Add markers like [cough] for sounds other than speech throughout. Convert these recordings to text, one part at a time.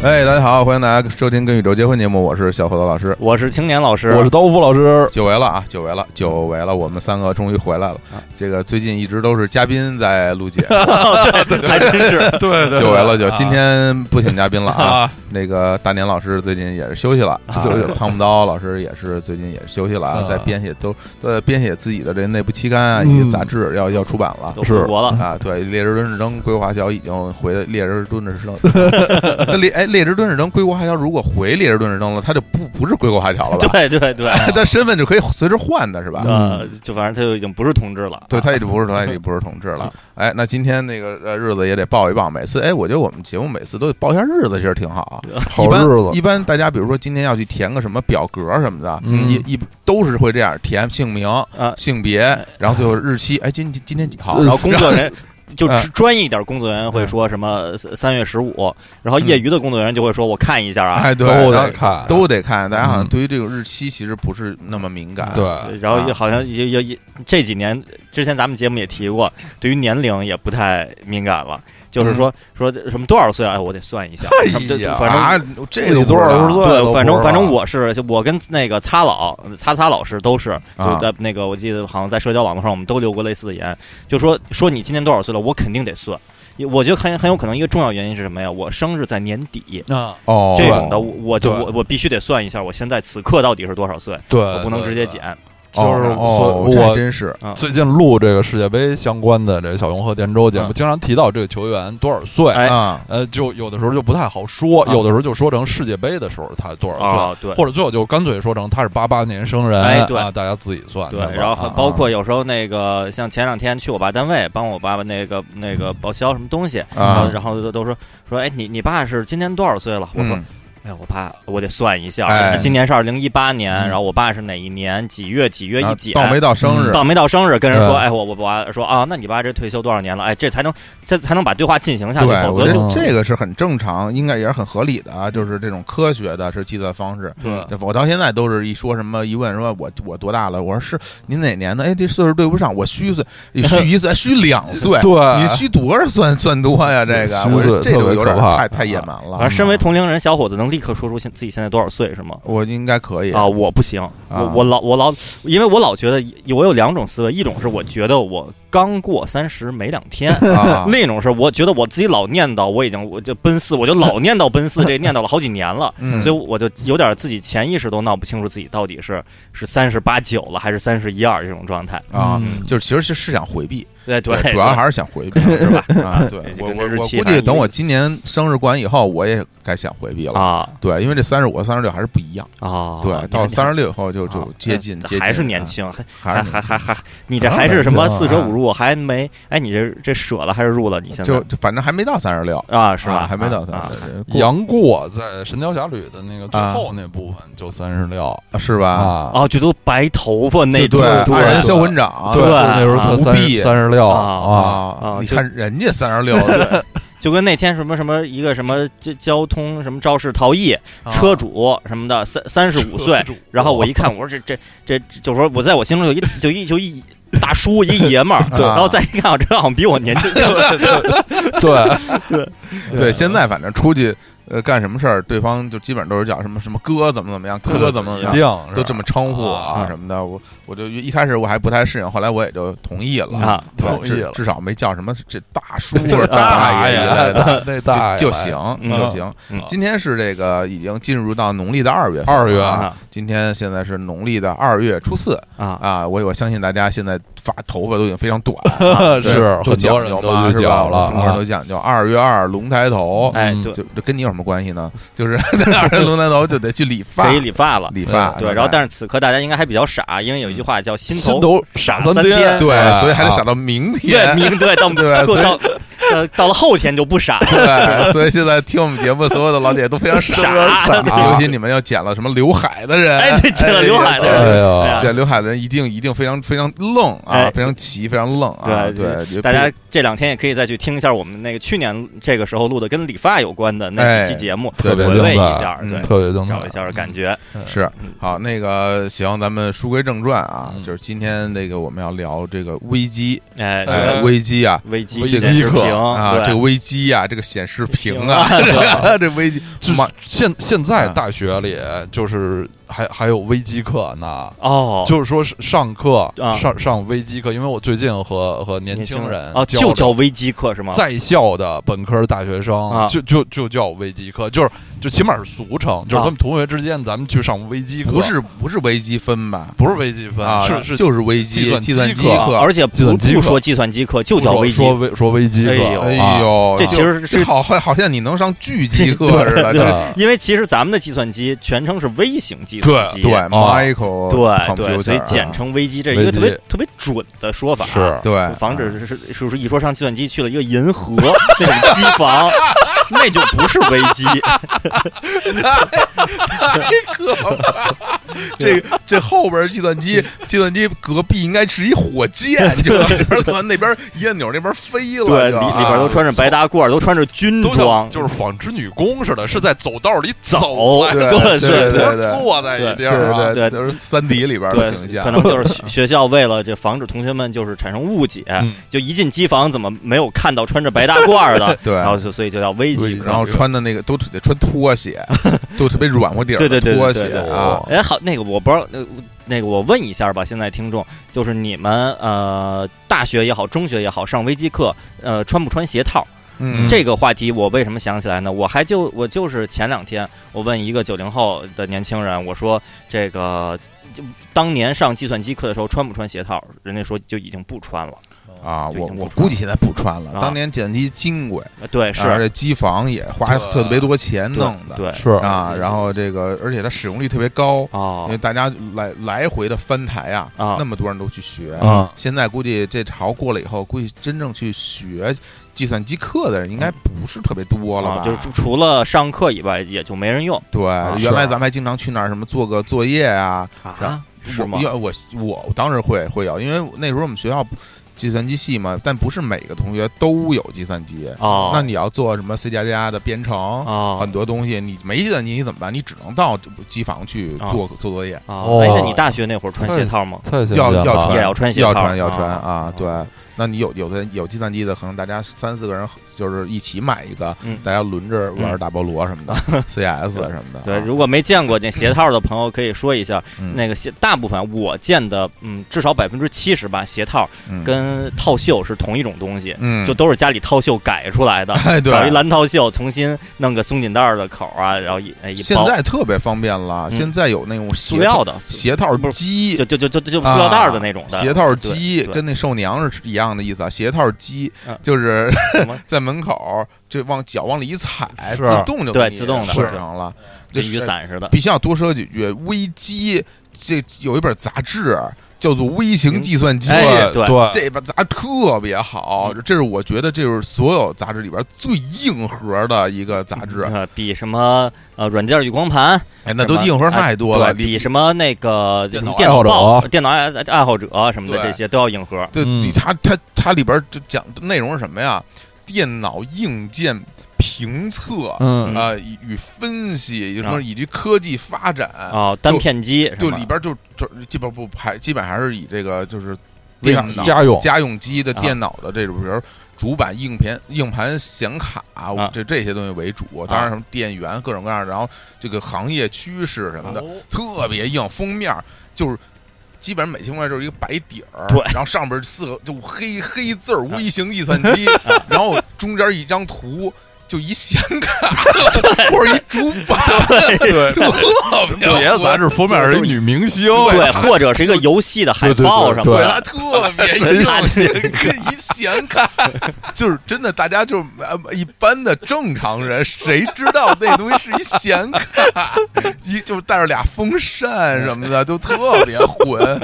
哎，大家好，欢迎大家收听《跟宇宙结婚》节目，我是小伙子老师，我是青年老师，我是刀夫老师。久违了啊，久违了，久违了，我们三个终于回来了啊。这个最近一直都是嘉宾在录 [laughs] 节目，还真 [laughs] 是对久违了，就今天不请嘉宾了啊。啊，那个大年老师最近也是休息了，啊休息了汤姆刀老师也是最近也是休息了啊，啊嗯在编写都在编写自己的这内部期刊啊，以及杂志要要出版了。都回国了，啊，对，列支敦士登归华侨已经回了列支敦士登， [laughs] 那列哎列支敦士登归国华侨如果回列支敦士登了，他就不不是归国华侨了吧？对对对，他身份就可以随时换的是吧？呃，就反正他就已经不是同志了，啊对，他也就不是他也就不是同志了。哎，那今天那个呃日子也得报一报。每次哎，我觉得我们节目每次都得报一下日子，其实挺好。啊好一般日子一般大家比如说今天要去填个什么表格什么的，嗯一一都是会这样填姓名、啊，性别，然后最后日期。哎，今今天几号？呃然后工作人员。[laughs] 就嗯只专业一点工作人员会说什么三三月十五，然后业余的工作人员就会说我看一下啊，嗯哎，对，都然后得看，都得看。大家好像嗯对于这个日期其实不是那么敏感。对，然后啊也好像也也也这几年之前咱们节目也提过，对于年龄也不太敏感了，就是说说什么多少岁啊，哎我得算一下，他们就嗯呀，反正啊这自都己多少不知道岁了都对，不知反正道反正我是，就我跟那个擦老、擦擦老师都是，啊就在那个我记得好像在社交网络上我们都留过类似的言，就说说你今年多少岁了，我肯定得算。也我觉得很很有可能一个重要原因是什么呀？我生日在年底，啊，哦，这种的我我就对我我必须得算一下，我现在此刻到底是多少岁，对，我不能直接对。减。对就是哦，所以这还我真是最近录这个世界杯相关的这小熊和电周节目，经常提到这个球员多少岁，哎啊，呃，就有的时候就不太好说，啊有的时候就说成世界杯的时候他多少岁，啊，对。或者最后就干脆说成他是八八年生人，哎对啊，大家自己算。对对吧，，然后还啊包括有时候那个，像前两天去我爸单位帮我爸爸那个那个报销什么东西，然后啊然后都都说说，哎，你你爸是今年多少岁了？我说嗯哎，我爸，我得算一下，哎今年是二零一八年，嗯然后我爸是哪一年几月几月啊一嗯减，到没到生日？到没到生日，跟人说，嗯对哎，我我我爸说啊，那你爸这退休多少年了？哎，这才能这才能把对话进行下去，对，否我则觉就得这个嗯是很正常，应该也是很合理的啊，就是这种科学的是计算方式。对对我到现在都是一说什么一问说我我多大了，我说是您哪年的？哎，这岁数对不上，我虚岁，你虚一岁，虚两 [laughs] 岁，对，啊啊你虚多少算算多呀？这个，虚岁我说这特就别有点可怕太太野蛮反正了。身为同龄人小伙子，能立刻说出现自己现在多少岁是吗？我应该可以啊，我不行，啊我我老我老，因为我老觉得我有两种思维，一种是我觉得我刚过三十没两天， [laughs] 啊另一种是我觉得我自己老念叨，我已经我就奔四，我就老念 [laughs] 叨奔四，这念叨了好几年了，嗯所以我就有点自己潜意识都闹不清楚自己到底是是三十八九了还是三十一二这种状态。啊嗯，就是其实是是想回避，对对，主要还是想回避，是吧？啊，对 [laughs] 这，我跟我这日我期估反计正等也我今年生日过完以后，我也该想回避了。啊对，因为这三十五、三十六还是不一样。啊，对，到三十六以后就啊就接近，接近嗯还是年，轻，还是还还年轻嗯还还还，你这还是什么当然四年轻舍了五入还没？哎，你这这舍了还是入了？你现就在就反正还没到三十六，啊是吧？啊还没到三啊十啊六，过杨过在《神雕侠侣》的那个最后那部分就三十六是吧？啊，哦，就都白头发那就对，种二人对销魂掌，对，对那时候啊才不必三三十六啊啊，啊啊，你就看人家三十 [laughs] 六，就跟那天什么什么一个什么交交通什么肇事逃逸啊车主什么的，三三十 [laughs] 五 [laughs] 岁，然哦后我一看，我说这这这，这就说我在我心中有一就一就一大叔一爷们儿， [laughs] 对然后再一看，我这好像比我年轻， [laughs] [laughs] 对，对，现在反正出去呃干什么事儿，对方就基本都是叫什么什么哥怎么怎么样，哥怎么怎么一样，定都这么称呼我啊啊什么的，我我就一开始我还不太适应，后来我也就同意了啊对同意至了至少没叫什么这大 [laughs] 叔大爷之类的的，那大爷就就行嗯就行嗯。今天是这个已经进入到农历的二月份了啊二月啊今天现在是农历的二月初四啊啊，我我相信大家现在发头发都已经非常短，对 [laughs] 是都很讲多人究都嘛，去是吧？讲了我们中国人都啊讲究，二月二龙抬头。哎嗯对，就这跟你有什么关系呢？就是 [laughs] 二月龙抬头就得去理发，可以理发了，理发。对，是然吧后但是此刻大家应该还比较傻，因为有一句话叫心心头头傻三天啊对，所以还得想到明越天。明，对，到对所以到到到了后天就不傻了， [laughs] 对，所以现在听我们节目所有的老姐姐都非常傻，啊傻尤其你们要剪了什么刘海的人，啊哎，对，剪了刘海的哎人，呀哎呀剪刘海的人一定一定非常非常愣啊，哎非常齐，非常愣啊，对对，大家这两天也可以再去听一下我们那个去年这个时候录的跟理发有关的那几哎期节目，特回别味一精彩下，嗯对，特别精找彩一，下感觉。是嗯好那个行，咱们书归正传啊，嗯就是今天那个我们要聊这个危机，哎，哎，对危机啊，危机危这机个即之可平啊，对这个危机呀、这个显示屏啊，这危机，就妈，现现在啊大学里就是还还有微机课呢，哦，就是说是上课啊上上微机课，因为我最近和和年轻人啊，交就流叫微机课是吗？在校的本科大学生，啊就就就叫微机课，就是就起码是俗称，就是啊他们同学之间咱们去上微机课，不是不是微积分吧？不是微积分，啊，是是就是微机计计算算机机课啊课，而且计不算机不课说计算机课，就不叫说微机说。微说微机课，哎呦啊哎呦，这其实这是好好好像你能上巨 [laughs] 机课似的，对这啊因为其实咱们的计算机全称是微型计算机，对啊，Michael 对 computer，对，所以简称微机，这是微一个特别机特别准的说法，啊是啊哎对，防止是是是不是一说上计算机去了一个银河 [laughs] 那种机 [laughs] 房，那就不是微机，太可怕 [laughs] 了！这这后边计算机，计算机隔壁应该是一火箭，就往那边钻，那边一按钮，那边飞了。对，里就啊里边都穿着白大褂，都穿着军都装像，就是纺织女工似的，是在走道里走哎对 [laughs] 对对对对不是坐在一地对儿啊对对，对都是三体里边的形对，象，可。能就是学学校为了这防止同学们就是产生误解嗯，就一进机房怎么没有看到穿着白大褂的 [laughs] 对然后就所以就叫微微机机课然。后穿的那个都得穿拖 [laughs] 鞋，都特别软和底儿对对的对拖对鞋对对啊。哎，好，那个我不知道，那那个我问一下吧，现在听众就是你们呃，大学也好，中学也好，上微机课，呃，穿不穿鞋套？嗯，这个话题我为什么想起来呢？我还就我就是前两天我问一个九零后的年轻人，我说这个就当年上计算机课的时候穿不穿鞋套？人家说就已经不穿了。啊，就已我经不我穿估计现在不穿了。啊当年计算机金贵，呃对，是啊而且机房也花对特别多钱对弄的对是啊。然后这个，而且它使用率特别高，因哦为大家来来回的翻台啊，啊那么多人都去学啊现在估计这潮过了以后，估计真正去学计算机课的人应该不是特别多了吧？嗯啊，就是除除了上课以外，也就没人用对，是原来咱们还经常去那儿什么做个作业啊，啊然？是我吗？要我我我当时会会有，因为那时候我们学校计算机系嘛，但不是每个同学都有计算机。哦，那你要做什么 C 加加的编程，哦，很多东西你没计算机你怎么办？你只能到机房去做、做作业，哦，哎，哦那你大学那会儿穿鞋套吗？太新鲜要了要穿也要穿鞋套要穿要穿啊啊！对，那你有有的有计算机的，可能大家三四个人就是一起买一个嗯，大家轮着玩打菠萝什么的 [laughs] ，CS 什么的啊。对，如果没见过那鞋套的朋友，可以说一下，嗯那个鞋大部分我见的，嗯，至少百分之七十吧，鞋套嗯跟套袖是同一种东西，嗯，就都是家里套袖改出来的哎对找一蓝套袖，重新弄个松紧带儿的口儿啊，然后一哎一现包在特别方便了，嗯现在有那种塑鞋料套的，鞋套不是机就。就就就就塑料袋儿的那种的啊鞋套机对对跟那寿娘是一样的意思啊，鞋套机嗯就是 [laughs] 什么在门口就往脚往里一踩，是自动就对给你自动的设是置上了，跟是雨伞似的。必须要多说几句。危机这有一本杂志叫做《微型计算机》，哎嗯对对这本杂志特别好，这是我觉得这是所有杂志里边最硬核的一个杂志。呃，比什么呃软件与光盘，哎，啊那什都么啊硬核太多了，对里比什么那个电脑电爱脑好者报、电脑爱爱好者什么的对这些都要硬核。对，嗯你它它它里边就讲内容是什么呀？电脑硬件评测啊、嗯嗯以与分析，有什啊么以及科技发展，啊，单片机是就吗里边就就基本不还基本还是以这个就是微电机脑家用家用机的啊电脑的这种，比如主板、硬盘、硬盘、显卡，啊这这些东西为主。当然，什么电源各种各样的，然后这个行业趋势什么哦的，特别硬。封面就是基本上每期封面就是一个白底儿，对然后上边四个就黑黑字儿，啊微型计算机，然后中间一张图。就一显卡或者一主板， [laughs] 对特别有些杂志封面是一女明星，对，或者是一个游戏的海对对报对什么对的，他特 [laughs] 别对硬垃圾这一显 [laughs] 卡，就是真的，大家就呃一般的正常人，谁知道那东西是一显卡？一就是带着俩风扇什么的，都特别 [laughs] 混。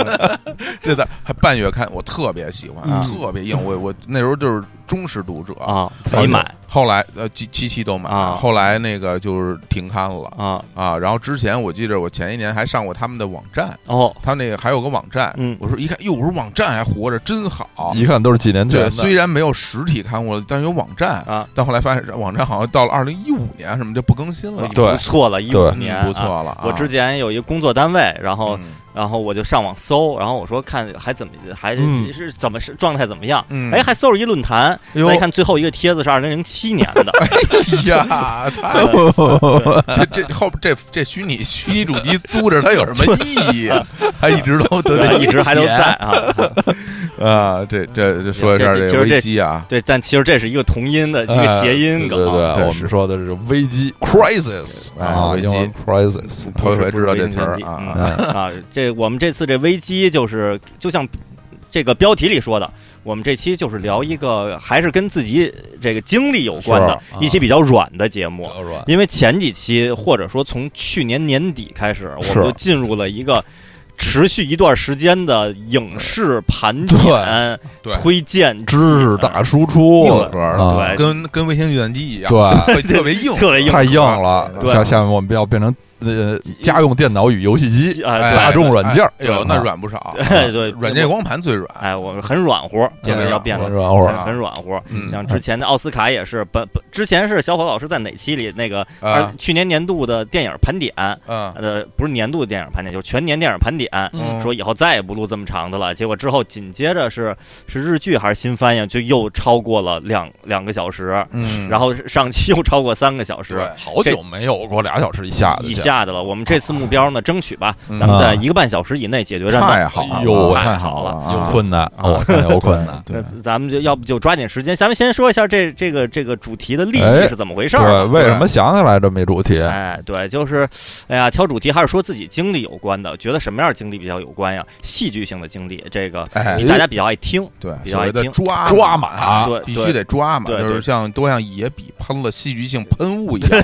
这的还半月刊，我特别喜欢，嗯特别硬。我我那时候就是忠实读者。啊，自己买后来呃，七七期都买，啊后来那个就是停刊了啊，啊。然后之前我记着，我前一年还上过他们的网站，哦，他那个还有个网站，嗯我说一看，哟，我说网站还活着，真好。一看都是几年前对，的，虽然没有实体刊物，但有网站啊。但后来发现网站好像到了二零一五年什么就不更新了，对不错了，一五对哦年嗯不啊错了啊。我之前有一个工作单位，然后嗯然后我就上网搜，然后我说看还怎么还嗯是怎么是状态怎么样？嗯哎，还搜了一论坛，三。哎呦再一 [laughs] 看最后一个帖子是二零零七年 [laughs] 的，哎呀，太 [laughs] 这这后这这虚拟虚拟主机租着它有什么意义 [laughs] 啊？还一直都都对得哎一直还都钱在啊。啊！这这这说一下这这这其实这危机啊，对，但其实这是一个同音的一哎个谐音梗对对啊。对，对我是们说的是危机 crisis 哎啊，危英文机 crisis，头一回知道不是这词儿不是啊嗯啊。 [laughs] 啊，这我们这次这危机就是就像这个标题里说的，我们这期就是聊一个还是跟自己这个经历有关的、是啊一期比较软的节目。比较软因为前几期或者说从去年年底开始，我是们就进入了一个持续一段时间的影视盘点对对推荐季知识大输出，硬核啊对跟跟卫星计算机一样，[laughs] 对会特别硬，特别硬太硬了。对下下面我们要变成呃家用电脑与游戏 [laughs] 机，啊，哎对大众软件儿哎呦，那软不少， [laughs] 啊对对软件光盘最软，哎，我们很软和，这个要变得软会很儿啊很软和。嗯像之前的奥斯卡也是，本本之前是小伙老师在哪期里那个啊二去年年度的电影盘点，啊，呃，不是年度电影盘点，就是全年电影盘点，嗯说以后再也不录这么长的了。结果之后紧接着是是日剧还是新翻译，就又超过了两两个小时，嗯，然后上期又超过三个小时对。好久没有过俩小时以下的以，下的了，我们这次目标呢，争取吧，嗯咱们在一个半小时以内解决战斗。太好了，哎呦太好好了有啊，困难，啊我看有困 [laughs] 难难。，对那，咱们就要不就抓紧时间，咱们先说一下这这个这个主题的利益哎是怎么回事对儿啊吧。，为什么想起来这么一主题？哎，对，就是，哎呀，挑主题还是说自己经历有关的，觉得什么样的经历比较有关呀？戏剧性的经历，这个哎大家比较爱听。对，比较所爱谓的听抓抓马马啊对必对须得抓马，对就对是像都像野比喷了戏剧性喷雾一样，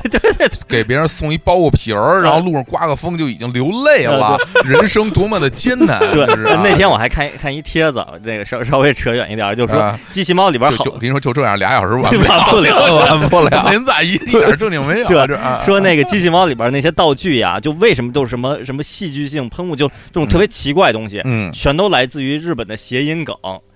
给别人送一包裹皮儿，然后路上刮个风就已经流泪了，人生多么的艰难，对就是啊，那天我还看看一帖子，这个稍稍微扯远一点儿，就是说啊《机器猫》里边就好就我 [laughs] 跟你说，就这样俩小时完不完不 [laughs] 了了， [laughs] 完 [laughs] 不了您咋一一点正经没有？对这啊说那个《机器猫》里边那些道具呀，就为什么都是什么什么戏剧性喷雾，就这种特别奇怪的东西，嗯，全都来自于日本的谐音梗，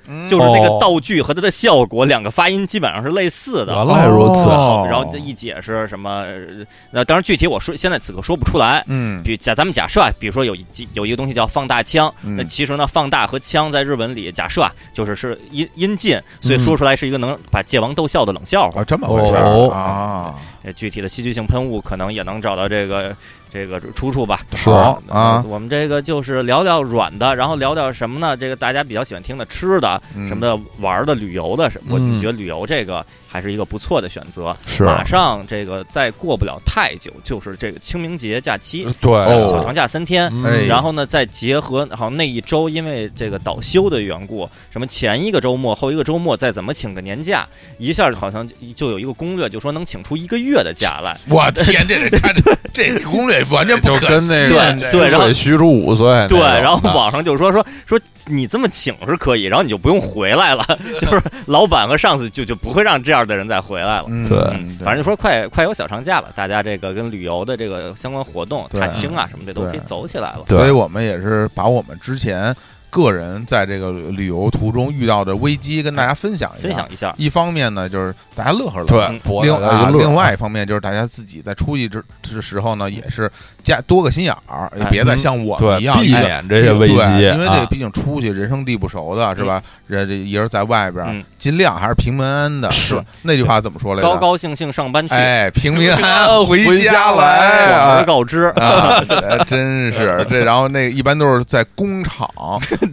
嗯就是那个哦道具和它的效果两个发音基本上是类似的。原来如此哦然后这一解释什么，呃那当然具体我说现在此刻说不出来。嗯比假咱们假设啊，比如说有一有一个东西叫放大腔，嗯那其实呢，放大和腔在日文里假设啊，就是是音音近，嗯所以说出来是一个能把界王逗笑的冷笑话。啊，这么回事哦儿啊，呃具体的戏剧性喷雾可能也能找到这个这个出处吧。是好啊，我们这个就是聊聊软的，然后聊聊什么呢？这个大家比较喜欢听的吃的、嗯什么的、玩儿的、旅游的，什么嗯我觉得旅游这个还是一个不错的选择。是马上这个再过不了太久，就是这个清明节假期，对小小长假三天。哦嗯哎然后呢，再结合好像那一周，因为这个倒休的缘故，什么前一个周末、后一个周末再怎么请个年假，一下好像就就有一个攻略，就说能请出一个月的假来。我天，这这 [laughs] 这这攻略完全不就可跟那信个这对然后对虚竹五岁那种对，的，然后网上就说说说你这么请是可以，然后你就不用回来了， [laughs] 就是老板和上司就就不会让这样的人再回来了。嗯对嗯，反正就说快快有小长假了，大家这个跟旅游的这个相关活动、对踏青啊什么的都可以对哎走起来了。对所以我们也是把我们之前个人在这个旅游途中遇到的危机跟大家分享一下。分享一下，一方面呢，就是大家乐呵乐呵。嗯对，博另大家啊，一乐另外一方面就是大家自己在出去之之时候呢，也是加多个心眼儿，也哎别再嗯像我们对一样避哎免这些危对机，因为这啊毕竟出去人生地不熟的是吧？人这一人在外边儿嗯，尽量还是平平安安的。是吧那句话怎么说来着？高高兴兴上班去，哎，平 [laughs] 平安安 [laughs] 回家来广啊而告之。啊，哎真是这，然后那一般都是在工 [laughs] 厂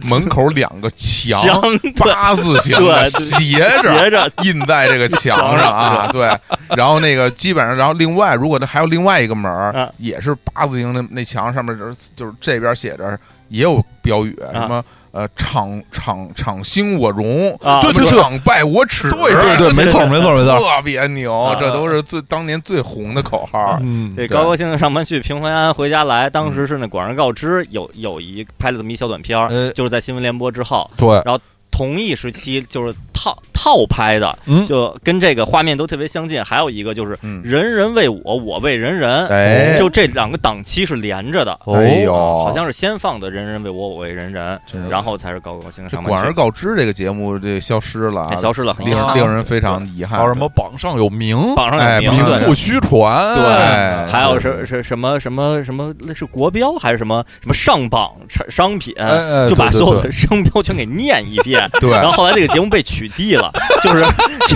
门口两个墙墙八字形的对斜着嗯斜着印在这个墙上啊，对，然后那个基本上，然后另外如果它还有另外一个门儿啊，也是八字形的那墙上面就是就是这边写着也有标语，什么呃厂厂厂兴我荣，啊，对对对厂败我耻，对对对，没错没错没错，特别牛啊，这都是最当年最红的口号。嗯，这高高兴兴上班去，平平安安回家来。当嗯时是那广而告之有有一拍了这么一小短片哎儿，呃，就是在新闻联播之后，对，同一时期就是套套拍的，嗯，就跟这个画面都特别相近。还有一个就是嗯，人人为我，我为人人，哎就这两个档期是连着的。哦哎呦，好像是先放的“人人为我，我为人人真是”，然后才是高高兴兴这上广班而去。告之这个节目这消失了、哎啊，消失了，很遗令憾。令人非常遗憾。还有什么榜上有名，榜哎上有榜上名，有对名名不虚传，哎对，还有对是是什么什么什么，那是国标还是什么什么上榜产商品，哎哎就把对对所有对的商标全给念一遍。 [laughs] 对然后后来这个节目被取缔了， [laughs] 了，就是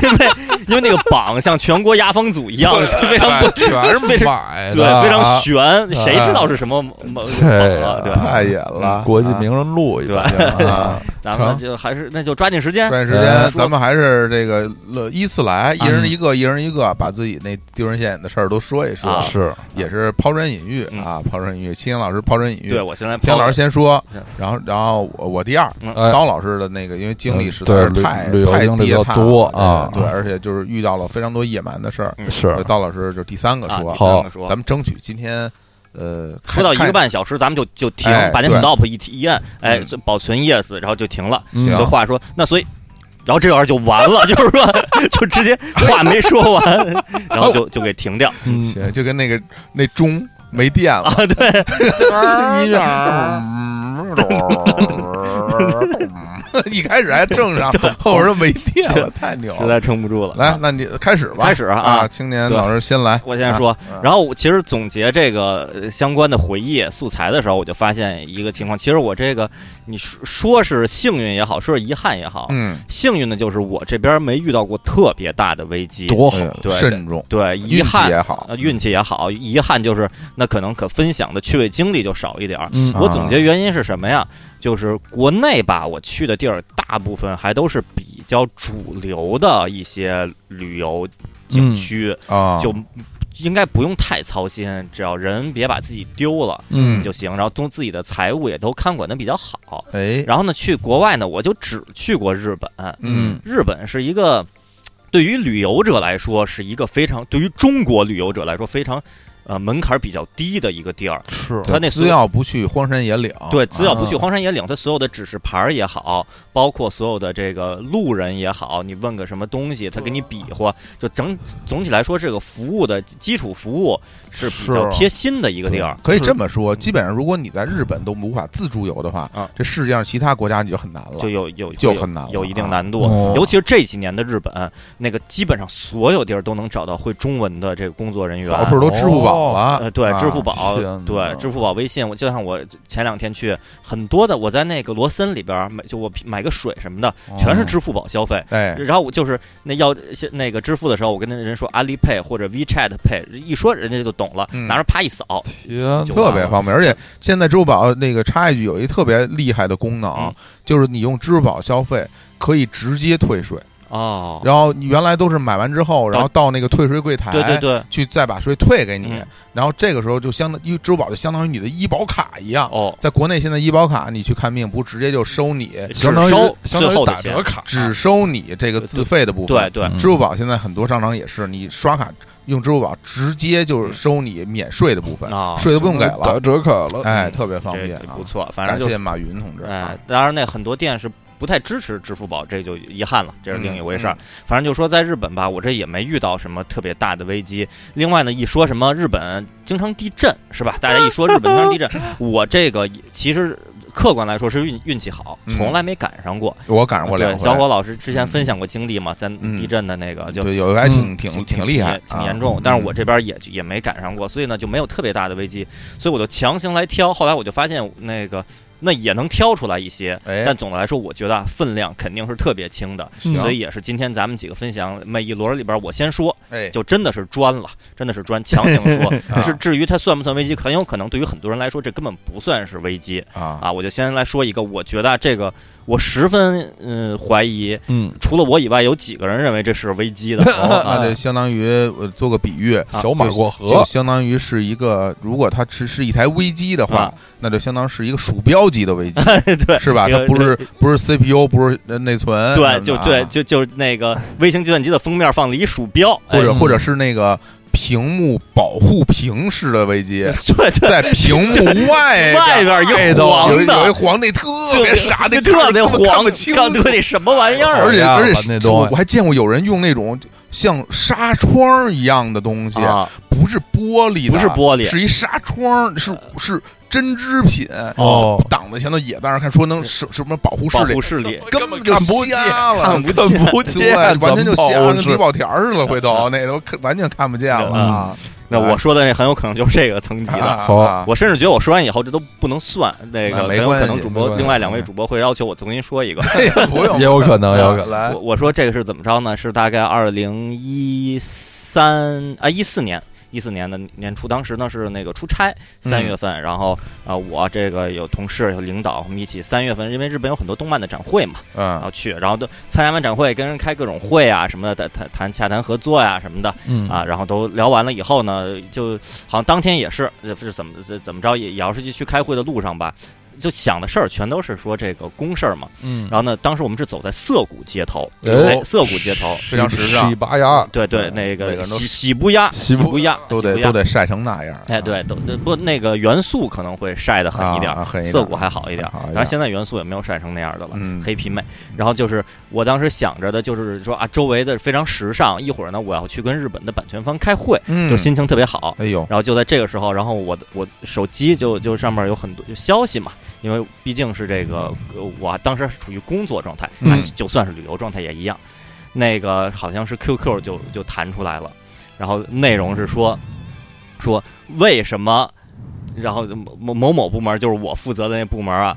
因为因为那个榜像全国牙防组一样，非常不哎全 [laughs] 非是常买的，对，非常啊悬，谁知道是什么榜这啊？对吧，太野了，嗯国际啊名人录一 [laughs] 对下啊，咱们就还是那就抓紧时 [laughs] 间抓，紧时呃间，说咱们还是这个乐依次来，一人一个，一人一个，把自己那丢人现眼的事儿都说一说啊，是也是抛砖引玉嗯啊，抛砖引玉。青岩老师抛砖引玉，对，我现在青岩老师先说行，然后然后我我第二，哎刀老师的那个因为经历实在对是旅太旅游太经历比跌较宕多了啊对，对而且就是遇到了非常多野蛮的事儿。是所以刀老师就是第三个嗯啊，说，第三个说咱。们争取今天呃，说到一看个，半小时，咱们就就停哎，把那对 stop 一提一按，哎，嗯就保存 yes，然后就停了。行的嗯话说，那所以，然后这玩意儿就完了， [laughs] 就是说，就直接话没说完，然后就就给停掉看嗯，行，就跟那个那钟没电了啊，，对，你这啊 [laughs] 一开始还正常，后边儿都没电了，太牛实了！在撑不住了。哦啊来，，那你开始吧，开始啊，啊，青年对老师先来，我先说啊，然后我其实总结这个呃相关的回忆素材的时候，我就发现一个情况，其实我这个你说说是幸运也好，说是遗憾也好，嗯，幸运的就是我这边没遇到过特别大的危机，多好哎，呦对慎重，对，运遗气憾也好呃，运气也好，遗憾就是那可能可分享的趣味经历就少一点儿。嗯啊我总结原因是什么呀？就是国内吧，我去的地儿大部分还都是比较主流的一些旅游景区，啊，就应该不用太操心，只要人别把自己丢了嗯就行，然后都自己的财务也都看管的比较好。哎，然后呢，去国外呢，我就只去过日本，嗯日本是一个对于旅游者来说是一个非常对于中国旅游者来说非常呃门槛比较低的一个地儿。哦是他那只要不去荒山野岭，对，只要不去啊荒山野岭，它所有的指示牌儿也好，包括所有的这个路人也好，你问个什么东西，他给你比划，就整总体来说，这个服务的基础服务是比较啊是贴心的一个地儿。可以这么说，基本上如果你在日本都无法自助游的话啊，这世界上其他国家你就很难了，就有有就有很难了有一定啊难度。哦尤其是这几年的日本，那个基本上所有地儿都能找到会中文的这个工作人员。到处都支付宝了呃，，对，啊嗯支付宝天，哪对，支付宝、微信，我就像我前两天去很多的，我在那个罗森里边儿买，就我买个水什么的，全是支付宝消费。哦哎，然后我就是那要那个支付的时候，我跟那人说阿里 Pay 或者 WeChat Pay，一说人家就懂了，嗯拿着啪一扫，天就特别方便，而且现在支付宝那个插一句，有一特别厉害的功能，嗯就是你用支付宝消费可以直接退税，哦，然后你原来都是买完之后，然后到那个退税柜台，对对对，去再把税退给你，嗯然后这个时候就相当于支付宝就相当于你的医保卡一样，哦，在国内现在医保卡你去看病不直接就收你，只相当于收最相当于后的打钱折，卡，只收你这个自费的部分对。对，嗯支付宝现在很多商场也是，你刷卡用支付宝直接就收你免税的部分，哦啊嗯税都不用给了打，折卡了，哎，嗯特别方这便这啊不！错，反正感就谢马云同志啊哎，，当然那很多店是不太支持支付宝，这就遗憾了，这是另一回事儿。嗯反正就说在日本吧，我这也没遇到什么特别大的危机。另外呢，一说什么日本经常地震是吧？大家一说日本经常 [laughs] 地震，我这个其实客观来说是运运气好，嗯从来没赶上过。我赶上过两对，回，小伙老师之前分享过经历嘛，咱嗯地震的那个就。嗯对，有一个还挺挺挺厉害，挺严重啊。但是我这边也也没赶上过，所以呢就没有特别大的危机，所以我就强行来挑。后来我就发现那个那也能挑出来一些，哎但，总的来说，我觉得啊分量肯定是特别轻的，行所以也是今天咱们几个分享每一轮里边，我先说，哎，就真的是砖了，真的是砖，强行 [laughs] 啊说。是至于它算不算危机，很有可能对于很多人来说，这根本不算是危机啊，啊。我就先来说一个，我觉得啊这个我十分嗯、呃怀疑，嗯，除了我以外，有几个人认为这是 [laughs] 危机的哦，那啊？这相当于呃做个比喻，啊小马过河就，相当于是一个，如果它只是一台危机的话啊，那就相当是一个鼠标级的危 [laughs] 机，对。是吧？这它个不是不是 CPU，不是呃内存，对，什就么的对，啊就就是那个微型计算机的封面放了一鼠标，或者哎嗯或者是那个屏幕保护屏式的危机哎，对 [laughs] 对，在屏幕 [laughs] 外外边一个黄有一的有一黄那特别傻，那特别看不看黄不，清刚对那什么玩意儿？啊而且呀而把且那是东我西我还见过有人用那种像纱窗一样的东西，啊，不是玻璃的，不是玻璃呃是一纱窗，是是。针织品哦挡在前头也在那儿看，说能什什么保护视保力护，[laughs] 视力，根本就瞎了，看不见看不对，见，完全就瞎了，跟低是保田儿似的，回嗯头那都看完全看不见了嗯啊！那我说的那很有可能就是这个层级的。啊好啊我甚至觉得我说完以后这都不能算，那那个没很有关可系嗯能主播没关系另外两位主播会要求我重新说一个。哎呀不用，也有可能，也有可 [laughs] 能。来我我说这个是怎么着呢？是大概二零一三啊一四年。一四年的年初，当时呢是那个出差，三嗯月份，然后啊、呃我这个有同事有领导，我们一起三月份，因为日本有很多动漫的展会嘛，然嗯后去，然后都参加完展会，跟人开各种会啊什么的，谈谈谈洽谈合作呀、什么的嗯啊，然后都聊完了以后呢，就好像当天也是，呃是怎么是怎么着，也也要是去去开会的路上吧，就想的事儿全都是说这个公事儿嘛。嗯然，后呢，当时我们是走在涩谷街头，哎哎，涩谷街头，非常时尚西，拔牙，对对，嗯那每个个人都喜喜不压，喜喜不不压，都喜不得压都得晒成那样。啊哎，对，都都不那个元素可能会晒得狠一点儿啊啊，狠一点儿啊涩谷还好一点儿好一，点儿当然现在元素也没有晒成那样的了，嗯黑皮妹。然后就是我当时想着的就是说啊，周围的非常时尚，一会儿呢我要去跟日本的版权方开会，嗯，就心情特别好。哎呦，然后就在这个时候，然后我的我手机就就上面有很多就消息嘛，因为毕竟是这个呃我当时处于工作状态，嗯哎就算是旅游状态也一样。那个好像是 QQ 就就弹出来了，然后内容是说说为什么，然后某某某部门就是我负责的那部门啊，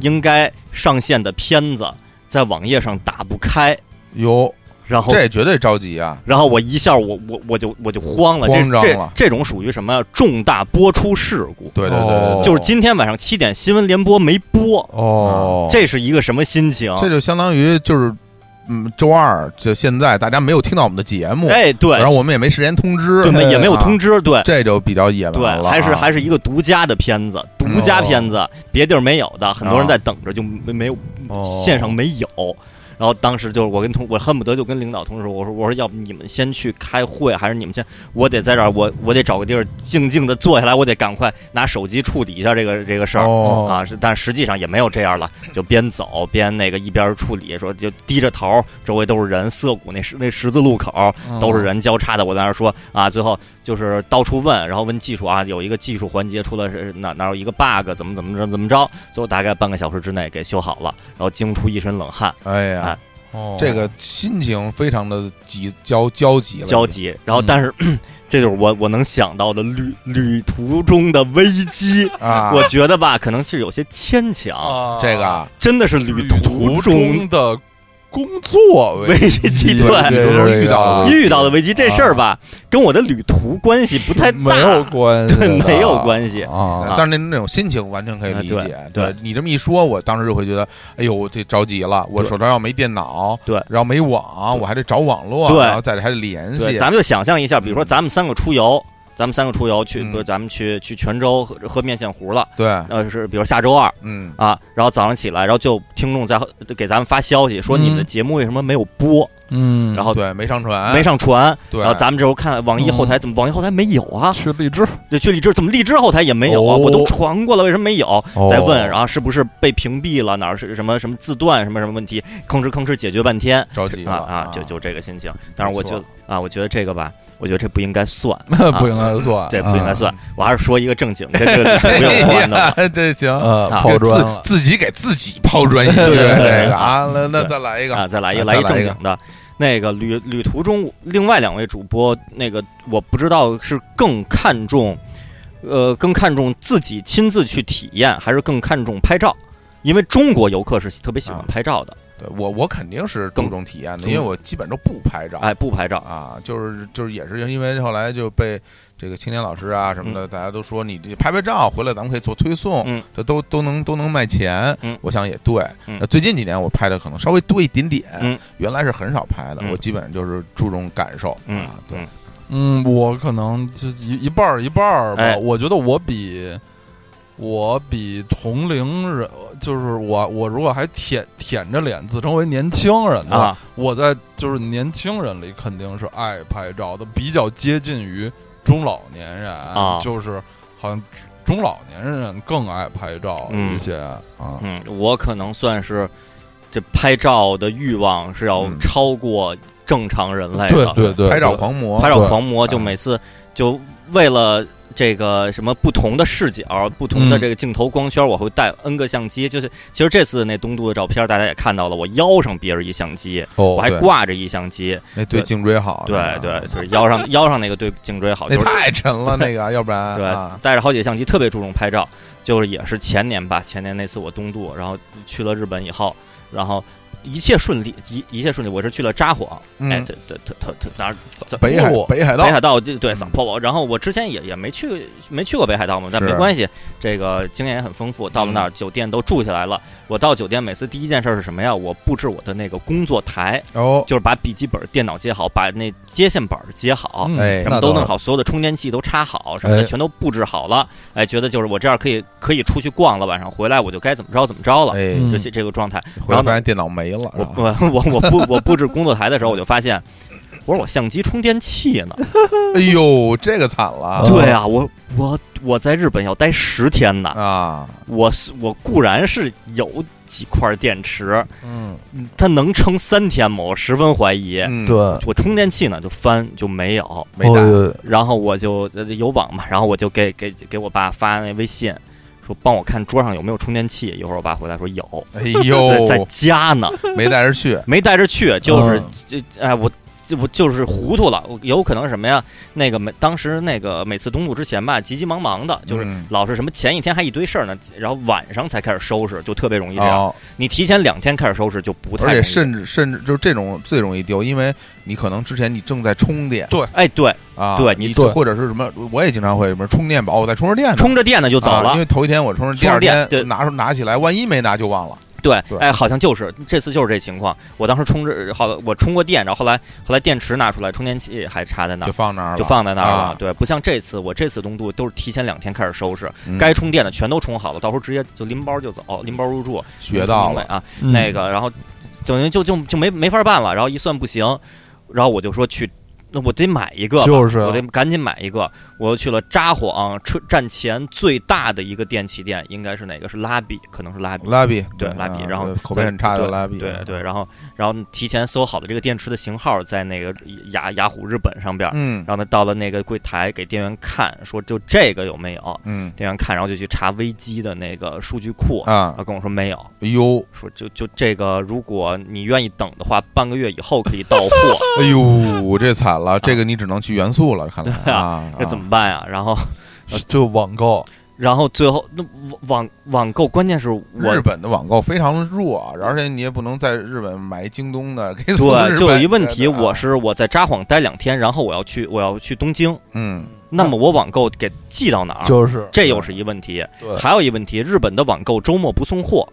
应该上线的片子在网页上打不开，哟，然后这绝对着急啊！然后我一下我我我就我就慌了，慌张这了这这种属于什么呀？重大播出事故，对对对对哦对，就是今天晚上七点新闻联播没播，哦，这是一个什么心情？啊这就相当于就是，嗯，周二就现在大家没有听到我们的节目，哎，对然，后我们也没时间通知，对，也没有啊通，知，对。这就比较野蛮对，了啊，嗯哦还是还是一个独家的片子，独家片子，别地儿没有的，很多人在等着，就没没有哦线上没有。然后当时就是我跟同我恨不得就跟领导同事我说我说要不你们先去开会，还是你们先我得在这儿我我得找个地儿静静的坐下来，我得赶快拿手机处理一下这个这个事儿、哦啊。是，但实际上也没有这样了，就边走边那个一边处理，说就低着头，周围都是人，涩谷那十那十字路口，嗯哦都是人交叉的。我在那儿说啊，最后就是到处问，然后问技术啊，有一个技术环节出了是哪哪有一个 bug，怎么怎么着怎么着，最后大概半个小时之内给修好了，然后惊出一身冷汗，哎呀哎，哦，这个心情非常的急焦焦急了，焦急。然后嗯但是、这就是我我能想到的旅旅途中的危机。啊， [laughs] 我觉得吧，可能是有些牵强，啊这个啊真的是旅途途中的工作危机，对对。这是遇到的啊危机遇到的危机这事儿吧，跟我的旅途关系不太大，没有关系的，对没有关系啊。但是那那种心情完全可以理啊解。对你这么一说，我当时就会觉得，哎呦，我这着急了，我对手上要没电脑，对然后没网，我还得找网络，对然后再还得联对，系，咱们就想象一下，比如说咱们三个出游，咱们三个出游去，嗯比如咱们去去泉州喝喝面线糊了，对，呃，是比如下周二嗯，啊，然后早上起来，然后就听众在给咱们发消息说嗯你们的节目为什么没有播，嗯，然后对，没上传，哦没上传，对，哦然后咱们这时候看网易后台嗯怎么网易后台没有啊？去荔枝，对，去荔枝怎么荔枝后台也没有啊？哦我都传过了，为什么没有？哦，再问，然后是不是被屏蔽了？哪儿是什么什么字段什么什么问题？吭哧吭哧解决半天，着急了啊啊，就就这个心情。但是没我错就啊，我觉得这个吧，我觉得这不应该算 [laughs] 不应该啊算，这不应该啊算。我还是说一个正 [laughs] 经的，这个不用换的了。 [laughs] 哎呀这行，呃，啊抛砖了，自自己给自己抛 [laughs] 砖引玉，对对对这对个啊，那那对再来一个啊，再来一啊个，再来一来正一个经的。那个旅旅途中，另外两位主播，那个我不知道是更看重，呃，更看重自己亲自去体验，还是更看重拍照？因为中国游客是特别喜欢啊拍照的，对我我肯定是注重体验的，更因为我基本都不拍照。哎，不拍照，啊，就是就是也是因为后来就被这个青年老师啊什么的，大家都说你这拍拍照回来，咱们可以做推送，嗯这都都能都能卖钱。嗯我想也对。嗯那最近几年我拍的可能稍微多一点点，嗯原来是很少拍的，嗯我基本上就是注重感受。嗯啊，对，嗯嗯，我可能就一一半儿一半儿吧。哎我觉得我比我比同龄人，就是我我如果还舔舔着脸自称为年轻人的话，啊，我在就是年轻人里肯定是爱拍照的，比较接近于中老年人，啊就是好像中老年人更爱拍照嗯一些、啊。嗯，我可能算是这拍照的欲望是要嗯超过正常人类的，对对对，拍照对狂魔，拍照对狂魔就啊每次就为了这个什么不同的视角、不嗯同的这个镜头光圈，我会带 N 个相机。就是其实这次那东渡的照片，大家也看到了，我腰上别着一相机，哦，我还对挂着一相机。那对颈椎好，对是吧对，就是腰上 [laughs] 腰上那个对颈椎好，就那是太沉了，那个要不然啊对，哎带着好几个相机，特别注重拍照。就是也是前年吧，前年那次我东渡，然后去了日本以后，然后一切顺利，一一切顺利。我是去了札幌，哎，嗯，这这这这这哪儿这北海我北海道北海道对对嗯撒泡泡，然后我之前也也没去没去过北海道嘛，但是嗯没关系，这个经验也很丰富。到了那儿，酒店都住下来了。我到酒店每次第一件事是什么呀？我布置我的那个工作台，哦，就是把笔记本、电脑接好，把那接线板接好，嗯哎什那么都倒弄是好，所有的充电器都插好，什么的哎全都布置好了。哎，觉得就是我这样可以可以出去逛了，晚上回来我就该怎么着怎么着了，哎，嗯就这这个状态。回来发现电脑没了，我是吧我 [laughs] 我我布我布置工作台的时候，我就发现，我说我相机充电器呢。哎呦，这个惨了，对啊，我我我在日本要待十天呢，啊，我是我固然是有几块电池，嗯，它能撑三天吗？我十分怀疑。嗯，对，我充电器呢就翻就没有，没带，哦然后我就呃有网嘛，然后我就给给给我爸发那微信，说帮我看桌上有没有充电器。一会儿我爸回来说有，哎 [laughs] 对在呦，家呢，没带着去，没带着去，就是嗯这哎我。这我就是糊涂了，我有可能是什么呀？那个每当时那个每次东渡之前吧，急急忙忙的， [laughs] 就是嗯老是什么前一天还一堆事儿呢，然后晚上才开始收拾，就特别容易这样。哦你提前两天开始收拾就不太而容且易。甚至甚至就是这种最容易丢，因为你可能之前你正在充电哎，对，啊，对你你对或者是什么，我也经常会什么充电宝，我在充着电呢，充着电呢就走了。啊因为头一天我充着，第充二着电天对拿出拿起来，万一没拿就忘了，对对哎，好像就是这次就是这情况。我当时充着，好，我充过电，然后后来后来电池拿出来，充电器还插在那就儿。放那儿了，就放在那儿了，啊对，不像这次，我这次东渡都是提前两天开始收拾，嗯该充电的全都充好了，到时候直接就拎包就走，拎包入住，学到了，啊，那个，然后等于就就就没没法办了，然后一算不行，然后我就说去，那我得买一个吧，就是啊我得赶紧买一个。我又去了札幌车站前最大的一个电器店，应该是哪个？是拉比，可能是拉比。拉比对啊拉比然后口碑很差的拉比，对对，然后然后提前搜好的这个电池的型号，在那个雅雅虎日本上边，嗯然后呢到了那个柜台给店员看，说就这个有没有？嗯店员看，然后就去查微机的那个数据库，啊他，跟我说没有，哎呦说就就这个，如果你愿意等的话，半个月以后可以 [laughs] 到货，哎呦，这惨了，这个你只能去元素了，看 [laughs] 来啊，那怎么办呀？然后就网购，然后最后那网网网购，关键是啊日我本的网购非常弱，而且你也不能在日本买京东的，给 [laughs] 送日对本就有一问题，对对啊我是我在札幌待两天，然后我要去我要去东京，嗯，那么我网购给寄到哪儿？就是啊这又是一问题，对还有一问题，日本的网购周末不送货，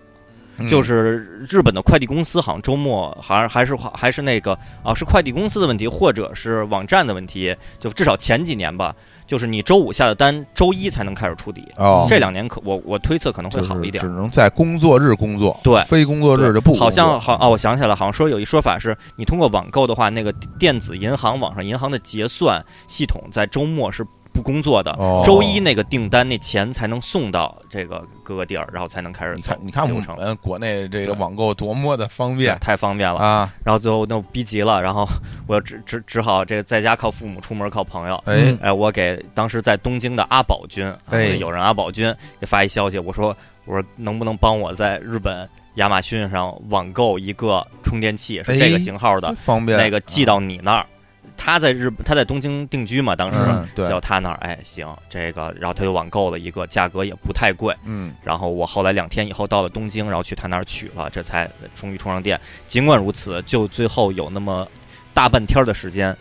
嗯就是日本的快递公司好像周末好像还是还是那个啊，是快递公司的问题，或者是网站的问题，就至少前几年吧，就是你周五下的单，周一才能开始出底。哦，这两年可我我推测可能会好一点只，能在工作日工作，对非工作日就不工作。好像好啊，我想起来，好像说有一说法是，你通过网购的话，那个电子银行网上银行的结算系统在周末是不工作的，哦周一那个订单那钱才能送到这个各个地儿，然后才能开始你走看，你看流我程。们国内这个对网购多么的方对便太方便了，啊！然后最后那我逼急了，然后我只只只好这个在家靠父母，出门靠朋友。哎嗯，哎，我给当时在东京的阿宝君，啊哎友人阿宝君给发一消息，我说我说能不能帮我在日本亚马逊上网购一个充电器，是这哎个型号的，方便嗯那个寄到到你那儿。他在日本，他在东京定居嘛，当时、嗯对叫他那儿，哎，行，这个，然后他就网购了一个，价格也不太贵。嗯，然后我后来两天以后到了东京，然后去他那儿取了，这才终于充上电。尽管如此，就最后有那么大半天儿的时间，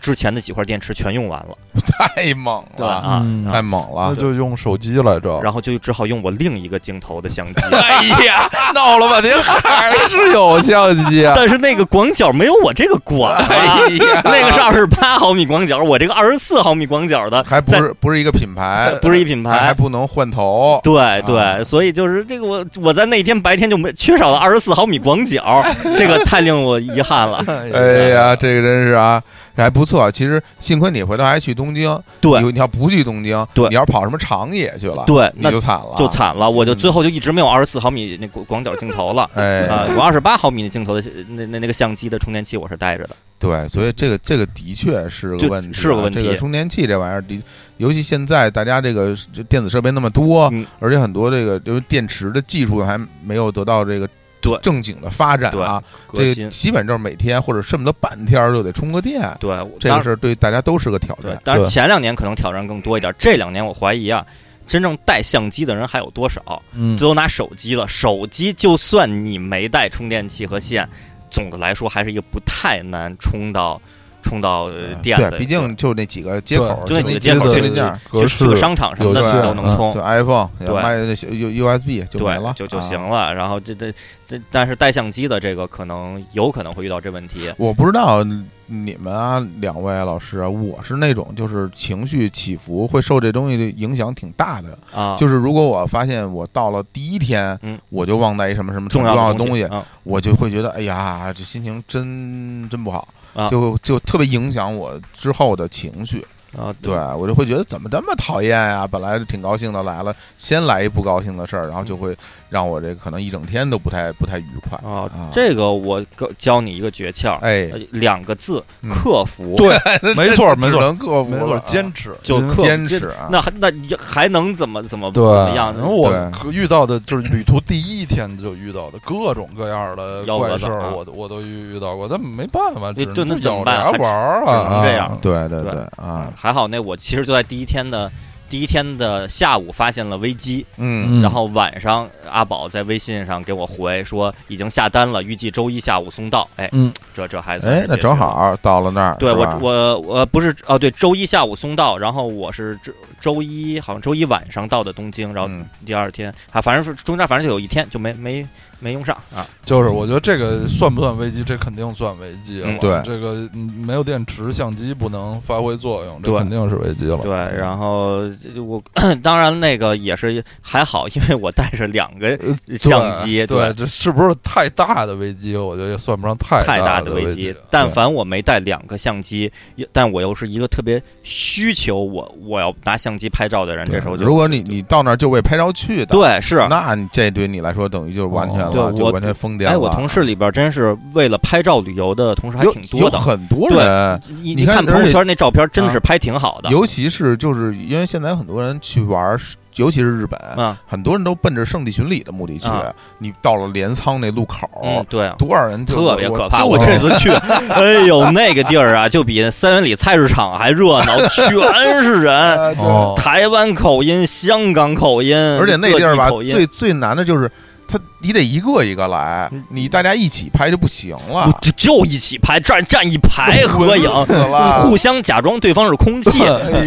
之前的几块电池全用完了，太猛对了，啊，嗯然太后猛那了！就用手机来着，然后就只好用我另一个镜头的相 [laughs] 机，哎呀，闹了半天还是有相机 [laughs] 啊，但是那个广角没有我这个广、哎啊， [laughs] 那个是二十八毫米广角，我这个二十四毫米广角的，还不在是不是一个品牌， [laughs] 不是一品哎还还牌。不能换头，对啊对，所以就是这个我我在那天白天就没缺少 [laughs] 了二十四毫米广角，这个太令我遗憾了。哎哎呀，这个真是啊，这还不错。其实幸亏你回头还去东京，对你你要不去东京，对你要跑什么长野去了，对你那就惨了，就。惨了，我就最后就一直没有二十四毫米那广广角镜头了。哎，啊，有二十八毫米的镜头的那那那个相机的充电器我是带着的，对，所以这个这个的确是个就是问题啊，是个问题这个充电器这玩意儿，的尤其现在大家这个这电子设备那么多嗯，而且很多这个就是电池的技术还没有得到这个对正经的发展对啊，革这新个。基本就是每天或者恨不得半天儿就得充个电，对，我这当个事儿对大家都是个挑对战，。当然对前两年可能挑战更多一点，这两年我怀疑啊，真正带相机的人还有多少？嗯，都拿手机了，手机就算你没带充电器和线，总的来说还是一个不太难充到充到呃电的。对，毕竟就那几个接口，就那几个接接口就这那个件儿，就格是去式个商场什么的有线嗯你都能充就，iPhone，对卖那些 U USB 就没了对，，就就啊行了。然后这这这，但是带相机的这个可能有可能会遇到这问 [laughs] 题。我不知道你们啊，两位老师啊，我是那种就是情绪起伏会受这东西的影响挺大的。啊，就是如果我发现我到了第一天，嗯我就忘带一什么什么重要要的东西西，啊我就会觉得哎呀，这心情真真不好，啊就就特别影响我之后的情绪。啊，对我就会觉得怎么这么讨厌呀、本来挺高兴的来了，先来一不高兴的事儿，然后就会让我这可能一整天都不太不太愉快。啊啊，这个我告教你一个诀窍，哎呃，两个字：嗯克服。对 [laughs] 没没错没没错能克服没了错啊，坚持。就克服坚持啊那还那你还能怎么怎么怎对，么样然？后我对遇到的就是旅途第一天就遇到的各种各样的幺蛾怪子事啊儿，我都我都遇遇到过，但没办法，只对能那怎么咬着办牙还是玩儿只啊，能这样啊对对对啊，还好那我其实就在第一天的第一天的下午发现了危机，嗯嗯然后晚上阿宝在微信上给我回说已经下单了，预计周一下午送到。哎，嗯，这这还算哎是，那解正决了。好到了那儿，对是我吧我我不是哦，对，周一下午送到，然后我是周周一好像周一晚上到的东京，然后嗯第二天啊，反正是中间反正就有一天就没没没用上啊。就是我觉得这个算不算危机？这肯定算危机了嗯。对这个嗯没有电池，相机不能发挥作用，这对肯定是危机了。对，嗯然后就我当然那个也是还好，因为我带着两个呃对相机，对，这是不是太大的危机？我觉得也算不上太太啊大的危机。但但凡我没带两个相机，又但我又是一个特别需求我我要拿相机拍照的人，对这时候就如果你你到那儿就为拍照去的，，对是。那你这对你来说等于就是完全哦了，对就我完全疯掉了。哎，我同事里边真是为了拍照旅游的同事还有挺有多的。很多对人，你你你看看朋而友且啊圈那照片，真的是拍挺好的。尤其是就是因为现在有很多人去玩儿，尤其是日本，啊，很多人都奔着圣地巡礼的目的去啊。你到了镰仓那路口，嗯，对啊，多少人就特别我可怕。就我这次 [laughs] 去，哎呦，那个地儿啊，就比三元里菜市场还热闹，全 [laughs] 是人。呃对哦台湾口音、香港口音，而且那各地儿吧，口音最最难的就是他，你得一个一个来嗯，你大家一起拍就不行不了，就就一起拍，站站一 [laughs] 排合影死，了，互相假装对方是空 [laughs] 气，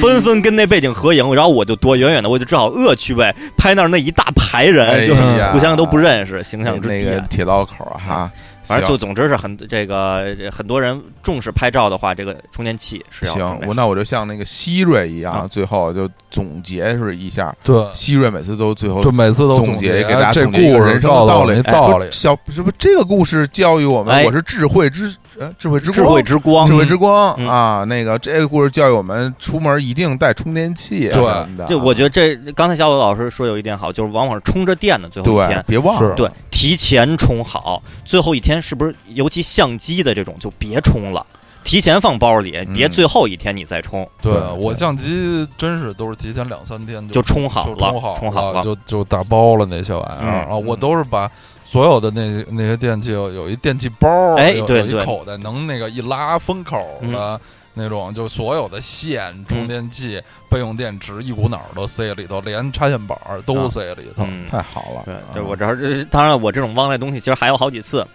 纷纷跟那背景合影，然后我就躲远远的，我就只好恶趣味拍那儿那一大排哎人，就是呀互相都不认识，形那象之那低个啊。铁道口儿哈，反正行就总之是很这个这很多人重视拍照的话，这个充电器是要行准，备我那我就像那个希瑞一样，啊最后就总结是一下， [laughs] 对，希瑞每次都最后就每次都总结哎给大家这总故结一个事人生告的诉道我们哎道不理是。小是不是这个故事教育我们，哎我是智慧之呃智慧之智光慧。之光智。慧之光嗯啊，那个这个故事教育我们出门一定带充电器啊，对什么的啊就我觉得这刚才小伟老师说有一点好，就是往往是充着电的最后一啊对天，，别忘了是对，提前充好，最后一天是不是？尤其相机的这种就别充了，提前放包里，别嗯最后一天你再充，对对我对相机真是都是提前两三天就就充好就了，充好充好了。就就打包了那些玩意儿嗯啊！我都是把所有的那那些电器有有一电器包儿，哎有对有对嗯一口袋能那个一拉封口的。那种就所有的线、充电器、备用电池，一股脑儿都塞里头，连插线板儿啊都塞里头。嗯，太好了对，啊，对我这儿这当然了，我这种忘带东西其实还有好几次，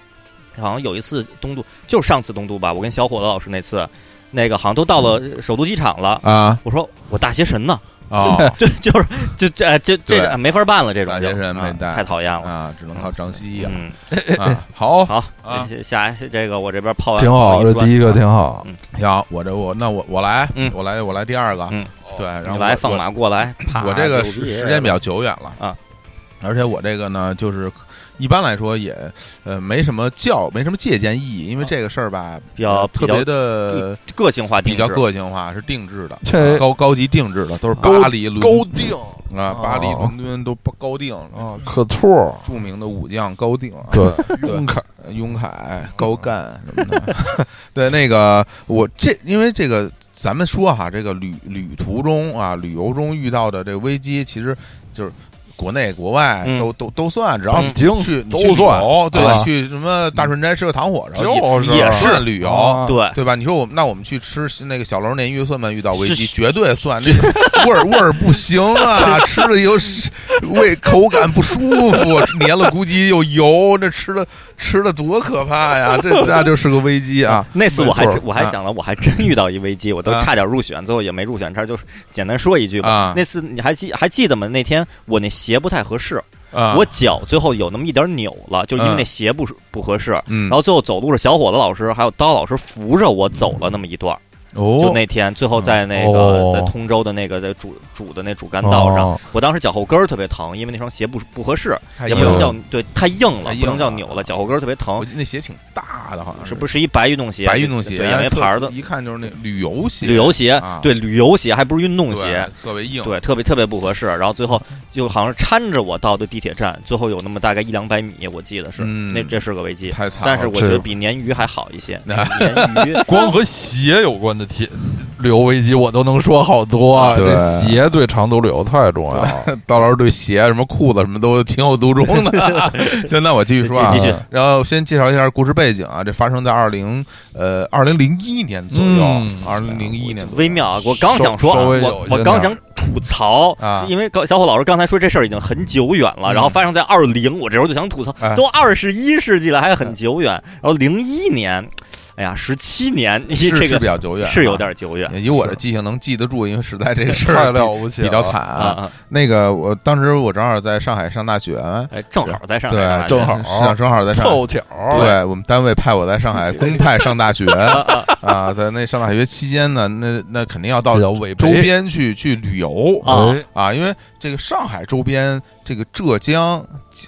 好像有一次东渡，就是上次东渡吧，我跟小伙子老师那次，那个好像都到嗯了首都机场了。 [laughs] 啊我说我大邪神呢？ [laughs] 啊对，就是就这哎这这对哎没法办了，这种大就邪神啊没带太讨厌了。啊，只能靠张希呀嗯，啊，好好，啊这下这个我这边泡完挺好，泡这砖第一个挺好。行，我这我那我我来嗯，我来我来第二个嗯，对，然后你我来放我马过来，啪！我这个啊就时裂时间比较久远了啊，而且我这个呢，就是一般来说也呃没什么教，没什么借鉴意义，因为这个事儿吧，啊比较呃特别的个性化定比制，较个性化，是定制的，啊这高高级定制的，都是高哦巴黎、伦高定啊，巴黎、哦伦敦都不高定啊，可兔著名的武将高定啊， [laughs] 对对雍，凯呃雍凯、高干嗯什么的。 [laughs] 对，那个我这因为这个，咱们说哈，这个旅旅途中啊，旅游中遇到的这个危机，其实就是国内国外嗯都、都都算，只要北京去你都去旅算游，对、啊你去什么大顺斋吃个糖火烧，就是也也是算旅游。啊对，对吧？你说我们那我们去吃那个小楼鲶鱼算不算遇到危机？是绝对算，这个味儿味儿不行啊，吃了又是胃口感不舒服，黏了咕叽又油，这吃的吃的多可怕呀！这那就是个危机 [laughs] 啊！那次我还没错真我还啊想了，我还真遇到一危机，我都啊差点入选，最后也没入选。这儿就是简单说一句吧。啊那次你还记还记得吗？那天我那鞋不太合适，啊，我脚最后有那么一点扭了，就因为嗯那鞋不不合适。嗯然后最后走路是小伙子老师还有刀老师扶着我走了那么一段儿，就哦，那天最后在那个哦在通州的那个在主主的那主干道上，哦我当时脚后跟儿特别疼，因为那双鞋不不合适，太也硬不能了叫对太硬了太，硬不能叫了扭了，脚后跟儿特别我疼，记得那鞋挺大的，好像是不是一白运动鞋？白运动鞋，啊哎对，也没特牌儿的。一看就是那旅游鞋，旅游鞋，啊对旅游鞋还不是运动对鞋，特别硬，对，特别特别不合适。然后最后就好像是搀着我到的地铁站，最后有那么大概一两百米，我记得是，嗯那这是个危机。太惨了。但是我觉这得个比鲶鱼还好一 [laughs] 些，啊鲶鱼光和鞋有关的题，旅游危机我都能说好多啊。对这鞋对长途旅游太重 [laughs] 要了。刀老师对鞋、什么裤子什么都情有独钟 [laughs] 的。 [laughs] 行，那我继续说啊继继续，然后先介绍一下故事背景啊，这发生在二零呃二零零一年左右嗯，二零零一年左右微妙啊！我刚想说啊，稍稍微有我一些我刚想吐槽，啊是因为刚小伙老师刚才说这事儿已经很久远了，嗯然后发生在二零，我这时候就想吐槽哎，都二十一世纪了还很久远，然后零一年，哎呀，十七年，是这是比个较久远，啊是有。点久远以我的记性能记得住，因为实在这 [laughs] 个事太儿了不起了，比较惨啊啊。啊！那个我当时我正好在上海上大学，哎，正好在上海啊大对，学，正好是正好在上海凑巧儿，对我们单位派我在上海公派上大 [laughs] 学啊，在那上大学期间呢，那那肯定要到比较违周背边去去旅游啊哎啊，因为这个上海周边，这个浙江，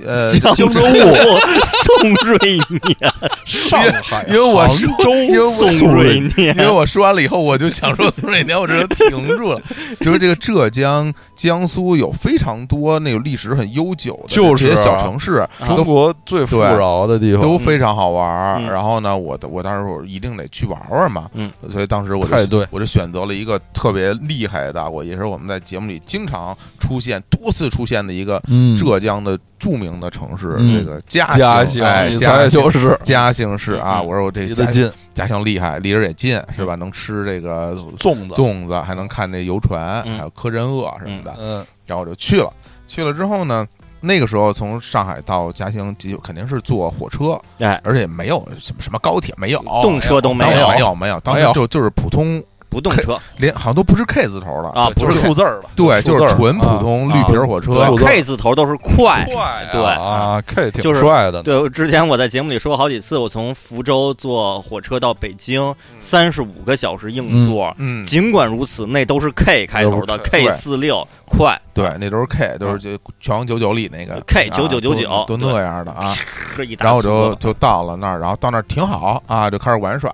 呃， [laughs] 江这 [laughs] 苏个宋瑞年，上海，因为我杭说州，因为我宋瑞年因为我说完了以后，我就想说苏瑞年，我这停住了。就是这个浙江、江苏有非常多那种历史很悠久的就是这啊些小城市，中国最富饶的地方，都非常好玩儿。嗯然后呢，我我当时我一定得去玩玩嘛，嗯，所以当时我就太对我就选择了一个特别厉害的，我也是我们在节目里经常出现、多次出现的一个嗯浙江的著名的城市，嗯这个嘉嘉兴，兴，哎，你嘉猜兴就是嘉兴市啊！嗯我说我这离嘉得近，嗯嘉兴厉害，离着也近是吧？能吃这个粽子，粽子，还能看这游船，嗯还有柯镇恶什么的。嗯，然后我就去了，去了之后呢，那个时候从上海到嘉兴，就肯定是坐火车，哎，而且没有什么什么高铁，没有动车都没没没有，有没有，哦当没时有就就是普通，不动车连好像都不是 K 字头了啊，不就是是数字儿吧，对，数字就儿是纯普通啊绿皮儿火车嗯对，数字儿哦 K 字头都是快，快哎对啊，K 挺就是帅的呢，对，我之前我在节目里说过好几次，我从福州坐火车到北京，三十五个小时硬座。嗯，尽管如此，那都是 K 开头的都是 K， K 四六快，对，那都是 K，都是就全国九九里那个啊 K 啊99都都那样的啊。呵一大然后我车就就到了那儿，然后到那儿挺好啊，就开始玩耍，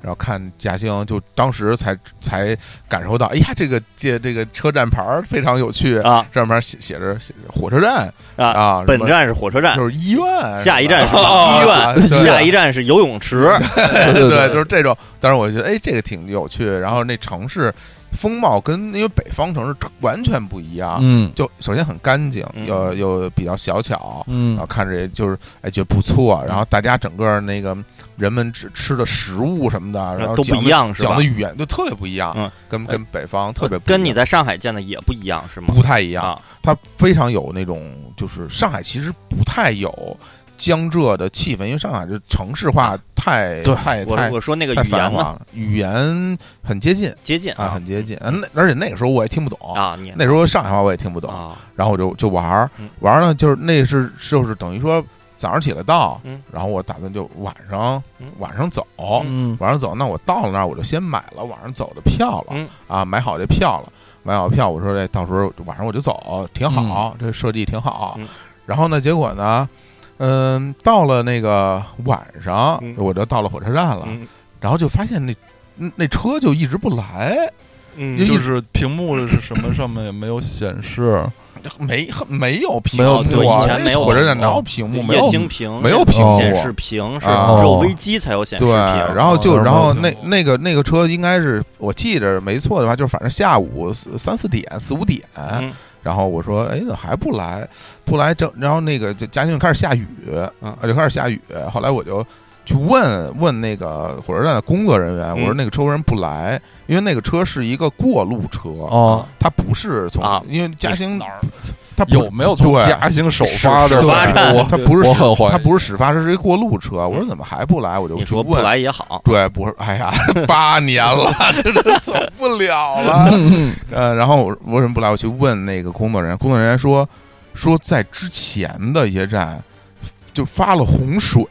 然后看嘉兴，就当时才才感受到，哎呀，这个这这个车站牌儿非常有趣，啊上面写写着写着火车站啊！啊，本什么站是火车站，就是医院，下一站是吧医啊院，对下一站是游泳池，对对对，就是这种。当时我就觉得，哎，这个挺有趣。然后那城市风貌跟因为北方城市完全不一样，嗯就首先很干净，嗯又又比较小巧，然后嗯，看着也就是哎觉得不嗯错，然后大家整个那个人们吃吃的食物什么的，然后呃都不讲一的样是讲吧的？语言就特别不一样，嗯跟跟北方特别不一样跟你在上海见的也不一样是吗？不太一样，啊，它非常有那种就是上海其实不太有江浙的气氛，因为上海这城市化太对太啊我太我说那个太语繁言华呢了，语言很接近接近啊，很接近，啊那而且那个时候我也听不懂。啊你那时候上海话我也听不懂，啊然后我就就玩儿嗯，玩儿呢就是那是就是等于说早上起来到，嗯然后我打算就晚上嗯晚上走，嗯晚上走，那我到了那儿我就先买了晚上走的票了、嗯啊，买好这票了，买好票，我说这到时候晚上我就走，挺好，这设计挺好。嗯然后呢，结果呢，嗯，到了那个晚上嗯，我就到了火车站了，嗯然后就发现那那车就一直不来，嗯因为就是屏幕是什么上面也没有显示，啊没没有屏没有幕对啊，以前没有那火车站屏哪有屏幕幕？没液有晶屏没有那屏种幕显示屏是啊只有微机才有显示对，屏，然后就哦然后那那那个那个车应该是我记着没错的话，就是反正下午四三四点四五点，嗯然后我说哎怎么还不来不来正然后那个就家就开始下雨，嗯就开始下雨，后来我就。去问问那个火车站的工作人员，我说嗯那个车为什么不来？因为那个车是一个过路车，哦，它不是从啊，因为嘉兴哪儿它不有没有从对嘉兴首发始的？始发站我它不是我始很怀疑，它不是始发，它是一过路车。我说怎么还不来？我就嗯你去说不问，来也好，对，不是，哎呀， [laughs] 八年了， [laughs] 这都走不了了。嗯， [laughs] 呃，然后我我为什么不来？我去问那个工作人员，工作人员说说在之前的一些站就发了洪 [laughs] 水，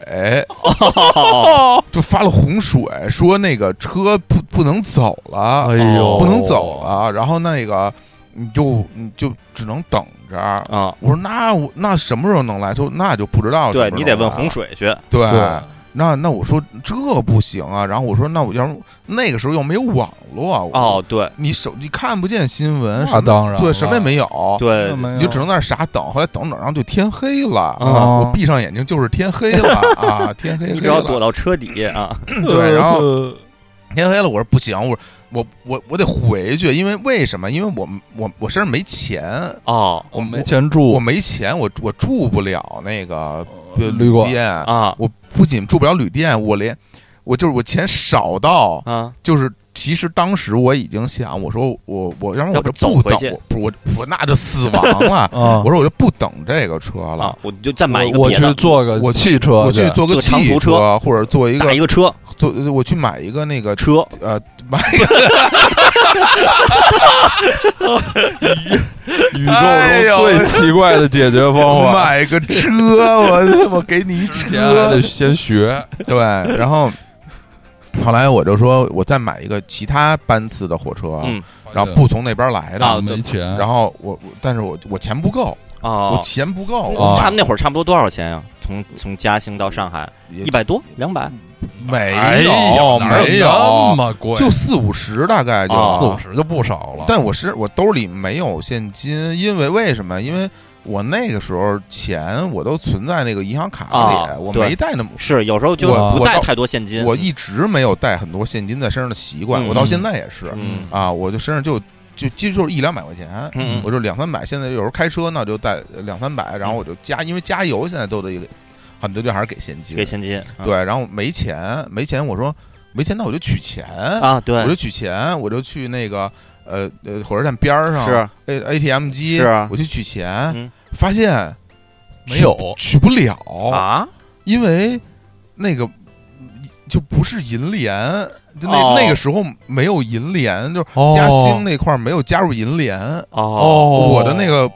就发了洪水，说那个车不不能走了， [laughs] 哎呦，不能走，啊了，然后那个你就你就只能等着。啊，我说那我那什么时候能来？就那就不知道什么时候来对了。你得问洪水去，对对，那那我说这不行啊，然后我说那我要不那个时候又没有网络啊，我哦，，对你手机看不见新闻，什那么当然对了什么也没有，对那，没有你就只能在那儿傻等，后来等等，然后就天黑了，啊我闭上眼睛就是天黑了 [laughs] 啊，天黑你黑只要躲了，到车底啊，对然后呃天黑了，我说不行，我我我我得回去，因为为什么？因为我我我身上没钱，哦 [laughs] 我我没钱住，我没钱，我我住不了那个呃旅旅馆。店，啊我不仅住不了旅店，我连我就是我钱少到。啊，就是其实当时我已经想，我说我我，要不然要我就不走不回等去，我不我我那就死亡了 [laughs] 啊，我说我就不等这个车了啊，，我就再买一个我别的去，坐个我汽车，我去，坐个坐长汽途车或者坐一打个一个车坐，我去买一个那个车，呃买一个宇哎宙呦中最奇怪的解决 [laughs] 方法。买个车， [laughs] 我我给你一哦啊之前还车得，先学，对，然后。后来我就说，我再买一个其他班次的火车，嗯 [laughs] 然后不从那边来的，啊没钱，然后我，我但是我我钱不够，哦我，钱不够，啊哦我他们那会儿差不多多少钱呀？从从嘉兴到上海也嗯一百多两百没哎有呦哪没那有，么贵，就四五十大概就啊四五。十就不少了。啊但我是我兜里没有现金，因为为什么？因为我那个时候钱我都存在那个银行卡里，啊我对没带那么，是有时候就我不我带到太多现金，我一直没有带很多现金在身上的习惯，嗯我到现在也是嗯啊，我就身上就就其实就是一两百块钱。嗯我就两三百，现在有时候开车呢就带两三百，嗯然后我就加，因为加油现在都得很多地方还是给现金，给现金啊对，然后没钱，没钱，我说没钱，那我就取钱啊对我就取钱，我就去那个呃呃火车站边儿上是 A A T M 机，是啊我去取钱，嗯发现没有取不了，啊因为那个就不是银联。就那、哦那个时候没有银联，就是哦嘉兴那块儿没有加入银联。哦哦，我的那个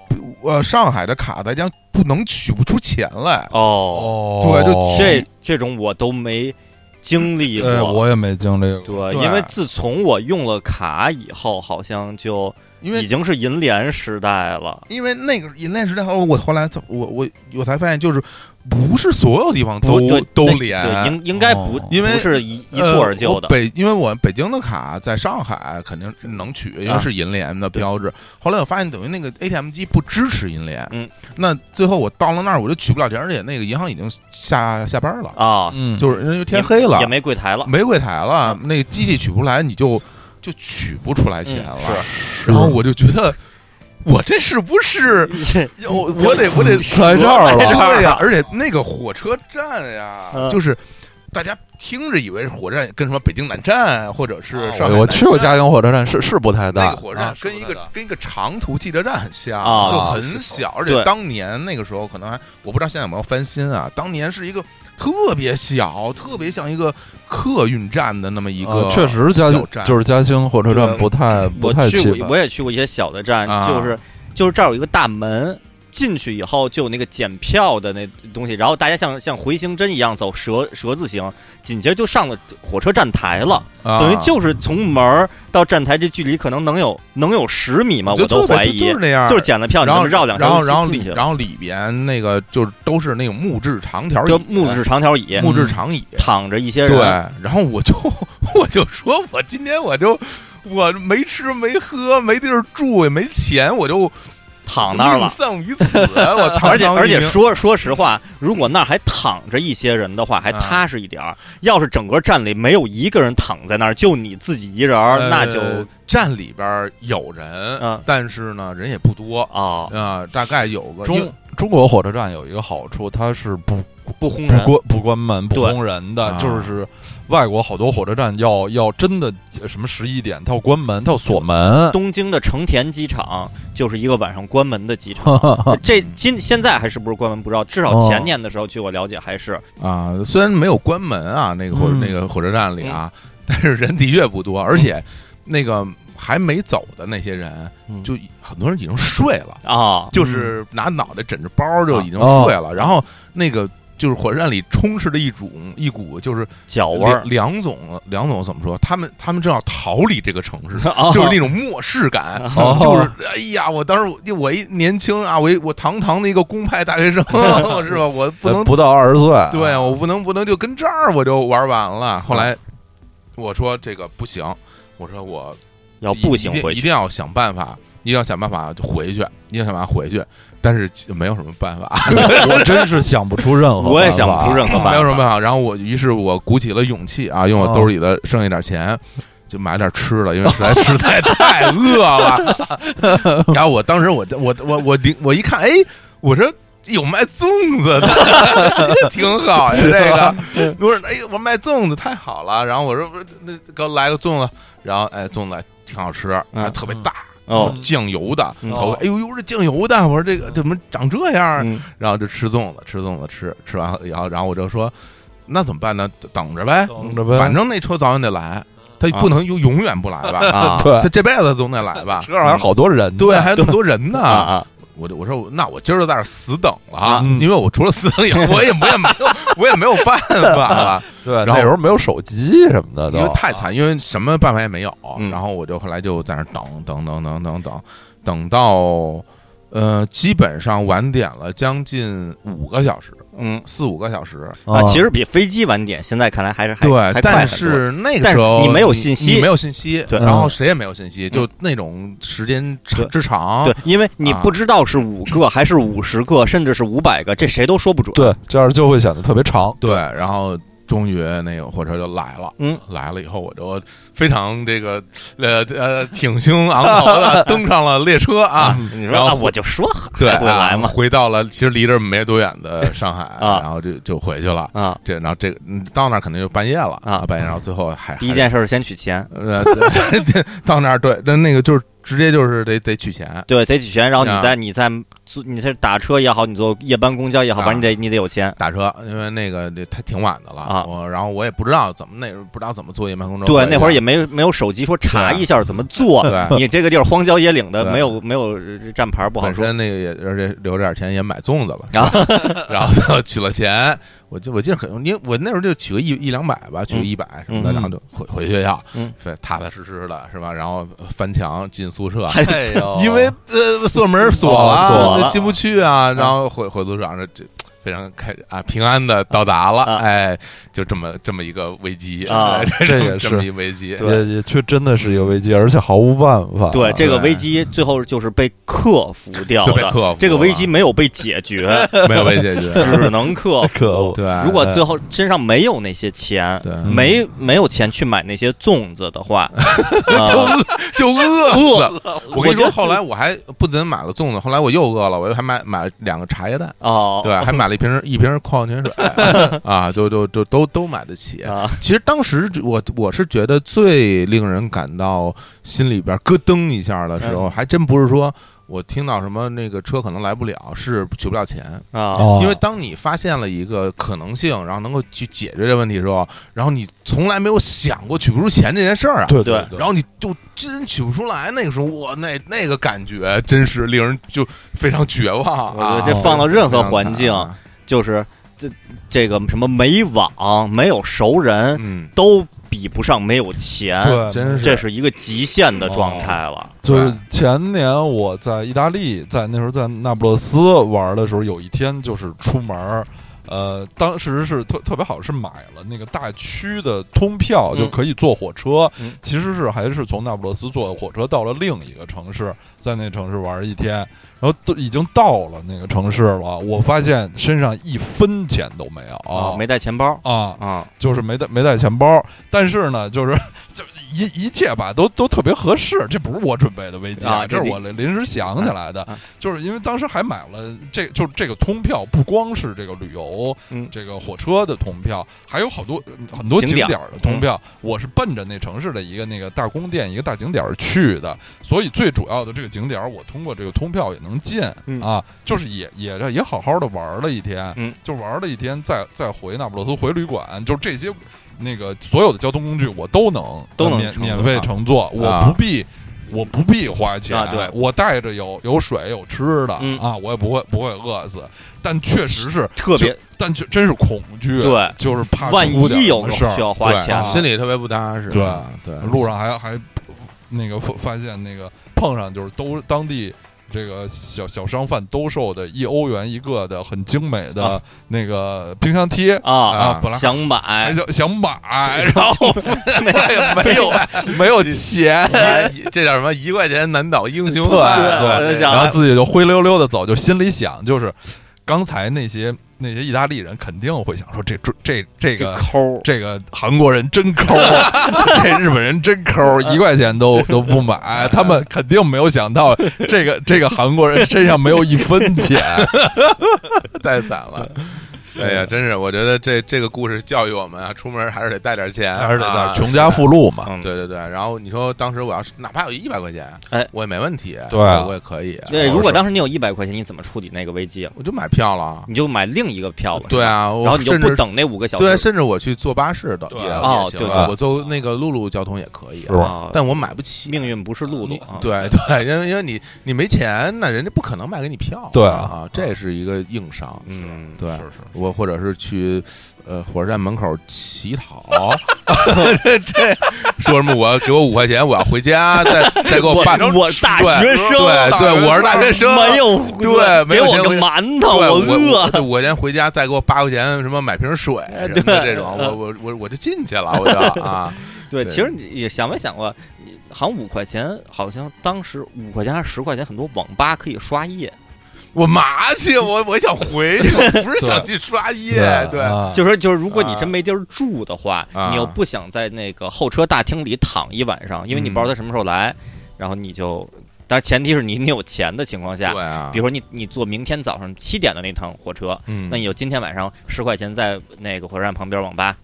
呃上海的卡在将不能取不出钱来，哦，哦，对就这这种我都没经历对过。哎我也没经历过，对，对因为自从我用了卡以后，好像就因为已经是银联时代了。因为那个银链时代，我后来我我我才发现，就是不是所有地方不都对都那连，对，应应该不哦，因为不是一一呃蹴而就我的。北，因为我北京的卡在上海肯定能取，因啊为是银联的标志。后来我发现，等于那个 ATM 机不支持银联，嗯，那最后我到了那儿我就取不了钱，而且那个银行已经下下班了，啊，嗯，就是因为天也黑了，也没柜台了。没柜台了，那个机器取不来，你就就取不出来钱嗯了。是然后我就觉得，我这是不是？我 [laughs] 我得 [laughs] 我得在这儿了对 [laughs] 呀、而且那个火车站呀、嗯就是大家听着以为是火车站跟什么北京南站啊或者是上海啊我我去过嘉兴，兴火车站，是是不太那大个，火车站啊跟是一不个、太大跟一个长途汽车站很像，啊就是很是小，而对且当年那个时候可能还我不知道现在有没有翻新啊，当年是一个特别小，特别像一个客运站的那么啊一个呃确实嘉小站，就是嘉兴火车站对不太不我太去气过，派我也去过一些小的站，啊就是就是这儿有一个大门，进去以后就有那个检票的那东西，然后大家像像回形针一样走蛇蛇字形，紧接着就上了火车站台了，啊等于就是从门儿到站台这距离可能能有能有十米吗？就我都特别怀就疑就，是那样，就是检了票，你然这后么绕两然后圈然后就里进去了，然后里边那个就是都是那种木质长条就椅，木质长条椅，哎木质长椅，躺着一些对人，。然后我就 [laughs] 我就说我今天我就我没吃没喝没地儿住也没钱，我就躺那儿命了。丧于此，我 [laughs] 堂 [laughs] 而且堂一而且名说说实话，如果那儿还躺着一些人的话，还啊踏实一点儿。要是整个站里没有一个人躺在那儿，就你自己一人儿，呃那就站里边儿有人，嗯但是呢人也不多啊啊、大概有个因中为嗯中国火车站有一个好处，它是不不轰不人。关不关门不对轰人的啊，就是外国好多火车站要要真的什么十一点，它要关门，它要锁 [laughs] 门。东京的成田机场就是一个晚上关门的机场。这今现在还是不是关门不知道，至少哦前年的时候据我了解还是啊、虽然没有关门啊，那个火、嗯那个火车站里啊，嗯但是人的确不多，而且那个还没走的那些人，嗯就很多人已经睡了，啊就是拿脑袋枕着包就已经啊睡了，然后那个。就是火车站里充斥着一种一股就是脚味儿梁梁总梁总怎么说？他们他们正要逃离这个城市， [laughs] 啊，就是那种漠视感，哦 [laughs] 就是哎呀，我当时我我一年轻啊，我一我堂堂的一个公派大 [laughs] 学生是吧？我不能哎不到二十岁，对，啊我不能不能就跟这儿我就玩完了。嗯后来我说这个不行，我说我要一步一行定回一去定要想办法，一定要想办法就回去，一定要想办法回去，但是没有什么办 [laughs] 法。 [laughs] 我真是想不出任何办法，我也想不出任何办法没有什么办法。然后我，于是我鼓起了勇气啊，用我兜里的剩下点钱，就买点吃的，因为实在实在太饿了。然后我当时我我我我零我一看，哎，我说。有卖粽子的， [laughs] 这个挺好呀。这个，我说，哎，我卖粽子太好了。然后我说，不是那给我来个粽子。然后，哎，粽子挺好吃，还嗯特别大，哦。酱油的嗯头发。哎呦呦，这酱油的，我说这个怎么长这样啊？嗯 [laughs] 然后就吃粽子，吃粽子吃，吃完以后，然后我就说，那怎么办呢？等着呗，等着呗，反正那车早晚得来，他不能就永远不来 [laughs] 吧， [laughs] 啊对他，这辈子总得来 [laughs] 吧。车上还好多人呢，对，还有那么多人啊呢，啊！我就我说那我今儿就在这儿死等了啊嗯因为我除了死等以后，我也我也没有我也没有办法了，对，然后那时候没有手机什么的都，因为太惨，因为什么办法也没有。嗯然后我就后来就在那儿等等等等等等，等到呃基本上晚点了将近五个小时，嗯四五个小时，啊，嗯其实比飞机晚点，现在看来还是还还对，快很但多是那个但时是候你没有信息你没有信息，对然后嗯谁也没有信息，就那种时间之对之长，对，因为你啊不知道是五个还是五十个，甚至是五百个，这谁都说不准。啊对，这样就会显得特别长。对，然后终于那个火车就来了，嗯，来了以后我就非常这个呃呃挺胸昂头 [laughs] 的登上了列车啊，嗯你说然后啊，我就说 [laughs] 还对，会来啊嘛回到了其实离这没多远的上海，啊 [laughs] 然后就就回去了。啊！这然后这个嗯到那儿肯定就半夜了啊半夜，然后最后还第一件事儿先取钱，呃， [laughs] 对到那儿对，那那个就是直接就是得得取钱，对，得取钱，然后啊你再你再坐，你是打车也好，你坐夜班公交也好，啊反正你得你得有钱。打车，因为那个这他挺晚的了啊我然后我也不知道怎么那时候不知道怎么坐夜班公交对，那会儿也没没有手机，说查一下怎么做。对你这个地儿荒郊野岭的，对没有没有呃站牌，不好本说。身那个也而且留着点钱也买粽子了，然后 [laughs] 然后就取了钱，我就我记得很，因为我那时候就取个一一两百吧，取个嗯一百什么的，嗯然后就回回学校，嗯非踏踏实实的是吧？然后翻墙进宿舍，还哎 [laughs] 呦因为呃宿舍门锁哦了，锁了嗯那进不去啊，然后回回宿舍，然后这非常开啊平安的到达了，啊哎，就这么这么一个危机啊哎这么也 [laughs] 这是么一危机，也也却真的是一个危机，而且毫无办法。对这个对危机最后就是被克服掉就被的，克服这个危机了没有被解决， [laughs] 没有被解决，只能 [laughs] 克服。可恶，对，如果最后身上没有那些钱，哎对没没有钱去买那些粽子 [laughs] 的话，啊就饿死了。我跟你我觉说，得后来我还不仅买了粽子，后来我又饿了，我又还买买了两个茶叶蛋，哦， [laughs] 对，还买了一瓶一瓶矿泉水啊，就就就都都买得起。啊，其实当时我我是觉得嗯最令人感到心里边咯噔一下的时候，还真不是说。我听到什么那个车可能来不了，是取不了钱，啊哦因为当你发现了一个可能性，然后能够去解决这问题的时候，然后你从来没有想过取不出钱这件事儿啊。对对对，然后你就真取不出来，那个时候哇，那那个感觉真是令人就非常绝望我觉啊！得这放到任何非常环境惨啊就是这这个什么没网、没有熟人，嗯，都比不上没有钱，对，真是这是一个极限的状态了。就是前年我在意大利，在那时候在那不勒斯玩的时候，有一天就是出门儿，呃，当时是特特别好，是买了那个大区的通票，嗯就可以坐火车。嗯其实是还是从那不勒斯坐火车到了另一个城市，在那城市玩一天，然后都已经到了那个城市了，我发现身上一分钱都没有哦啊，没带钱包啊啊，就是没带没带钱包，但是呢，就是就一一切吧，都都特别合适。这不是我准备的危机啊这这是我临临时想起来的，啊啊就是因为当时还买了这就这个通票，不光是这个旅游、嗯这个火车的通票，还有好多很多景景点嗯点儿的通票。我是奔着那城市的一个那个大宫殿、一个大景点儿去的，所以最主要的这个景点儿，我通过这个通票也能进、嗯啊，就是也也也好好的玩了一天，嗯就玩了一天，再再回那不勒斯回旅馆，就这些那个所有的交通工具我都能呃都能免乘免费乘坐，我啊不必。我不必花钱，啊对我带着有有水有吃的、嗯啊，我也不会不会饿死，但确实是特别就但就真是恐惧，啊对，就是怕万出点一有什么事儿需要花对钱啊，心里特别不踏实。啊对对，路上还还那个发发现那个碰上就是都当地这个小小商贩兜售的一欧元一个的很精美的啊那个冰箱贴啊，啊本来想还买想想 [laughs] 买，然后哎没有没有钱，哎这叫什么？一块钱难倒英雄对汉。我在想然后自己就灰溜溜的走，就心里想就是刚才那些那些意大利人肯定会想说这这这这这个抠这个韩国人真抠啊， [laughs] 这日本人真抠， [laughs] 一块钱都都不 [laughs] 买。他们肯定没有想到，这个这个韩国人身上没有一分钱。 [laughs] 太惨了。哎呀，真是，我觉得这这个故事教育我们啊，出门还是得带点钱，还是得啊那穷家富路嘛，嗯，对对对，然后你说当时我要是哪怕有一百块钱，哎我也没问题，对啊我也可以。对，如我果是当时你有一百块钱，你怎么处理那个危机？啊我就买票了，你就买另一个票了，对啊，我然后你就甚至不等那五个小时，对，甚至我去坐巴士的对也哦也行对啊，对我坐那个陆路交通也可以啊，是吧啊，但我买不起。命运不是路路你啊，对对，因为因为你你没钱，那人家不可能卖给你票，对啊啊，这是一个硬伤。嗯，对，是是我或者是去呃火车站门口乞讨， [laughs] 这这说什么我给我五块钱，我要回家，再再给我我办我是大学生，对对，我是大学生，没有对没给有我钱个我就馒对头，我饿。我我先回家，再给我八块钱，什么买瓶水什么的这种，我我我我就进去了，我就啊， [laughs] 对，对其实你也想没想过，你好像五块钱，好像当时五块钱还是十块钱，很多网吧可以刷夜，我麻去，我我想回去，我不是想去刷夜，对，啊就是就是，如果你啊真没地儿住的话，啊你又不想在那个候车大厅里躺一晚上，因为你嗯不知道他什么时候来，然后你就，但是前提是你你有钱的情况下，对啊比，如说你你坐明天早上七点的那趟火车，嗯那你就今天晚上十块钱在那个火车站旁边网吧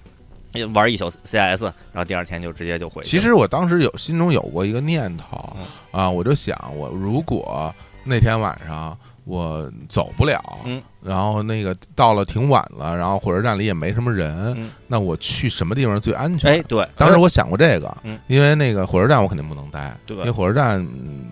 呃玩一宿 CS，然后第二天就直接就回去。其实我当时有心中有过一个念头嗯啊，我就想，我如果那天晚上我走不了，嗯然后那个到了挺晚了，然后火车站里也没什么人，嗯那我去什么地方最安全？哎，对，当时我想过这个，嗯因为那个火车站我肯定不能待，对因为火车站、嗯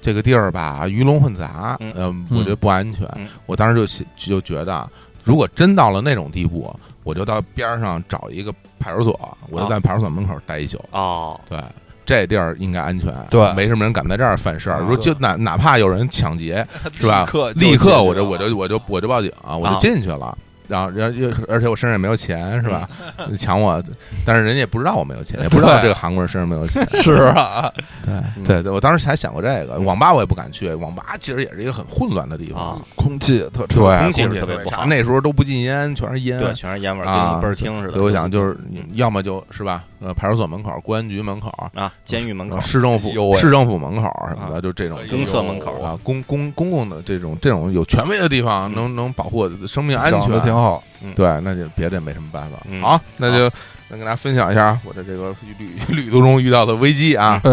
这个地儿吧鱼龙混杂，嗯嗯、嗯我觉得不安全。嗯我当时就想就觉得啊，如果真到了那种地步，我就到边儿上找一个派出啊所，我就在派出所门口待一宿。哦，对，这地儿应该安全，对没什么人敢在这儿犯事儿。啊如果就哪哪怕有人抢劫，是吧立刻？就立刻我解就决了我就我就我就报警啊，我就啊进去了。然后，然后又，而且我身上也没有钱，是吧？ [laughs] 抢我，但是人家也不知道我没有钱，也不知道嗯对这个韩国人身上没有钱。是啊，嗯对对对，我当时还想过这个。网吧我也不敢去，网吧其实也是一个很混乱的地方啊，空气也特对，空气气是也特别不差好那时候都不禁烟，全是烟。对，全是烟味儿，啊跟倍儿听似的。所以我想，就是嗯要么就是吧，呃，派出所门口、公安局门口，啊，监狱门口然后，市政哎呦府、喂市政府门口什么的，就这种哎呦啊公厕门口啊，公公公共的这种这种有权威的地方，嗯能能保护我的生命安想的全，挺好。对，那就别的也没什么办法。嗯好，那就跟大家分享一下我的这个旅旅途中遇到的危机啊哎，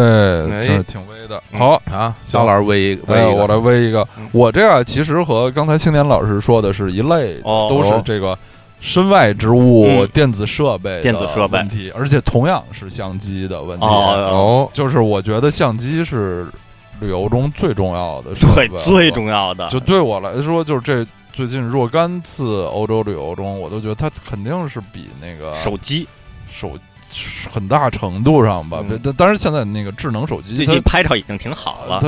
哎这挺危的。好，啊！肖老师为一为哎，我来微一个嗯，我这个其实和刚才青年老师说的是一类的，哦都是这个身外之物、嗯电子设备、电子设备问题，而且同样是相机的问题。哦哦，就是我觉得相机是旅游中最重要的设备 [laughs] 对，了，最重要的就对我来说，就是这最近若干次欧洲旅游中，我都觉得它肯定是比那个手机，手很大程度上吧，嗯但当然现在那个智能手机最它近拍照已经挺好了，它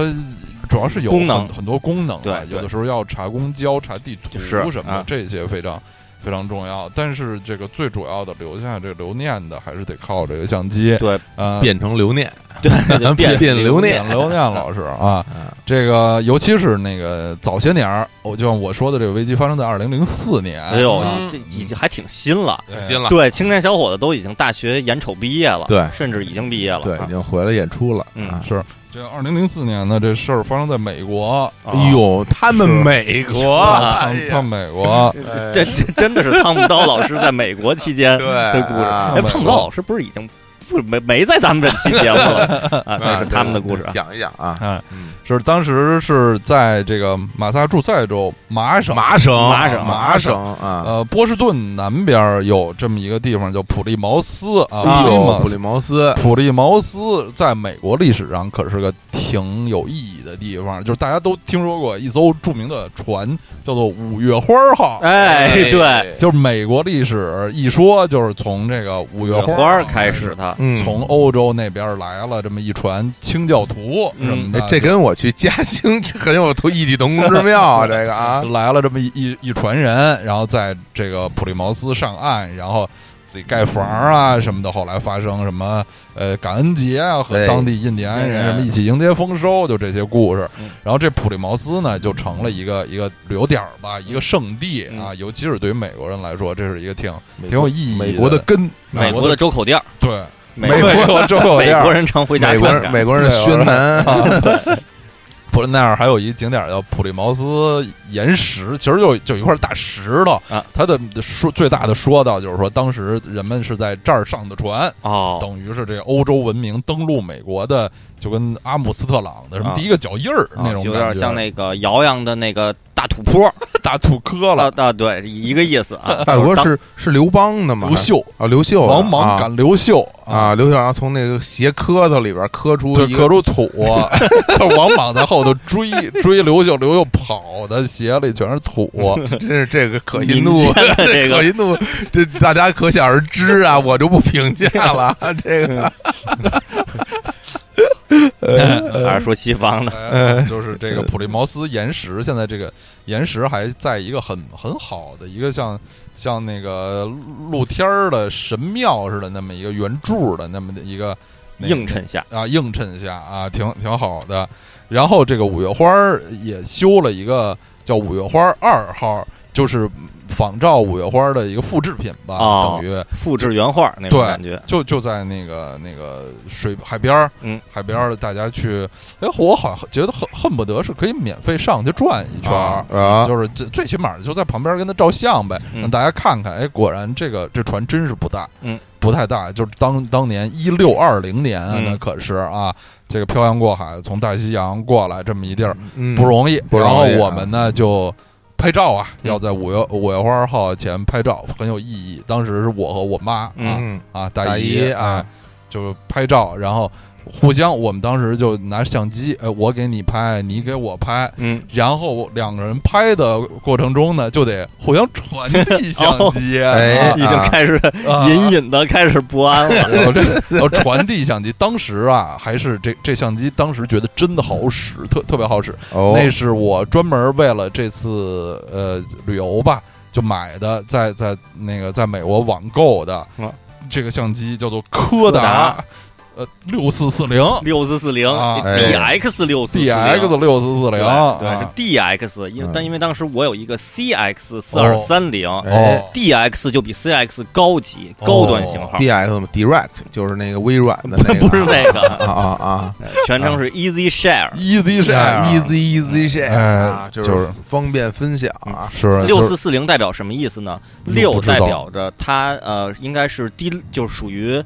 主要是有功能很很多功能啊，对有的对时候要查公交、查地图是什么的，啊这些非常非常重要。但是这个最主要的留下这个留念的，还是得靠这个相机。对呃，变成留念， [laughs] 对，变变留念念留念老师 [laughs] 啊嗯，这个尤其是那个早些年儿，我就像我说的，这个危机发生在二零零四年，啊哎呦嗯，这已经还挺新了。对新了，对，青年小伙子都已经大学眼瞅毕业了，对甚至已经毕业了。对，已啊经回来演出了。嗯啊是这二零零四年呢，这事儿发生在美国，哦啊哎呦，他们美国，啊哎呀到美国，这这真的是汤姆刀老师在美国期间对的故事。啊哎，汤姆刀老师不是已经不没没在咱们这期节 [laughs] 目了啊？那啊是他们的故事啊。讲一讲啊。哎，嗯是当时是在这个马萨诸塞州麻省，麻省，啊麻省麻省啊！呃波士顿南边儿有这么一个地方叫普利茅斯哎啊，普利呦，茅普利茅斯，普利茅斯在美国历史上可是个挺有意义的地方，就是大家都听说过一艘著名的船叫做五月花啊号，哎，对，就是美国历史一说就是从这个五月花儿儿开始，的，嗯，从欧洲那边儿来了这么一船清教徒什么哎的，这跟我去嘉兴这很有异曲同工之妙啊！这个啊，来了这么一一一船人，然后在这个普利茅斯上岸，然后自己盖房啊什么的。后来发生什么呃感恩节啊，和对当地印第安人对什么一起迎接丰收，就这些故事嗯。然后这普利茅斯呢，就成了一个一个旅游点儿吧，一个圣地啊。尤其是对于美国人来说，这是一个挺挺有意义美国的根，美国国的周口店儿，对美国美国周口美店儿国人常回家美国转人，转。美国人的宣南，普林那儿还有一景点儿叫普利茅斯岩石，其实就就一块大石头啊。它的说最大的说道就是说，当时人们是在这儿上的船，哦，等于是这欧洲文明登陆美国的，就跟阿姆斯特朗的什么啊第一个脚印儿啊那种感觉，就有点像那个姚洋的那个大土坡大土坷啊了。啊，对，一个意思啊。大国是是刘邦的吗？刘秀，啊，刘秀的，王莽啊赶刘秀啊，，刘秀然后从那个鞋磕头里边磕出就一磕个出土，啊 [laughs] 就是王莽在后头追追刘秀，刘秀跑的鞋里全是土。啊真是这个可信度民间 [laughs] 的，这个可信度，这大家可想而知啊，我就不评价了。这个还是说西方的， [laughs] 哎，就是这个普利茅斯岩石，现在这个岩石还在一个很很好的一个像像那个露天儿的神庙似的那么一个圆柱的那么的一个那个映衬下，啊映衬下啊，挺挺好的。然后这个五月花儿也修了一个叫五月花儿二号，就是仿照五月花儿的一个复制品吧，哦等于复制原画那种对感觉。就就在那个那个水海边儿，嗯，海边儿大家去，哎，我好像觉得恨恨不得是可以免费上去转嗯一圈儿。啊，就是最最起码就在旁边跟他照相呗，嗯让大家看看。哎，果然这个这船真是不大，嗯，不太大。就是当当年一六二零年啊，嗯那可是啊，这个漂洋过海从大西洋过来这么一地儿嗯不容易。不容易啊然后我们呢就拍照啊，嗯要在五月五月花号前拍照，很有意义。当时是我和我妈啊，嗯嗯，啊，大大姨姨啊啊，就拍照，然后互相，我们当时就拿相机，呃，我给你拍，你给我拍，嗯，然后两个人拍的过程中呢，就得互相传递相机，哎已经开始啊隐隐的开始不安 [laughs] 了。然后这然后传递相机，当时啊，还是这这相机，当时觉得真的好使，特特别好使。哦，那是我专门为了这次呃旅游吧，就买的，在在那个在美国网购的啊这个相机叫做柯柯达达。呃六四四零六四四零啊哎 DX 六四 D X 六四四对零，对是啊 DX，因为嗯但因为当时我有一个 CX 四二三零哎哦，DX 就比 CX 高级哦高端型号， D X 嘛，Direct 就是那个微软的那个， [laughs] 不是那啊个，啊啊呃，E 全称是 Easy Share。 ，Easy，E Share，啊，Easy Easy Share 啊哎，就是方便分享啊，是六就是四四零代表什么意思呢？嗯六不知道代表着它呃，应该是第就是属于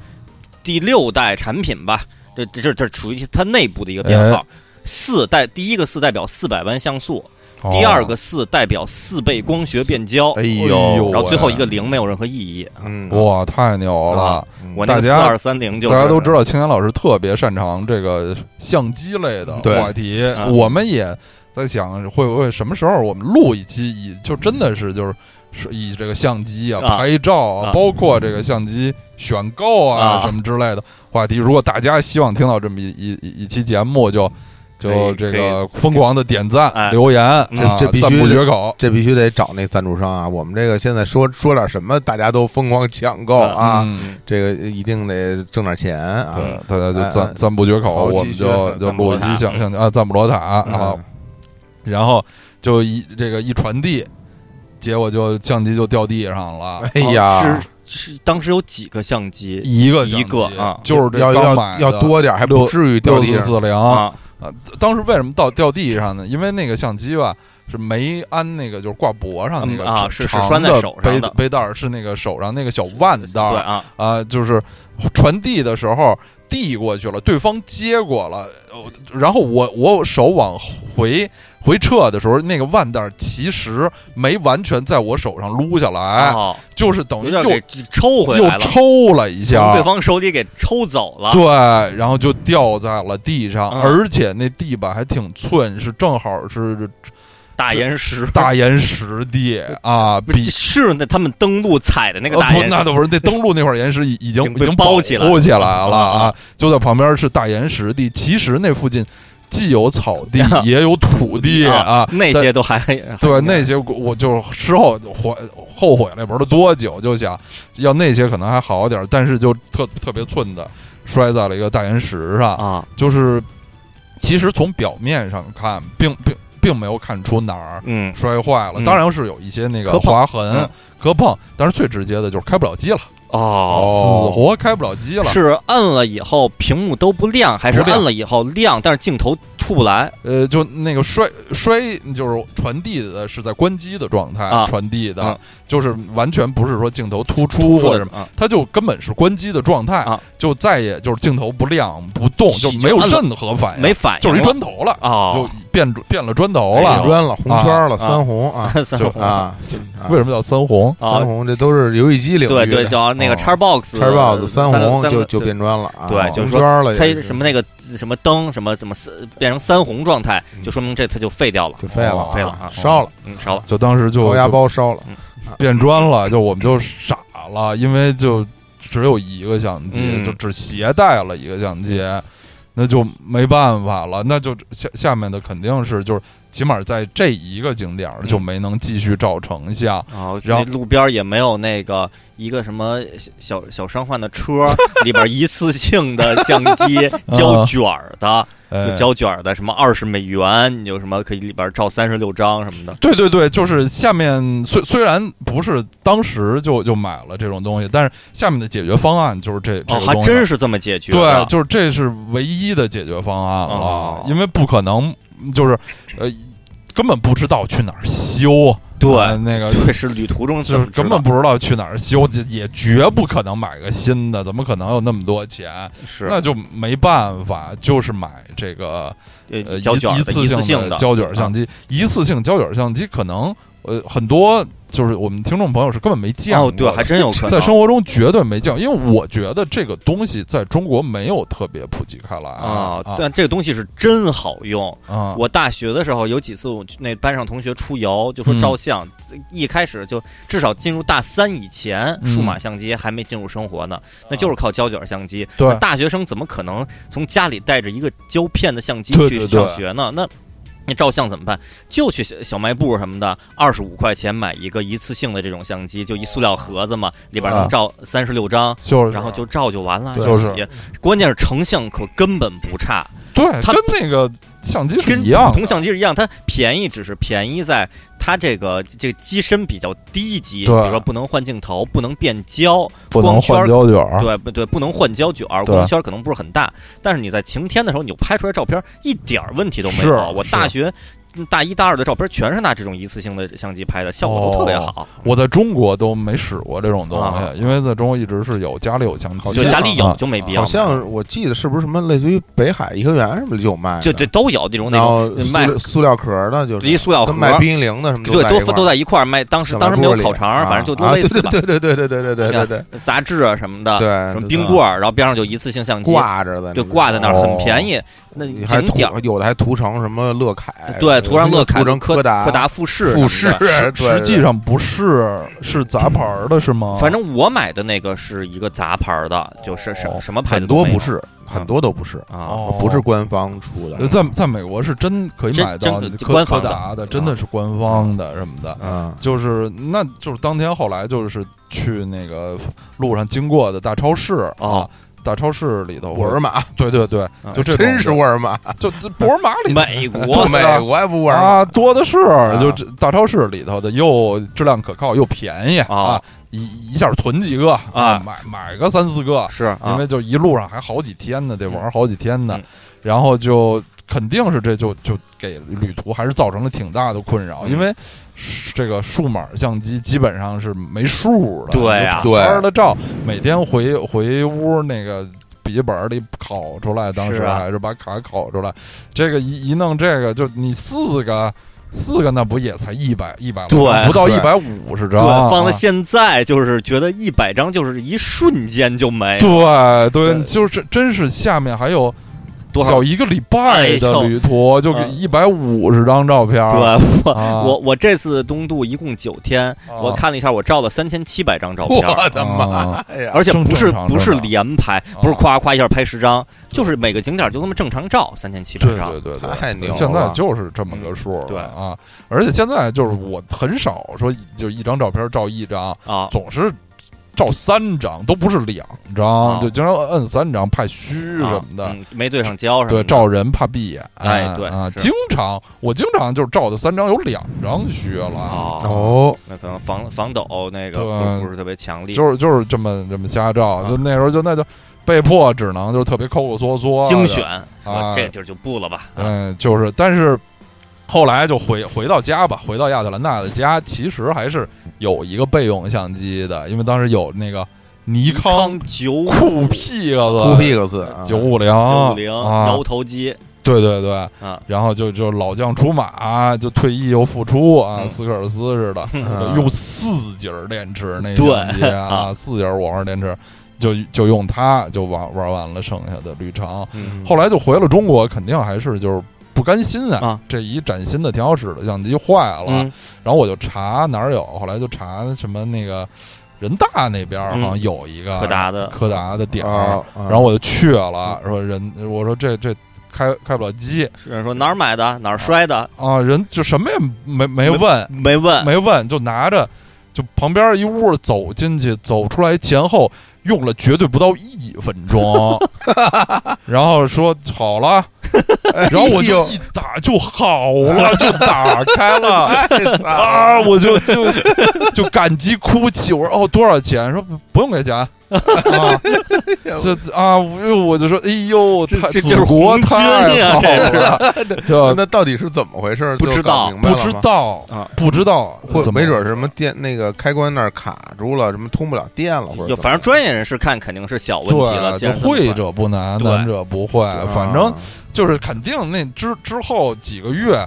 第六代产品吧，这这这属于它内部的一个哎编号。四代第一个四代表四百万像素，第二个四代表四倍光学变焦，哎哦哎呦呦，然后最后一个零没有任何意义。嗯，哦哇，太牛了！嗯我那个四大家二三零就是哦大家都知道，青年老师特别擅长这个相机类的嗯对话题啊，我们也在想，会不会什么时候我们录一期以就真的是就是是以这个相机啊、啊拍照啊，啊包括这个相机选购啊啊什么之类的话题。如果大家希望听到这么一一一一期节目，就就可以这可个以疯狂的点赞、哎留言，这啊这必须赞不的绝口。这必须得找那赞助商啊！我们这个现在说说点什么，大家都疯狂抢购啊，嗯这个一定得挣点钱啊！呃对，大家哎就赞哎赞不绝口，好我继们续啊就就赞不录罗一塔期想象啊，赞布罗塔啊嗯，然后就一这个一传递，结果就相机就掉地上了，哎呀，是是当时有几个相机一个一个相机啊就是这要刚买要的要多点，还不至于掉六地四上。四零。啊？当时为什么到掉地上呢？因为那个相机吧。是没安那个，就是挂脖上那个嗯啊长是是长拴在的手上背的背带儿，是那个手上那个小腕带对儿啊，啊，就是传递的时候递过去了，对方接过了，呃然后我我手往回回撤的时候，那个腕带其实没完全在我手上撸下来，哦，就是哎等于有点又给抽回来又了，抽了一从下对。方手里给抽走了。对，然后就掉在了地上，嗯而且那地吧还挺寸，是正好是大岩石， [laughs] 大岩石地啊，不是比是那他们登陆踩的那个大呃岩不，石那，倒不是，那登陆那块岩石已已经已经已被经包保起来护了起来了啊啊！就在旁边是大岩石地，其实那附近既有草 [laughs] 地也有土地啊啊，，那但些都还对那些我就事后悔后悔了，也不知道多久，就想要那些可能还好点儿，但是就特特别寸的摔在了一个大岩石上，啊就是其实从表面上看，并并并没有看出哪儿嗯摔坏了，嗯当然是有一些那个磕碰划痕嗯、磕碰，但是最直接的就是开不了机了，哦。死活开不了机了。是按了以后屏幕都不亮，还是不亮按了以后亮，但是镜头出不来呃，就那个摔摔，就是传递的是在关机的状态、啊传递的，啊就是完全不是说镜头突出突出或者来什么。啊它就根本是关机的状态，啊就再也就是镜头不亮不动，就就没有按了任何反应，没反应，就是一砖头了，哦就，变变了砖头哎了。呦砖了，红圈了，啊三红啊 [laughs] 三就啊！啊为什么叫三红？三啊，红这都是游戏机领对域对，的，叫那个哦 Xbox 叉 box 三红三就就对变砖了啊，对就红是说圈了也它是，什么那个什么灯什么怎么四变成三红状态，嗯就说明这它就废掉了，就废了啊，废了啊烧了，嗯，烧了，就当时就高压就包烧了，变砖了，就我们就傻了，因为就只有一个相机，嗯就只携带了一个相机，那就没办法了，那就下下面的肯定是就是起码在这一个景点儿嗯就没能继续照成像，哦，然后那路边儿也没有那个一个什么小小小商贩的 [laughs] 车里边儿一次性的相机胶卷儿的，就嗯哎胶卷儿的什么二十美元，你就什么可以里边儿照三十六张什么的。对对对，就是下面虽虽然不是当时就就买了这种东西，但是下面的解决方案就是这这哦，个还东西，啊真是这么解决的对，就是这是唯一的解决方案了，哦因为不可能就是呃根本不知道去哪儿修，对呃那个。对，是旅途中就怎是么知根道本不知道去哪儿修，也也绝不可能买个新的，怎么可能有那么多钱？是那就没办法，就是买这个呃呃胶卷儿一的一次一次性性的啊胶卷儿相机，一次性胶卷儿相机可能呃很多就是我们听众朋友是根本没见过哦，的，对，还真有可能在生活中绝对没见过，因为我觉得这个东西在中国没有特别普及开来啊啊，但这个东西是真好用。啊，我大学的时候有几次，我去那班上同学出游，就说照相，一开始就至少进入大三以前，嗯数码相机还没进入生活呢，那就是靠胶卷相机。对那大学生怎么可能从家里带着一个胶片的相机对去对对上学呢？那。那照相怎么办？就去小小卖部什么的，二十五块钱买一个一次性的这种相机，就一塑料盒子嘛，里边啊能照三十六张，就是然后就照就完了。对就就是洗，关键是成像可根本不差，对，它跟那个相机是跟一样啊普的，通相机是一样，它便宜只是便宜在它这个这个机身比较低级，比对如说不能换镜头，不能变焦，不能光圈换胶卷儿，对不对？不能换胶卷儿，对光圈可能不是很大，但是你在晴天的时候，你就拍出来照片一点儿问题都没是有。我是大学大一大二的照片全是拿这种一次性的相机拍的，效果都特别好。我在中国都没使过这种东啊西，因为在中国一直是有家里有相好机，就像家里有啊就没必要好买，像我记得是不是什么类似于北海颐和园什么的有卖的，就这都有那种那然后种塑卖料塑料壳儿的，就是一塑料盒跟，卖冰激凌的什么对，在一都块儿都在一块儿卖。当时小卖当时没部有里烤肠，啊反正就都啊类似吧，对对对对对对对对对对杂志啊什么的，对，什么对冰棍儿，然后边上就一次性相机，挂着的，就挂在那儿，哦很便宜。那还景涂点儿有的还涂成什么乐哎凯，对，涂上乐凯、涂成柯达、柯达富士、富士，对对实际上不是是杂牌儿的是吗？反正我买的那个是一个杂牌儿的，就是什哦什么牌很子多都没有不是，很多都不是，啊。哦不是官方出的，在在美国是真可以真买到真的柯官柯方的啊达的，真的是官方的什么的。嗯，就是，那就是当天后来就是去那个路上经过的大超市哦啊，大超市里头，沃尔玛，对对对，就这种真是沃尔玛，就这沃尔玛里头美不国美国也不沃尔玛，啊，多的是，就这大超市里头的又质量可靠又便宜啊啊，一一下囤几个啊买买个三四个，是啊因为就一路上还好几天呢，得玩嗯好几天呢嗯，然后就肯定是这就就给旅途还是造成了挺大的困扰，嗯因为数这个数码相机基本上是没数的，对啊就照片对的照，每天回回屋那个。笔记本里拷出来，当时是啊还是把卡拷出来。这个一一弄，这个就你四个，四个那不也才一百一百来张，对不到对一百五十对，张啊，放到现在就是觉得一百张就是一瞬间就没了对对，对就是真是下面还有多少哎小一个礼拜的旅途，就给嗯一百五十张照片儿。对我啊， [laughs] 我我这次东渡一共九天，啊我看了一下，我照了三千七百张照片，我的妈啊呀！而且不是正常不是正常啊连拍，不是夸夸一下拍十张，就是每个景点就那么正常照三千七百对张对。对对，太牛了现在就是这么个数儿了嗯对啊！而且现在就是我很少说就一张照片照一张，啊，总是照三张，都不是两张，啊就经常摁三张怕虚什么的。啊嗯没对上焦什么对，的。照人怕闭眼，哎对啊，是经常我经常就是照的三张有两张虚了啊，哦，哦，那可能防防抖那个对不不是特别强力，就是就是这么这么瞎照，啊就那时候就那就被迫只能就是特别抠抠缩缩精选，，是啊吧这地儿就不了吧。啊嗯，就是但是后来就回回到家吧，回到亚特兰大的家，其实还是有一个备用相机的，因为当时有那个尼康康九酷屁酷股屁股字啊九五零九五零啊摇，头机对对对，啊，然后就就老将出马，就退役又复出啊，嗯斯科尔斯似的，嗯用四节儿电池那对相机啊，啊四节儿五号电池，就就用它就玩玩完了剩下的旅程。嗯后来就回了中国，肯定还是就是不甘心啊，啊这一崭新的挺好使的相机坏了，嗯然后我就查哪儿有，后来就查什么那个人大那边儿好嗯像有一个柯达嗯的柯达的点儿，啊，然然 [laughs] 后我就去了，说人我说这这开开不了机是说哪儿买的哪儿摔的啊，人就什么也没没问，没问 [laughs] 没问，就拿着，就旁边一屋走进去，走出来前后用了绝对不到一分 [laughs] 钟，然后说好了，哎然后我就一打就 [laughs] 好了，就打开了。啊，啊！我就就就感激哭泣，我说哦多少钱？说不用 [laughs] 给钱，啊，这啊，我我就说哎呦，这太这这祖是国红军太呀好这是了， [laughs] 就那到底是怎么回事？不知道就搞明白不了知吗道啊，不知道，或怎么没准是什么电那个开关那儿卡住了，什么通不了电了，或者就怎么反正专业人士看肯定是小问题了，既对，然就这么会快者不难，对难者不会样。啊，反正就是肯定那之之后几个月，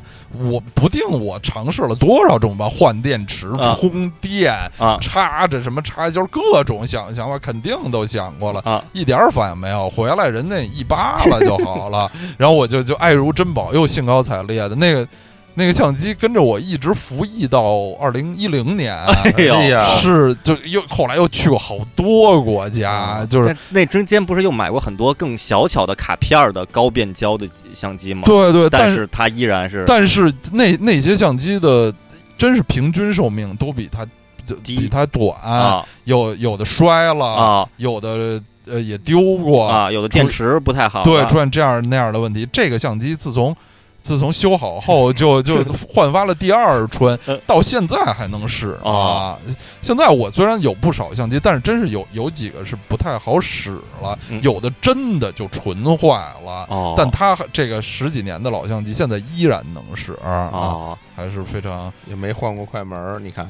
我不定我尝试了多少种吧，换电池、啊充电、啊插着什么插销，各种想想法，肯定都想过了。啊一点儿反应没有，回 [laughs] 来人家一扒拉就好了，然后我就就爱如珍宝，又兴高采烈的那个那个相机跟着我一直服役到二零一零年，啊哎呦哎呀是就又后来又去过好多国家，啊就是但那中间不是又买过很多更小巧的卡片儿的高变焦的相机吗？对对，但但是它依然是但是那那些相机的真是平均寿命都比它就低比它短，啊有有的摔了，啊有的呃也丢过，啊，有的电池不太好，对，啊出现这样那样的问题。这个相机自从自从 [laughs] 修好后就，就焕发了第二春呃，到现在还能使哦啊。现在我虽然有不少相机，但是真是有有几个是不太好使了嗯，有的真的就纯坏了。哦，但它这个十几年的老相机，现在依然能使啊，哦，还是非常也没换过快门儿，你 [laughs] 看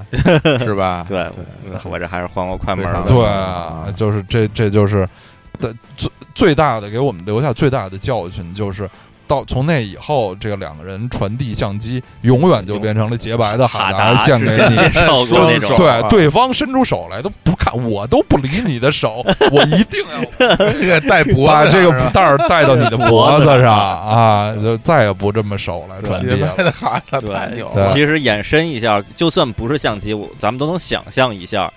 是吧？对，我这还是换过快门儿啊的，对啊，就是这这就是的最最大的给我们留下最大的教训就是。到从那以后，这个两个人传递相机，永远就变成了洁白的哈哈达 [laughs] 达献给之前你。介绍过那种双手啊对，对方伸出手来都不看，我都不理你的手，我一定 [laughs] 要这个带脖把子 [laughs] 这上个是吧带儿带到你的脖子脖子 [laughs] 上上啊，就再也不这么手来传递斜了拍。的哈达太牛对，了，其实延伸一下，就算不是相机，我咱们都能想象一下。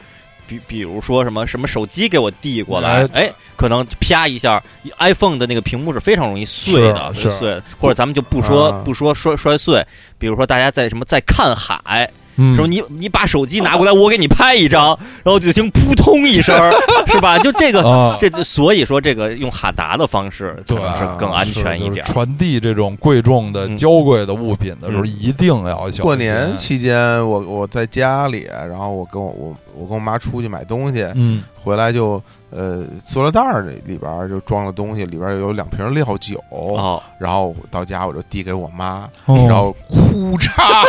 比比如说什么什么手机给我递过来，哎，可能啪一下，iPhone 的那个屏幕是非常容易碎的，是是碎。或者咱们就不说、啊不说摔摔碎，比如说大家在什么在看海，嗯说，你你把手机拿过来，我给你拍一张，然后就听扑通一声儿，是吧？就这哦个啊，这所以说这个用哈达的方式可对能啊，是更安全一是就点是。传递这种贵重的、嗯娇贵的物品的时候，嗯一定要小心。啊过年期间，我我在家里，然后我跟我我我跟我妈出去买东西，嗯，回来就呃塑料袋儿里里边儿就装了东西，里边儿有两瓶料酒，哦，然后到家我就递给我妈，哦然后哭嚓，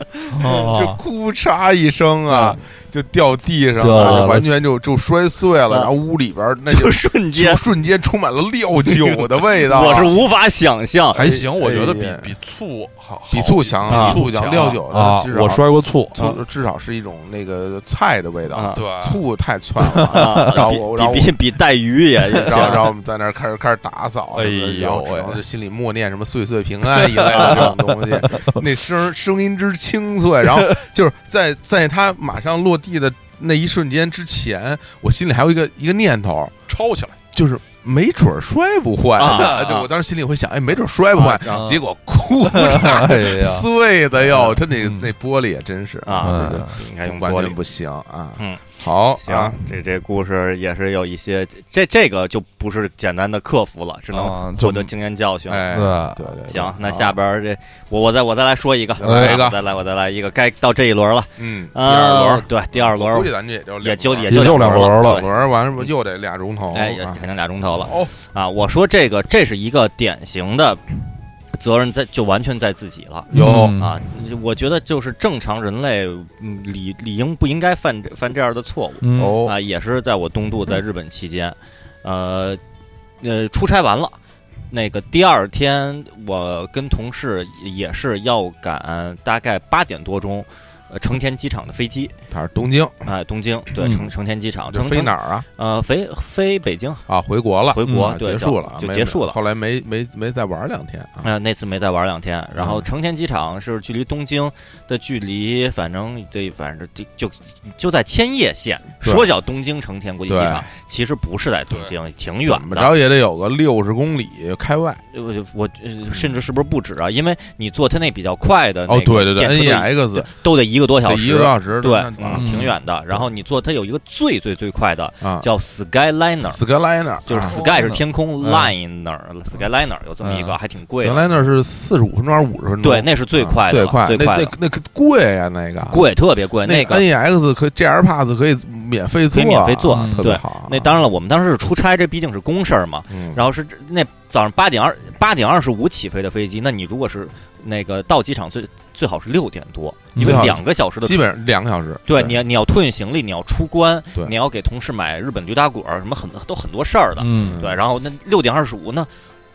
就哦哭嚓一声啊，就掉地上对哦了，就完全就就摔碎了，然后屋里边儿那就就啊瞬间就瞬间充满了料酒的味道， [laughs] 我是无法想象。还行，我觉得比哎呀比醋好，好比醋强，啊比醋强，料酒的啊至，少我摔过醋，醋至少是一种那个菜的味道，啊对，醋 [laughs] 太窜了。啊 [laughs] 然后我然后比我比比比带鱼也也然后，然行。后我们在那儿开始开始打扫，啊哎什么的然后呦喂然后就心里默念什么“岁岁平安”一类的这种东西，那声声音之清脆，然后就是在在它马上落地的那一瞬间之前，我心里还有一个一个念头，抄起来，就是没准儿摔不坏，啊就我当时心里会想，哎，没准儿摔不坏，啊啊结果哭哎呀，碎的哟，它那嗯那玻璃也真是啊对对应该用完玻全璃。不行啊。嗯，好，行啊，这这故事也是有一些，这这个就不是简单的克服了，只能获啊就得经验教训。哦哎，对对对，对嗯行，那好下边儿这我我再我再来说一个，来一个我再来我再来一个，该到这一轮了。嗯，第二轮啊，儿，对，第二我估计轮咱这也就也就也也就两轮轮了了哦两。轮儿，完了不又得俩钟头？对哎，也啊肯定俩钟头了好，啊！我说这个，这是一个典型的责任在，就完全在自己了。有嗯啊，我觉得就是正常人类，嗯，理理应不应该犯这犯这样的错误嗯哦，啊？也是在我东渡在日本期间，呃，呃，出差完了，那个第二天我跟同事也是要赶大概八点多钟，呃，成田机场的飞机他是东京，啊、东京对嗯成成田机场，这成飞哪？儿啊？成呃，飞飞北京，啊，回国了，回国、啊对结束了啊，就没结束了。后来没没没再玩两天啊，啊、那次没再玩两天。然后嗯成田机场是距离东京的距离，反正对，反正就就就在千叶县。对说叫东京成田国际机对场，其实不是在东京，挺远怎么的。着也得有个六十公里开外。我我呃甚至是不是不止啊？因为你坐它那比较快的嗯那哦，个对对对电车都，NEX 都得一个多小得时，一个多小时，对那，嗯啊挺远的。然后你坐它有一个最最最快的啊叫 Skyliner。 ，Skyliner 就是啊 Sky 是天空嗯，Liner，Skyliner 有这么一嗯个，还挺贵的。 Skyliner 是四十五分钟还是五十分钟？对，那是最快的最了，快，最那快的那。那可贵呀，那个贵，特别贵。那哎个 NEX 可以 GR Pass 可以免费坐可以啊，免费坐嗯特对别好啊。那当然了，我们当时是出差，这毕竟是公事儿嘛。嗯，然后是那早上八点二八点二十五起飞的飞机，那你如果是那个到机场最最好是六点多，因为最好两个小时的基本上两个小时。对你要你要吞行李，你要出关对，你要给同事买日本驴打滚儿，什么很都很多事儿的。嗯，对，然后那六点二十五那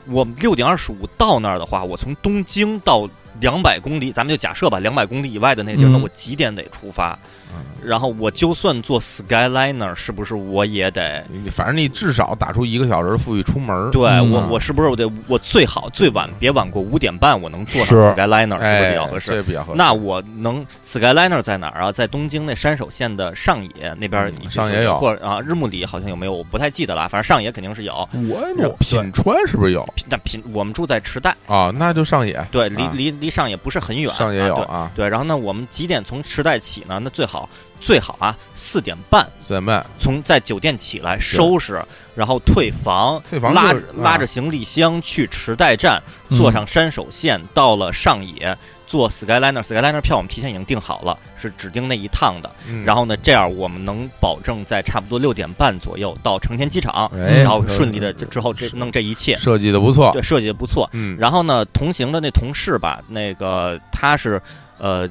我们六点二十五到那儿的话，我从东京到两百公里，咱们就假设吧，两百公里以外的那地儿，嗯那我几点得出发？嗯然后我就算坐 Skyliner，是不是我也得？你反正你至少打出一个小时富裕出门儿，对嗯我啊，我是不是我得我最好最晚别晚过五点半，我能坐是上 Skyliner 是不是哎，比较合适？这比较合适。那我能 Skyliner 在哪儿啊？在东京那山手线的上野那边儿嗯就是，上野有或者啊日暮里好像有没有？我不太记得了，反正上野肯定是有。那我品川是不是有平但平我们住在池袋，啊？那就上野，对，离啊离离上野不是很远，上野有啊啊，对对，然后呢，我们几点从池袋起呢？那最好最好啊，四点半四点半，从在酒店起来收拾，然后退房，退房拉就是拉啊嗯着行李箱去池袋站，坐上山手线到了上野，坐 Skyliner，Skyliner 票我们提前已经订好了，是指定那一趟的。嗯然后呢，这样我们能保证在差不多六点半左右到成田机场，哎然后顺利的之后这是弄这一切，设计的不错对，设计的不错。嗯，然后呢，同行的那同事吧，那个他是呃。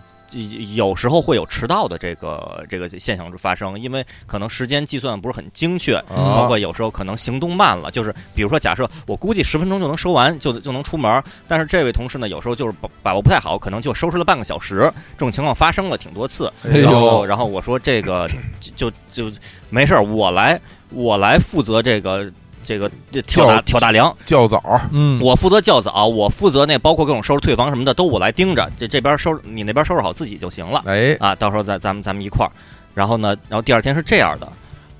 有时候会有迟到的这个这个现象发生，因为可能时间计算不是很精确，嗯啊包括有时候可能行动慢了，就是比如说，假设我估计十分钟就能收完，就就能出门，但是这位同事呢，有时候就是把把握不太好，可能就收拾了半个小时，这种情况发生了挺多次。哎然呦后，，然后我说这个就就就没事儿，我来我来负责这个这个这挑大叫挑大梁，较早嗯，我负责较早，我负责那包括各种收拾退房什么的都我来盯着，这这边收拾你那边收拾好自己就行了。哎，啊，到时候咱咱们咱们一块儿。然后呢，然后第二天是这样的，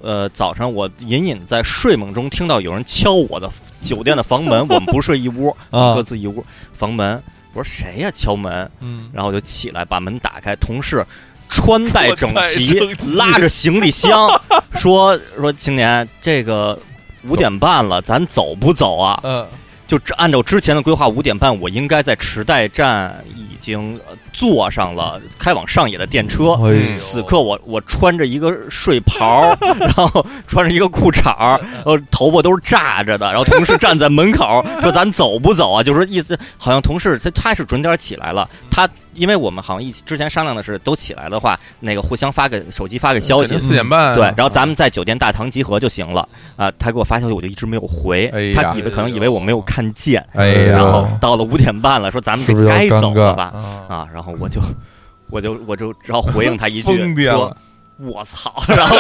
呃，早上我隐隐在睡梦中听到有人敲我的酒店的房门，我们不睡一屋，啊各，自一屋，房门，我说谁呀、敲门？嗯，然后我就起来把门打开，同事。穿戴整齐穿戴整，齐拉着行李箱，说说青年，这个五点半了，咱走不走啊？呃，就只按照之前的规划，五点半我应该在池袋站已经呃坐上了开往上野的电车。哎呦此刻我我穿着一个睡袍，然后穿着一个裤衩儿，然后头发都是炸着的，然后同事站在门口说：“咱走不走啊？”就是意思好像同事他他是准点起来了，他因为我们好像一起之前商量的是都起来的话，那个互相发个手机发个消息肯定，四点半，对，然后咱们在酒店大堂集合就行了啊、他给我发消息，我就一直没有回，哎呀他以为可能以为我没有看见，哎哎呀，呦然后到了五点半了，说咱们这是不是有该点走了吧？啊，啊，然后我就 [laughs] 我就我就只好回应他一疯句癫说了。。我操！ [laughs] 然后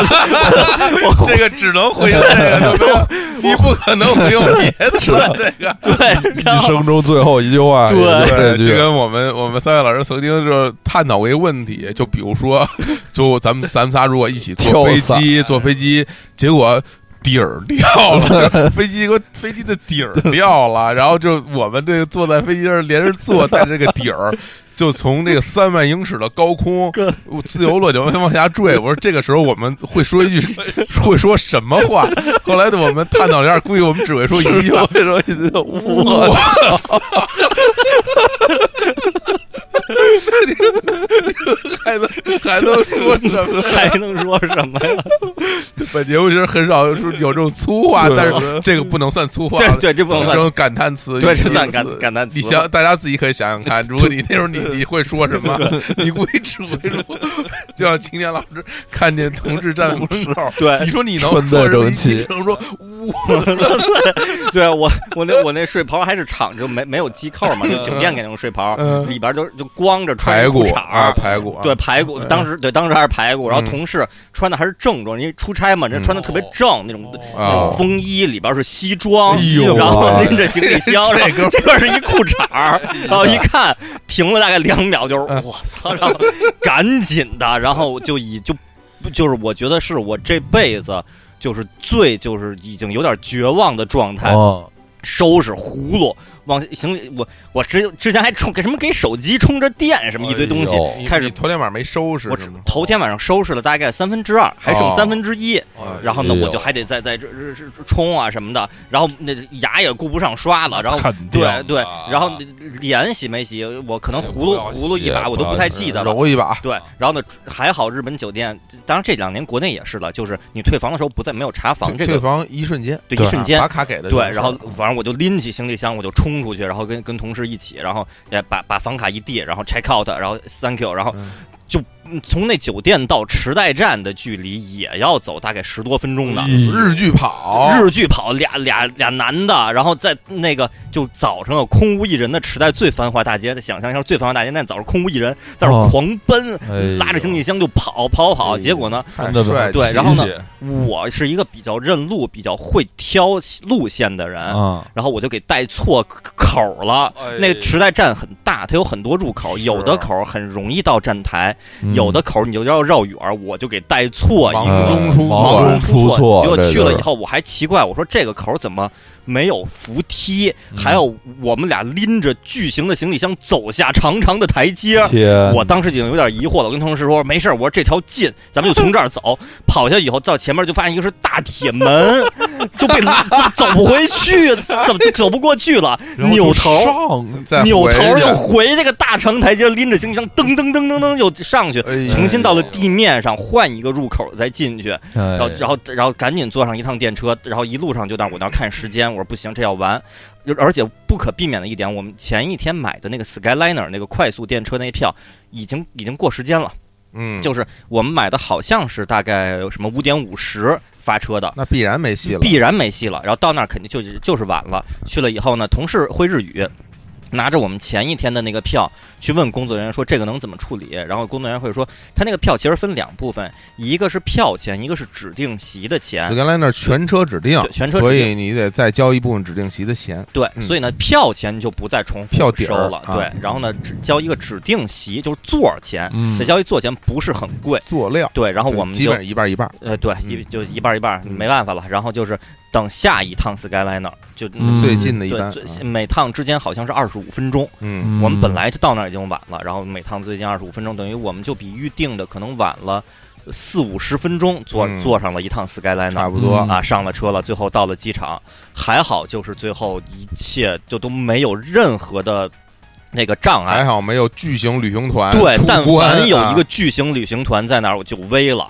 [laughs] 这个只能回应这个，就没有你不可能回应别的了。这个对，然一后生中最后一句话， [laughs] 对也就这就句，跟我们我们三位老师曾经就探讨过一个问题，就比如说， [laughs] 就咱们咱们仨如果一起坐飞机，坐飞机，结果底儿掉了，飞机个飞机的底儿掉了，然后就我们这个坐在飞机上连着坐，但是这个底儿。 [laughs] 就从这个三万英尺的高空 [laughs] 自由落脚往下坠，我说这个时候我们会说一句， [laughs] 会说什么话？后来我们探讨了一下，估计我们只会说一句 [laughs] 话：为什么一直我还能还能说什么？还能说什么 [laughs] 呀？本节目其实很少有有这种粗话，是但是这个不能算粗话，这对这不能这算，种感叹词，对语气这算词感感叹词你想，大家自己可以想想看，如果你那时候你你会说什么？你估计只会说，就像青年老师看见同志站在门口， [laughs] 对你说你能春说的什么？整齐你只能说对，我我那我那睡袍还是敞着，没没有系扣嘛，就酒店给那种睡袍，嗯里边都就光着穿排着裤骨衩啊，儿，排骨啊，对排骨，当时对当时还是排骨，然后嗯同事穿的还是正装，因为出差嘛，人家穿的特别正，那种那啊种风衣里边是西装哎，呦然后哇拎着行李箱，这然哥们后儿这边是一裤衩 [laughs] 儿，然后一看停了大概两秒，就是嗯我操，然后赶紧的，然后就以就就是我觉得是我这辈子。就是最就是已经有点绝望的状态，哦，收拾葫芦往行李，我我之之前还充给什么给手机充着电什么一堆东西，哎呦你开哦始你头天晚上没收拾我是吗，头天晚上收拾了大概三分之二，还剩哦三分之一。啊然后呢，哎呦我就还得再再这这这这冲啊什么的，然后那牙也顾不上刷了，然后肯定对对啊，然后脸洗没洗，我可能葫芦不要洗葫芦一把我都不太记得了。嗯揉一把，对，然后呢，还好日本酒店，当然这两年国内也是了，就是你退房的时候不再没有查房这退个，房一瞬间，啊对一瞬间把卡给的就对，是然后反正我就拎起行李箱，我就冲出去，然后跟跟同事一起，然后也把把房卡一递，然后 check out，然后 thank you，然后嗯就嗯从那酒店到池袋站的距离也要走大概十多分钟呢。日剧嗯跑，日剧跑俩俩俩男的，然后在那个就早上有空无一人的池袋最繁华大街，想象一下最繁华大街，那早上空无一人，在那儿哦狂奔，哎呦拉着行李箱就跑跑跑，哎呦结果呢，太真的帅气，对然后呢谢谢我是一个比较认路、比较会挑路线的人，啊，然后我就给带错口了。哎那个池袋站很大，它有很多入口，有的口很容易到站台，嗯嗯有的口你就要绕远儿，我就给带错一忙个。中出忙错嗯中出错，结错，果这去就了是以后，我还奇怪，我说这个口怎么没有扶梯？嗯还有我们俩拎着巨型的行李箱走下长长的台阶。天，我当时已经有点疑惑了，我跟同事说没事儿，我说这条近，咱们就从这儿走。跑下去以后，到前面就发现一个是大铁 [laughs] 门，就被 [laughs] 拉走不回去，怎么就走不过去了？然后就扭头上再扭回头去又回这个大长台阶，拎着行李箱噔噔噔噔噔又上去，哎呀重新到了地面上，换一个入口再进去。哎然后然后然后赶紧坐上一趟电车，然后一路上就让我那儿看时间，我说不行，这要完。就而且不可避免的一点，我们前一天买的那个 Skyliner 那个快速电车那票已经已经过时间了，嗯，就是我们买的好像是大概有什么五点五十发车的。那必然没戏了，必然没戏了，然后到那儿肯定就是就是晚了。去了以后呢，同事会日语，拿着我们前一天的那个票去问工作人员说这个能怎么处理，然后工作人员会说他那个票其实分两部分，一个是票钱，一个是指定席的钱。斯格莱那全车指定对，全车指定所以你得再交一部分指定席的钱。对，嗯所以呢，票钱就不再重复票底儿收了，啊对，然后呢，只交一个指定席，就是座儿钱，嗯这交易座钱不是很贵，佐料，对，然后对我们基就本一半一半。呃，对，一就一半儿一半儿，嗯没办法了，然后就是等下一趟 Skyliner 就。嗯最近的一对，班，最啊每趟之间好像是二十五分钟，嗯，我们本来就到那儿已经晚了，然后每趟最近二十五分钟，等于我们就比预定的可能晚了四五十分钟，坐嗯坐上了一趟 Skyliner，差不多嗯。啊，上了车了，最后到了机场，还好就是最后一切就都没有任何的那个障还碍。好没有巨型旅行团对哎出，但关凡有啊一个巨型旅行团在那儿，我就危了。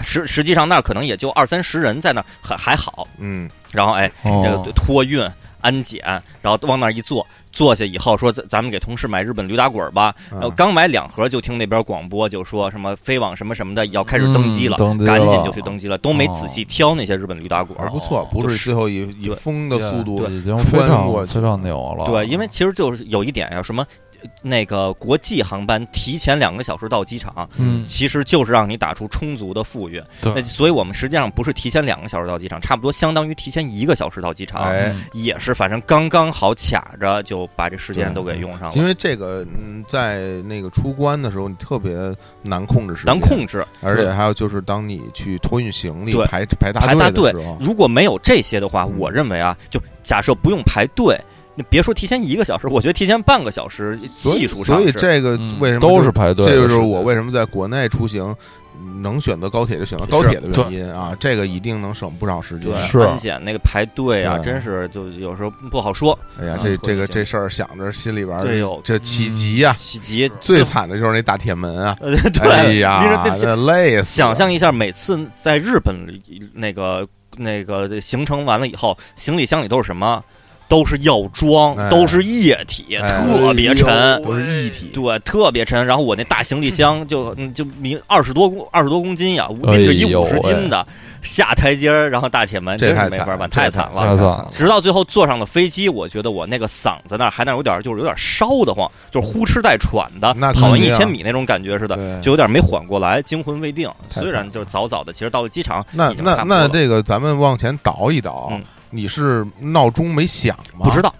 实实际上那儿可能也就二三十人在那儿，还还好。嗯，然后哎，哦这个托运、安检，然后往那儿一坐，坐下以后说咱咱们给同事买日本驴打滚儿吧。然后啊刚买两盒，就听那边广播就说什么飞往什么什么的要开始登机了，嗯登机赶紧了啊就去登机了，都没仔细挑那些日本驴打滚儿还。不错，不是是最后以以对风的速度对已经非穿过常去非常牛了，对，因为其实就是有一点呀、什么呃那个国际航班提前两个小时到机场，嗯其实就是让你打出充足的富裕。对那所以我们实际上不是提前两个小时到机场，差不多相当于提前一个小时到机场，哎嗯也是反正刚刚好卡着就把这时间对都给用上因了。为这个，嗯，在那个出关的时候，你特别难控制时间，嗯难控制，而且还有就是，当你去托运行李对、排排排队大的时候，如果没有这些的话，嗯我认为啊，就假设不用排队，那别说提前一个小时，我觉得提前半个小时所以技术上所以是这个嗯为什么都就是排队的这时间？就是我为什么在国内出行嗯能选择高铁就选择高铁的原因啊，这个一定能省不少时间。是安检那个排队啊，对真是就有时候不好说。哎呀嗯啊，这特别这个这幸运事儿想着心里边对儿哟这起急呀，喜极，最惨的就是那大铁门啊，呃， [laughs] 对，哎呀你说，这那累死了。想象一下，每次在日本里那个那个行程完了以后，行李箱里都是什么？都是药妆，哎都是液体，哎特别沉。都是一体，对，特别沉。然后我那大行李 [laughs] 箱就嗯就明二十多公二十多公斤呀，拎着一哎呦五十斤的，下台阶儿，然后大铁门，这真太是没惨法了，办，太惨这了。太惨了了。直到最后坐上了飞机，我觉得我那个嗓子那儿还那儿有点儿就是有点儿烧得慌，就是呼哧带喘的那，肯跑完定一啊千米那种感觉似的，对就有点没缓过来，惊魂未定。太虽惨然就是早早的，其实到了机场，那已经那差不多那了这个，咱们往前倒一倒嗯，你是闹钟没响吗？不知，道，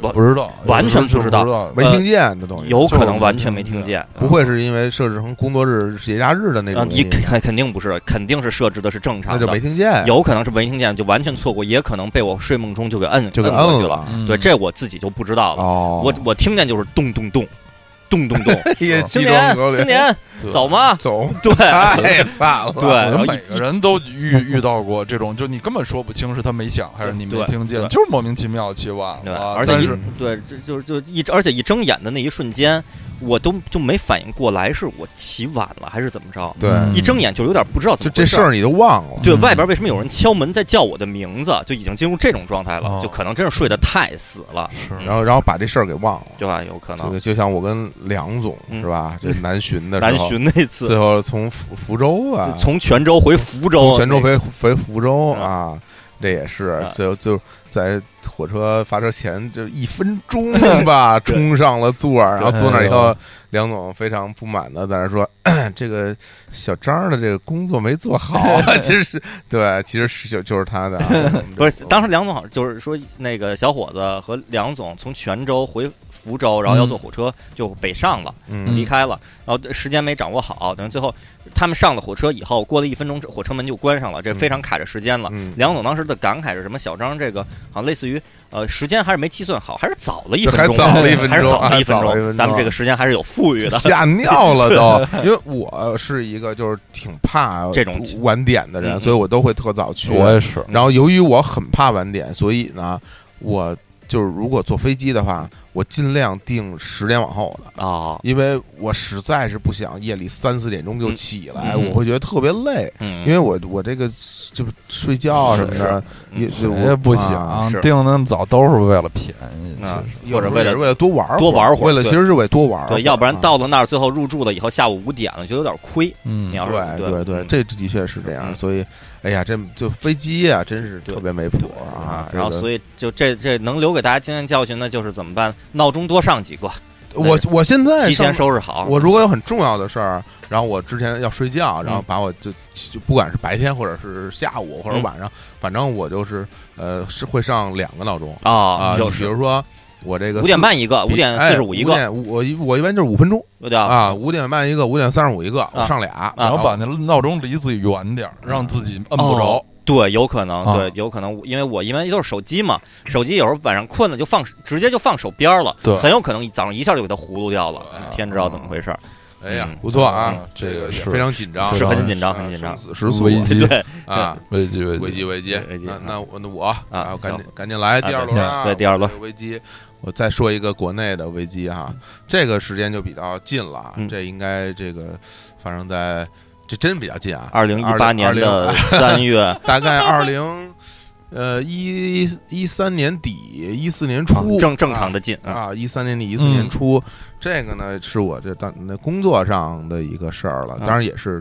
不知道，完全有时候不知道道，没听见的东西，有哎就可是嗯能完全没听见。不会是因为设置成工作日、节假日的那啊种，你原因，肯肯定不是，肯定是设置的是正那常就没的，听见，有可能是没听见，就完全错过，也可能被我睡梦中就给摁就给摁过摁嗯去了。嗯对，这我自己就不知道了。哦，我我听见就是咚咚咚，咚 [laughs] 咚咚，也青激动年狗，青年走？ [laughs] 吗？走，对，太惨了，对然后一每个人都 [laughs] 遇遇到过这种，就你根本说不清是他没响还是你没对听见对，就是莫名其妙起晚对，了。啊而嗯且但一是对，这就是就一，而且一睁眼的那一瞬间，我都就没反应过来是我起晚了还是怎么着，对，嗯一睁眼就有点不知道怎就么这回事儿你都忘了，对嗯外边为什么有人敲门在叫我的名字，就已经进入这种状态哦了，就可能真是睡得太死了，是然后然后把这事儿给忘了。对吧？有可这能个就像我跟梁总嗯是吧？这南巡的时南候，巡那次最后从福福州啊就，从泉州回福州，从泉州那回回福州嗯啊，这也是嗯最后就在火车发车前就一分 [laughs] 钟吧，对冲上了座儿，然后坐那儿以哎后呦，梁总非常不满的在那儿说：“ [clears throat] 这个小张的这个工作没做 [laughs] 好啊，其实是对，其实是就就是他的啊， [laughs] 不是，当时梁总好像就是说那个小伙子和梁总从泉州回福州，然后要坐火车就北上了，嗯离开了，然后时间没掌握好，等于最后他们上了火车以后，过了一分钟，火车门就关上了，这非常卡着时间了。嗯，梁总当时的感慨是什么？小张这个好像类似于呃，时间还是没计算好，还是早了一对分钟，啊还早了一分钟啊还是早了一分还早了一分钟咱们这个时间还是有富裕 [laughs] 的。吓尿了 [laughs] 都，因为我是一个就是挺怕这种晚点的嗯人，嗯所以我都会特早去，我也是，然后由于我很怕晚点，所以呢，我就是如果坐飞机的话，我尽量订十点往后的，哦，因为我实在是不想夜里三四点钟就起来，嗯嗯我会觉得特别累，嗯，因为我我这个就是睡觉啊什么的，是也就谁也不啊想是定那么早，都是为了便宜。啊其实或有者时候为了也是为了多玩儿多玩儿会儿为了其对实是为多玩儿会儿，对，要不然啊到了那儿最后入住了以后，下午五点了就有点亏。嗯你，要是对对对，嗯这这的确是这样，嗯所以，哎呀，这就飞机啊，真是对特别没谱啊啊。，然后这个所以就这这能留给大家经验教训呢，就是怎么办？闹钟多上几个，我我现在哎提上前收拾好。我如果有很重要的事儿，然后我之前要睡觉，然后把我就就不管是白天或者是下午或者嗯晚上，反正我就是呃是会上两个闹钟啊啊，，就比是如说我这个五点半一个，四，五点四十五一个，哎五点我一我一般就是五分钟对吧？啊，五点半一个，五点三十五一个，我上俩，然然后后把那闹钟离自己远点儿，让自嗯己摁不着哦。对，有可能，啊对，有可能，因为我因为都是手机嘛，手机有时候晚上困了就放，直接就放手边儿了，对很有可能早上一下就给它葫芦掉了啊，天知道怎么回事儿，哎呀嗯，不错啊嗯，这个这个也是非常紧张，是很紧张啊很紧张生死时速危机对啊。危机危危机机危机危机那啊那我那我啊赶紧行赶紧来第二轮啊，啊对对第二轮我这个危机。我再说一个国内的危机哈，这个时间就比较近了啊，嗯这应该这个发生在这真比较近啊，二零一八年的20 [laughs] 三月 [laughs] 大概二零呃一一三年底一四年初正正常的进啊，啊，一三年底一四年嗯初，这个呢是我这当那工作上的一个事儿了，啊当然也是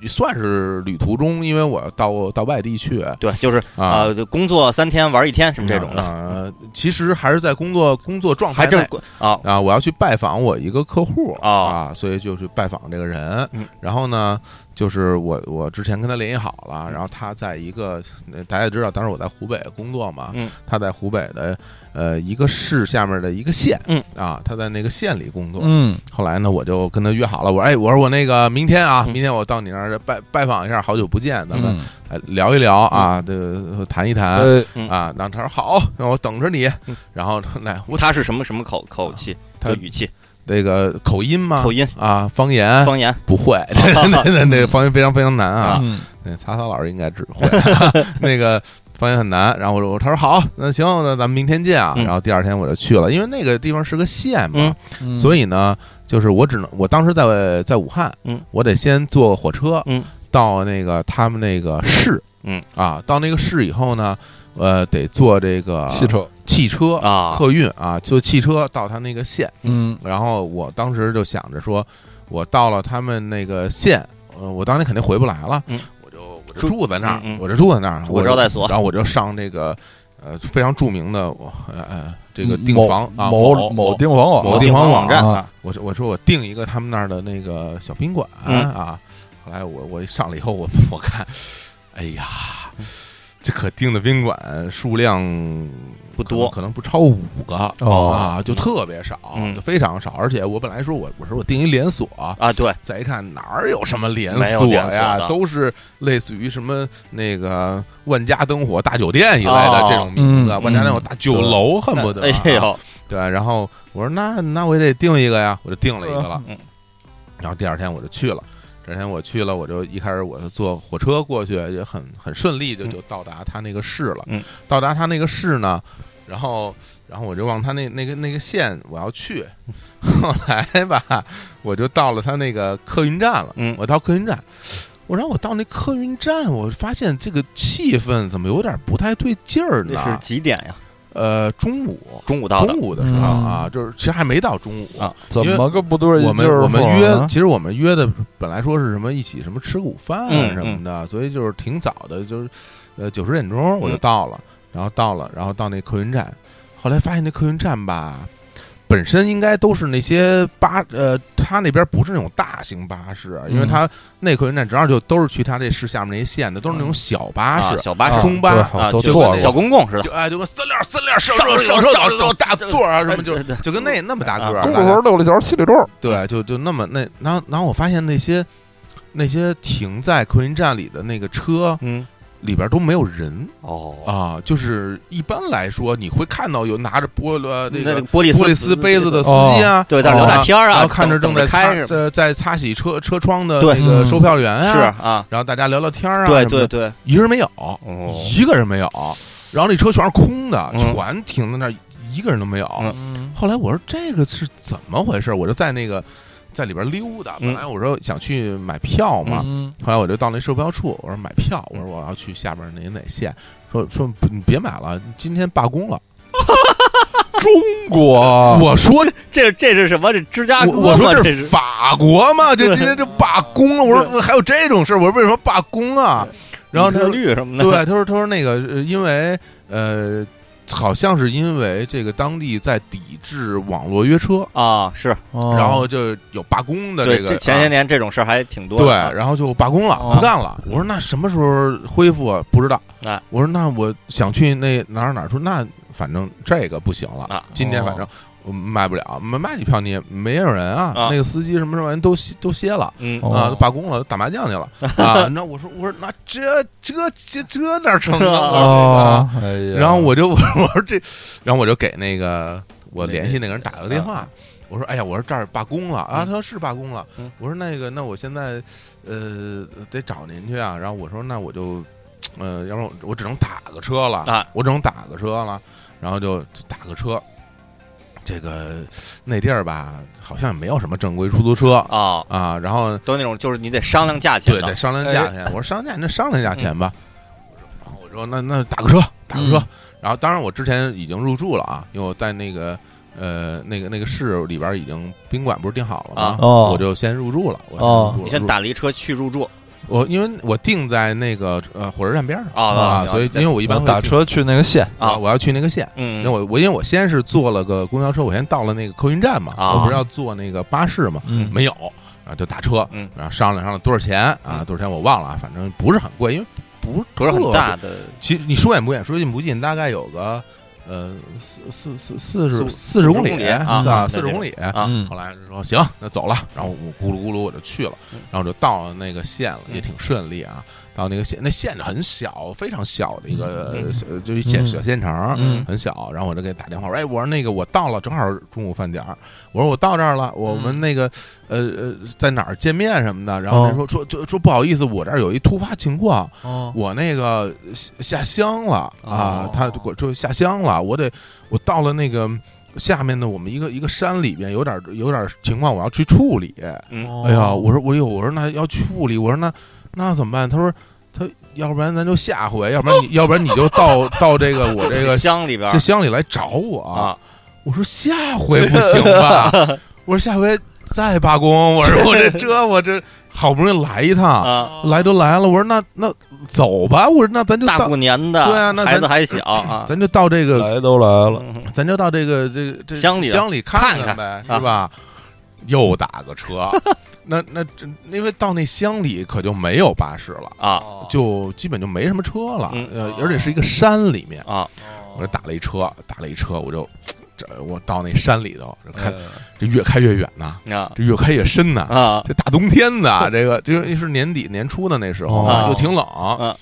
也算是旅途中，因为我要到到外地去啊。对，就是啊，就工作三天玩一天什么这种的，啊、其实还是在工作工作状态还内正啊，啊，我要去拜访我一个客户、哦啊，所以就去拜访这个人。嗯然后呢，就是我我之前跟他联系好嗯了，然后他在一个呃大家也知道，当时我在湖北工作嘛，嗯他在湖北的呃一个市下面的一个县，嗯啊，他在那个县里工作。嗯，后来呢，我就跟他约好了，我说哎，我说我那个明天啊，嗯明天我到你那儿拜拜访一下，好久不见，咱们嗯呃聊一聊啊，这个谈一谈。呃嗯啊，然后他说好，那我等着你嗯。然后来，我他是什么什么口口气，啊他就语气、那个口音吗？口音、啊，方言方言，不 [laughs] 会， [laughs] 那那个方言非常非常难啊。嗯那曹操老师应该只会 [laughs] 那个方言很难。然后我说，他说好，那行，那咱们明天见啊。嗯然后第二天我就去了，因为那个地方是个县嘛嗯，嗯，所以以呢，就是我只能，我当时在在武汉，嗯，我得先坐火车，嗯，到那个他们那个市，嗯，啊，到那个市以后呢，呃，得坐这个汽车，汽车啊客运啊，坐汽车到他那个县。嗯然后我当时就想着说，我到了他们那个县，呃，我当年肯定回不来了，嗯我就我就住在那儿，嗯嗯我就住在那儿，住我招待所然后我就上这个呃非常著名的我呃呃这个订某房啊某某订房网，某地订房网站啊啊，我说我说我订一个他们那儿的那个小宾馆嗯啊。后来我我一上了以后，我 [laughs] 我看，哎呀，嗯这可订的宾馆数量不可能多可能不超五个哦啊，就特别少，嗯就非常少。而且我本来说我我说我订一连锁，啊，对，再一看哪儿有什么连没有锁连锁呀，的都是类似于什么那个万家灯火大酒店一类的这种名字，哦嗯万家灯火大酒楼恨不得啊，哎呦，对，然后我说那那我也得订一个呀，我就订了一个了。嗯然后第二天我就去了，第二天我去了，我就一开始我就坐火车过去，也很很顺利，就嗯就到达他那个市了。嗯到达他那个市呢，然后然后我就往他那那个那个县我要去， [laughs] 后来吧，我就到了他那个客运站了，嗯我到客运站。我然后我到那客运站，我发现这个气氛怎么有点不太对劲儿那是呢？几点呀？呃，中午，中午到的中，午的时候嗯啊，就是其实还没到中午啊怎么个不对劲我儿们法儿啊？我们约，其实我们约的本来说是什么一起什么吃午饭啊嗯什么的，所以就是挺早的，就是呃九十点钟我就嗯到了，然后到了，然后到那客运站，后来发现那客运站吧，本身应该都是那些巴呃，他那边不是那种大型巴士，啊因为嗯他那客运站正好就都是去他这市下面那些县的，都是那种嗯小巴啊士，小巴啊士、中巴对啊都就坐那过个小公共似的，就哎就跟三辆三辆上上车车车上车有大座啊什么就哎对对就跟那那么大个儿，啊轱大辘概头六里桥七里庄，对，就就那么那，然后然后我发现那些那些停在客运站里的那个车嗯，里边都没有人哦，啊，就是一般来说你会看到有拿着玻璃啊那那个玻璃玻璃丝杯子的司机啊，对，在那聊大天儿然啊，后看着正等在等擦开是吧在在擦洗车车窗的对那个嗯售票员啊，是啊，然后大家聊聊天啊，对对，对，一人没有，哦一个人没有，然后那车全是空的，嗯全停在那儿，一个人都没有，后来我说这个是怎么回事？我就在那个在里边溜达。本嗯来我说想去买票嘛，嗯，后来我就到那售票处，我说买票，嗯我说我要去下边哪哪县，说说不你别买了，今天罢工了。中国，我说 [laughs] 这这是什么？这芝加哥我我吗？说啊这是法国吗？这对今天这罢工了，我说还有这种事儿？我说为什么罢工啊？然后他底特说律什么的，对，他说他说那个呃因为呃。好像是因为这个当地在抵制网络约车，啊，是然后就有罢工的对，个这前啊些年这种事儿还挺多的，对，啊然后就罢工了，哦不干了。我说那什么时候恢复啊？不知道哎。我说那我想去那哪儿哪儿，说那反正这个不行了啊，今天哦反正我卖不了，卖卖你票你也没有人啊啊，那个司机什么什么玩意都歇都歇了。嗯，哦啊，罢工了，打麻将去了啊！那我说，我说那这这这这哪成 [laughs] 啊？啊，哎呀然后我就 [laughs] 我说这，然后我就给那个我那啊联系那个人打了个电话，我说哎呀，我说这儿罢工了啊，他说是罢工了嗯，我说那个那我现在呃得找您去啊，然后我说那我就呃，要不然我我只能打个车了啊，我只能打个车了，然后就就打个车。这个那地儿吧，好像也没有什么正规出租车啊，啊。然后都那种就是你得商量价钱对的，嗯对，商量价钱。我说商量价钱，那商量价钱吧。然后我说那那打个车，打个车。然后当然我之前已经入住了啊，因为我在那个呃那个那个市里边已经宾馆不是订好了吗啊？哦我就先入住了。我先哦入住了你先入打了一车去入住我，因为我定在那个呃火车站边上啊啊，所以因为我一一哦般会打定车去那个县，啊，啊，我要去那个县。嗯因为，我我因为我先是坐了个公交车，我先到了那个客运站嘛，啊我不是要坐那个巴士嘛，嗯没有啊，就打车，嗯然后商量商量多少钱啊，嗯多少钱我忘了啊，反正不是很贵，因为不不是很特大的，别。其实你说远不远，说近不近，大概有个呃四四四四四十五四十公四里十公里啊啊，嗯四十公里。啊嗯后来就说行，那走了，然后我咕噜咕噜我就去了嗯，然后就到了那个县了，嗯也挺顺利啊。到那个县，那县很小，非常小的一个嗯，呃就是一县嗯小县城，嗯很小，然后我就给打电话，我说哎，我说那个我到了，正好中午饭点儿，我说我到这儿了，我们那个嗯呃呃在哪儿见面什么的，然后他说哦说就说不好意思，我这儿有一突发情况，哦我那个下下乡了啊哦，他就给我就下乡了，我得我到了那个下面的我们一个一个山里边，有点有点情况，我要去处理，嗯，哎呀，我说我有，我说那要处理，我说那那怎么办？他说他要不然咱就下回，要不然你要不然你就到 [laughs] 到这个我这个哦乡里边这乡里来找我。啊，我说下回不行 [laughs] 吧？我说下回再罢工。我说我 [laughs] 这这我这好不容易来一趟，啊，来都来了。我说那那走吧。我说那咱就大到过年的，对啊那咱嗯孩子还 [laughs] 小啊，咱就到这个来都来了，嗯咱就到这个这个这乡里乡里看看看呗，啊是吧？又打个 [laughs] 车，那那这因为到那乡里可就没有巴士了，啊就基本就没什么车了，嗯呃，而且是一个山里面，啊，我就打了一车，打了一车，我就这我到那山里头，嗯这开哎这越开越远呐，啊这越开越深呐， [laughs] 啊，这大冬天的，这个这个是年底年初的那时候嘛，哦又挺冷嗯。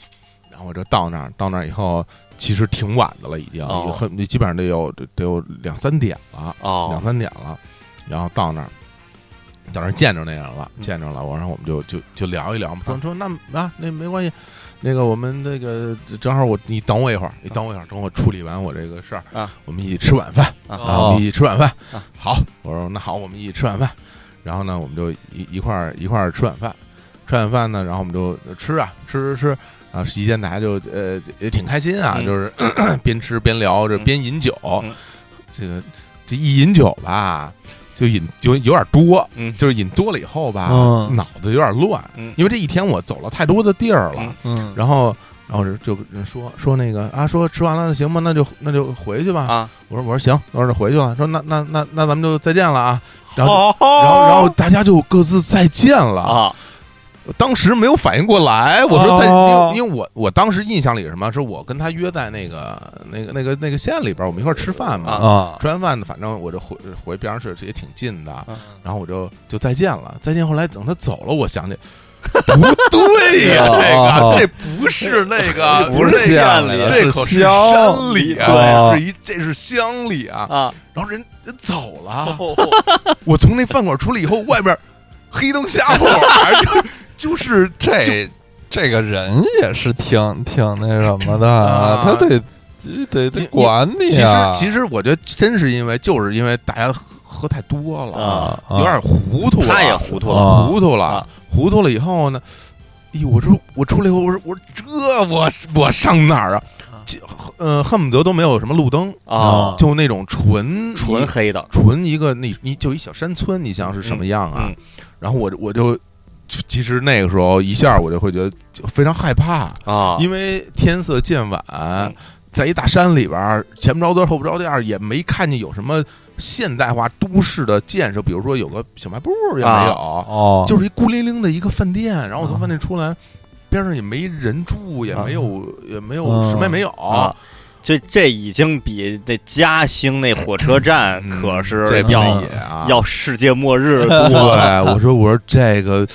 然后我就到那儿，到那儿以后，其实挺晚的了，已经哦有很基本上得有得有两三点了，两啊哦，三点了。然后到那儿，等着见着那人了，嗯见着了，我然后我们就就就聊一聊嘛，说说那啊那没关系，那个我们那个正好我你等我一会儿，你等我一会儿，等我处理完我这个事儿啊，我们一起吃晚饭，啊然后我哦们一起吃晚饭啊。好，我说那好，我们一起吃晚饭。然后呢，我们就一一块儿一块儿吃晚饭，吃晚饭呢，然后我们就吃啊，吃吃吃。啊，席间大家就呃也挺开心啊，嗯就是 [coughs] 咳咳边吃边聊，这嗯边饮酒，嗯这个这一饮酒吧，就饮就有点多，嗯就是饮多了以后吧，哦啊嗯脑子有点乱，嗯因为这一天我走了太多的地儿了，嗯嗯，然后然后就就说说那个啊，说吃完了行吧，那就那就回去吧，啊，我说我说行，我说回去了。说那那那那咱们就再见了啊。然后、哦，然后然后大家就各自再见了。啊，当时没有反应过来，我说在，哦因为因为我我当时印象里是什么？是我跟他约在那个那个那个那个县里边，我们一块儿吃饭嘛。啊，吃完饭，反正我就回回边上是也挺近的，嗯然后我就就再见了，再见。后来等他走了，我 [laughs] 想起不对呀、哦这个这不是那个， [laughs] 不是是那县个里的这是可是乡山里啊，对是一这是乡里啊。啊，然后人人走 [laughs] 了，哦我从那饭馆出来以后，外面黑灯瞎火，就就是这这个人也是挺挺那什么的，啊他得得你得管你其实啊。其实我觉得真是因为就是因为大家喝喝太多了，啊，有点糊涂了，他也糊涂了，啊糊涂了啊，糊涂了以后呢，哎呦，我说我出来以后，我说我说这我我上哪儿啊？这呃，恨不得都没有什么路灯啊就那种纯纯黑的，纯一个你你就一小山村，你想是什么样啊？嗯嗯然后我就我就其实那个时候一下我就会觉得就非常害怕，啊，嗯因为天色渐晚，在一大山里边儿前不着村后不着店儿，也没看见有什么现代化都市的建设，比如说有个小卖部也没有，啊哦，就是一孤零零的一个饭店。然后我从啊饭店出来，边上也没人住，也没有、也没有、嗯什么也没有。啊，这这已经比那嘉兴那火车站嗯可是这可要能也啊要世界末 [laughs] 日多对，了我说我说这个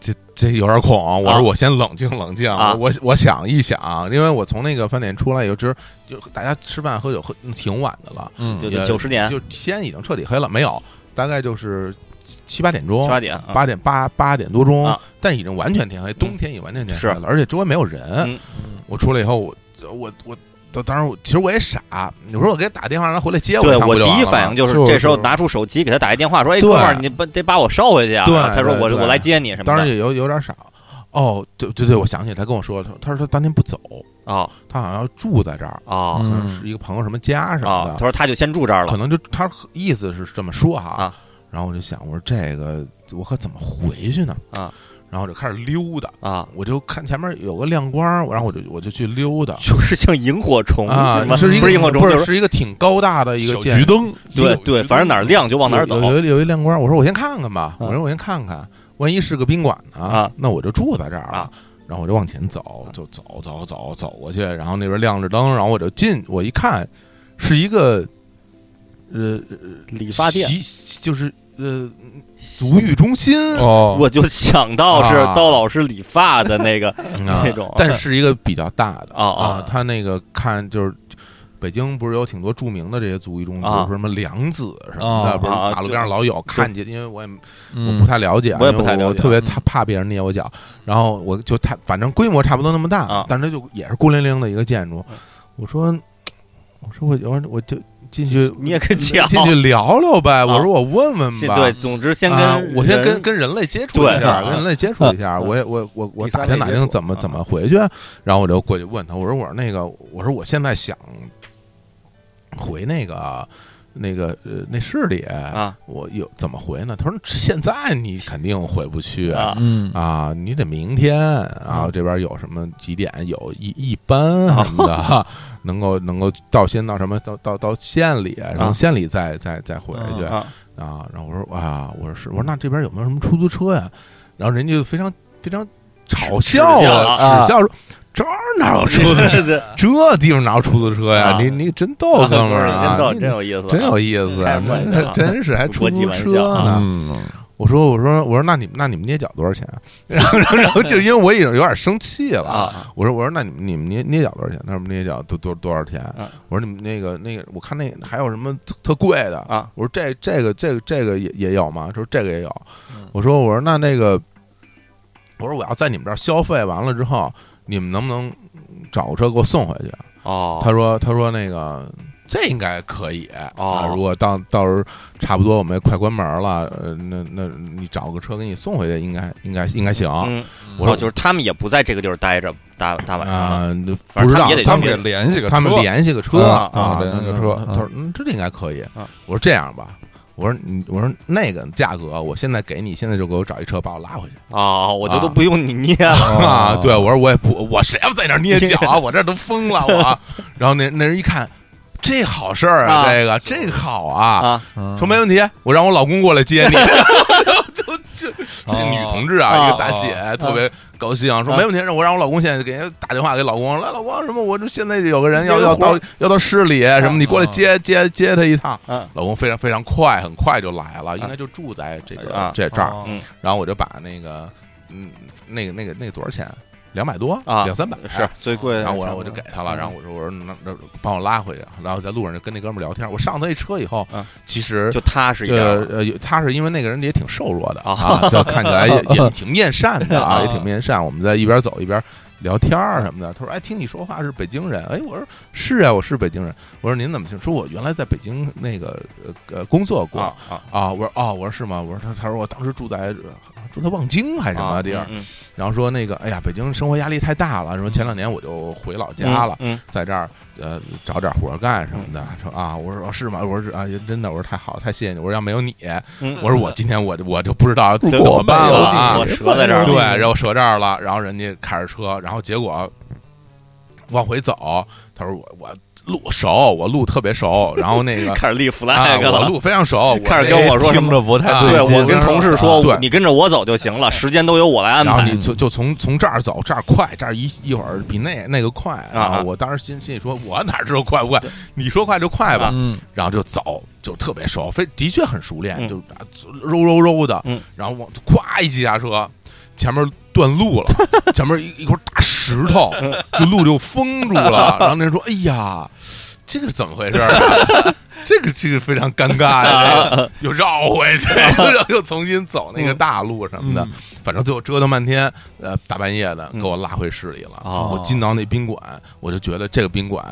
这这有点恐，啊我说我先冷静冷静，啊我我想一想，因为我从那个饭店出来以后，就是就大家吃饭喝酒喝挺晚的了，嗯就也九十年就天已经彻底黑了，没有，大概就是七八点钟七。八点啊八点八八点多钟啊，嗯但已经完全天黑，冬天已经完全天黑是了，而且周围没有人嗯。我出来以后，我我我，当当然我其实我也傻，你说我给他打电话让他回来接我一对趟我不就第完了吗，一反应就是就是这时候拿出手机给他打一电话，说：“哎，对哥们儿，你不得把我捎回去啊？”对他说：“对我对我来接你什么当然的。也有有点傻。哦，对对对，我想起来，他跟我说，他说他说他当天不走，”哦他好像要住在这儿，哦可能嗯是一个朋友什么家什哦么，他的，说他就先住这儿可了能就他意思是这么说哈。啊然后我就想，我说这个我可怎么回去呢？啊，然后我就开始溜达，啊，我就看前面有个亮光，然后我就我就去溜达。就是像萤火虫啊是吗，是一个不是萤火虫，不就是是是一个挺高大的一个小建桔灯，对对，反正哪儿亮就往哪儿走有有一有一亮光，我说我先看看吧，嗯我说我先看看，万一是个宾馆呢？啊那我就住在这儿了。啊然后我就往前走，就走走走走过去，然后那边亮着灯，然后我就进，我一看是一个呃理发店。洗就是呃足浴中心哦，我就想到是啊刀老师理发的那个啊那种，但是一个比较大的哦哦啊，他那个看就是。北京不是有挺多著名的这些足浴中心，比啊如说什么良子什么的，啊不是啊马路边上老有，看见，因为我也我我不太了解啊，嗯我也不太了解因为我特别嗯怕怕别人捏我脚。然后我就他反正规模差不多那么大，啊但是它就也是孤零零的一个建筑嗯。我说，我说我我我就进去，你也可以讲嗯啊进去聊聊呗。我说我问问是吧。对，总之先啊跟我先人跟跟人类接触对一下，嗯跟人类接触一下。嗯我也我我我第三打类听打接触听怎么嗯怎么回去，然后我就过去问他，我说我说那个，我说我现在想回那个。那个呃，那市里啊我有怎么回呢？他说现在你肯定回不去啊嗯嗯啊你得明天啊，这边有什么几点有一一班什么哦的，能够能够到先到什么到到到县里，然后啊县里再再再回去啊啊。然后我说啊，我说是，我说那这边有没有什么出租车呀？然后人家就非常非常嘲笑耻笑我，啊耻笑说这儿哪有 [laughs] 出租车？对对这地方哪有出租车呀？啊你你真逗，哥们儿啊， [laughs] 真逗，你真有意思， [laughs] 真有意思，啊开玩笑那真是还出国际租玩车笑啊呢。嗯我说我说我说那你们那你们捏脚多少钱、啊？ [laughs] 然后然后然后就因为我已经有点生气了，啊，我说我说那你们你们捏捏脚多少钱？他说捏脚多多多少钱啊？我说你们那个那个，我看那还有什么特特贵的啊？我说这这个这个这个也也有吗？他说这个也有嗯。我说我说那那个，我说我要在你们这儿消费完了之后，你们能不能找个车给我送回去？哦，他说他说那个。这应该可以哦啊！如果到到时候差不多我们也快关门了，呃，那那你找个车给你送回去，应该应该应该行。嗯，啊我说哦就是他们也不在这个地儿待着，大大晚上的，啊，嗯反不知正他们道也得他他们们给联系个他们车联系个车啊啊联系那个车他说嗯，这应该可以啊。我说这样吧，我说你，我说那个价格，我现在给你，现在就给我找一车把我拉回去哦，我就啊都不用你捏 [laughs] 了，啊！对，我说我也不，我谁要在那儿捏脚 [laughs] 啊？我这都疯了我。然后那那人一看，这好事儿啊这个这个好啊，啊，嗯说没问题，我让我老公过来 [laughs] 接你。就就这哦女同志啊，哦一个大姐哦特别高兴，说啊没问题，让我让我老公现在给人家打电话给老公，来老公什么，我这现在有个人要这个要活儿到要到市里什么，你过来啊接接接他一趟。嗯老公非常非常快，很快就来了，应该就住在这啊个这这儿。哦嗯然后我就把那个嗯那个那个那个多少钱？两百多啊两三百是。最贵的然差后不多，我我就给他了，嗯然后我说我说那那帮我拉回去，然后在路上就跟那哥们儿聊天。我上他一车以后啊，其实就踏实一这点了，呃，有他是因为那个人也挺瘦弱的啊啊，就看起来 [laughs] 也也挺面善的啊啊，也挺面善。我们在一边走一边聊天儿什么的。他说：“哎，听你说话是北京人。”哎，我说：“是啊，我是北京人。”我说：“您怎么清楚？”说我原来在北京那个呃呃工作过啊啊，啊。我说：“哦，我说是吗？”我说：“他他说我当时住在呃住在望京还是什啊么地儿，嗯，嗯然后说那个哎呀，北京生活压力太大了。说前两年我就回老家了。”嗯，在这儿呃找点活儿干什么的，说啊，我说、哦是吗？我说是啊，真的，我说太好，太谢谢你。我说要没有你，嗯 [laughs] 我说我今天我就我就不知道怎怎么办了怎么办了啊我。折在这儿对，了然后折这儿了，然后人家开着车，然后结果往回走，他说我我路熟，我路特别熟，然后那 [laughs] 个开始立啊， flag 我了，路非常熟，开始那跟我说什听么着不太对啊对接我着跟同事说，对你跟着我走就行了，时间都由我来安然后排。你就就从从这儿走，这儿快，这儿一一会儿比那那个快。啊然后我当时心心里说，我哪知道快不快？你说快就快吧。嗯然后就走，就特别熟，非的确很熟练，嗯就啊揉揉揉的嗯，然后我咵一急刹车，前面断路了， [laughs] 前面一一块大石头，嗯就路就封住 [laughs] 了。然后那人说：“哎呀，这个怎么回事儿啊？ [laughs] 这个这个非常尴尬呀，啊这个又绕回 [laughs] 去，然后又重新走嗯那个大路什么的。反正最后折腾半天，呃，大半夜的嗯给我拉回市里了。哦我进到那宾馆，我就觉得这个宾馆